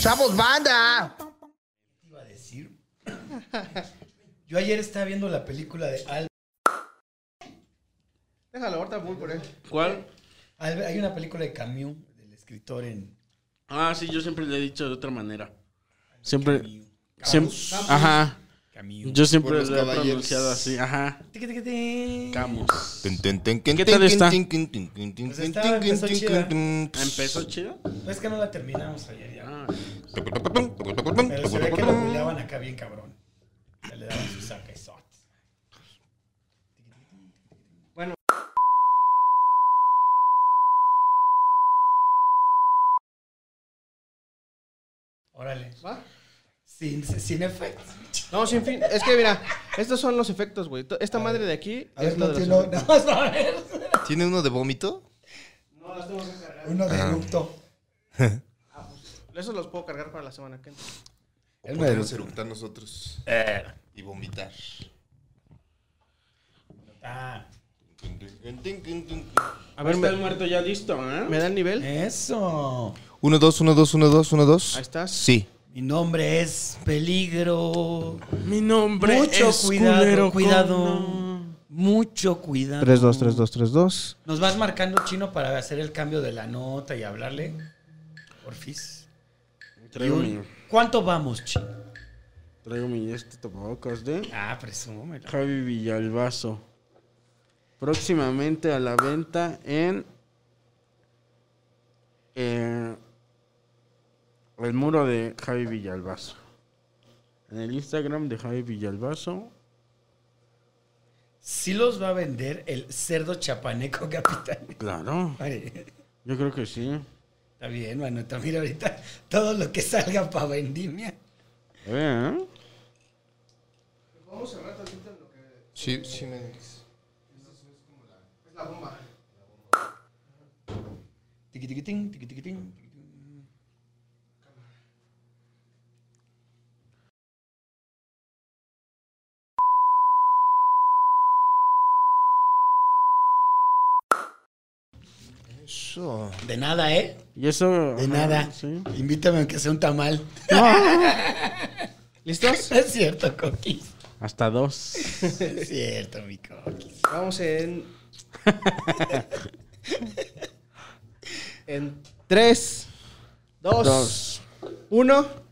Speaker 4: ¡Chavos, banda!
Speaker 11: iba a decir. Yo ayer estaba viendo la película de Al-
Speaker 7: Déjalo, ahorita voy por él.
Speaker 5: ¿Cuál?
Speaker 11: Albert. Hay una película de Camus, del escritor en.
Speaker 5: Ah, sí, yo siempre le he dicho de otra manera. Siempre. siempre ajá. Yo
Speaker 4: Por
Speaker 5: siempre
Speaker 4: los
Speaker 5: lo he
Speaker 4: caballeros.
Speaker 5: pronunciado así. Ajá. Camus.
Speaker 4: ¿Qué
Speaker 5: tal está?
Speaker 11: estaba, empezó chida.
Speaker 5: ¿Empezó chido?
Speaker 11: Es que no la terminamos ayer ya. Pero se ve que lo buleaban acá bien cabrón. Ya le daban sus saca y sot. Bueno. Órale.
Speaker 7: ¿Va?
Speaker 11: Sin, sin efectos.
Speaker 7: No, sin fin. Es que mira, estos son los efectos, güey. To- Esta madre de aquí
Speaker 11: A ver,
Speaker 7: es lo
Speaker 11: no,
Speaker 7: de los
Speaker 11: no, nada
Speaker 7: efectos.
Speaker 11: más a ver.
Speaker 4: ¿Tiene uno de vómito?
Speaker 11: Uno de eructo.
Speaker 7: Esos los puedo cargar para la semana que entra.
Speaker 4: Podemos eructar nosotros. Y vomitar.
Speaker 11: Ah,
Speaker 7: A ver,
Speaker 5: está el
Speaker 7: me,
Speaker 5: muerto ya listo, ¿eh?
Speaker 7: me da el nivel.
Speaker 11: eso.
Speaker 4: 1, 2, 1, 2, 1, 2, 1, 2.
Speaker 7: Ahí estás.
Speaker 4: Sí.
Speaker 11: Mi nombre es Peligro.
Speaker 5: Mi nombre
Speaker 11: Mucho
Speaker 5: es
Speaker 11: cuidado,
Speaker 5: culero
Speaker 11: cuidado.
Speaker 5: con-
Speaker 6: Mucho cuidado.
Speaker 7: 3-2, 3-2, 3-2.
Speaker 6: ¿Nos vas marcando chino para hacer el cambio de la nota y hablarle? Porfis.
Speaker 5: Traigo
Speaker 6: Y un-
Speaker 5: mi,
Speaker 6: ¿Cuánto vamos, chino?
Speaker 5: traigo mi este tapabocas de
Speaker 6: Ah, presúmelo.
Speaker 5: Javi Villalbazo. Próximamente a la venta en eh, el muro de Javi Villalbazo. En el Instagram de Javi Villalbazo.
Speaker 6: Sí los va a vender el cerdo chapaneco capitán.
Speaker 5: Claro,
Speaker 6: Ay,
Speaker 5: yo creo que sí.
Speaker 6: Está bien, Manuel. Mira ahorita todo lo que salga para vendimia.
Speaker 5: Eh,
Speaker 4: Sí, sí, me
Speaker 6: Tiquitiquitín, tiquitiquitín, tiquitiquitín.
Speaker 4: Eso.
Speaker 6: De nada, ¿eh?
Speaker 5: Y eso...
Speaker 6: De
Speaker 5: ajá,
Speaker 6: nada.
Speaker 5: sí.
Speaker 6: Invítame aunque sea un tamal.
Speaker 7: ¿Listos?
Speaker 6: Es cierto, Coquis.
Speaker 5: Hasta dos.
Speaker 6: Es cierto, mi Coquis.
Speaker 7: Vamos en. en 3, 2,
Speaker 5: Dos.
Speaker 7: 1.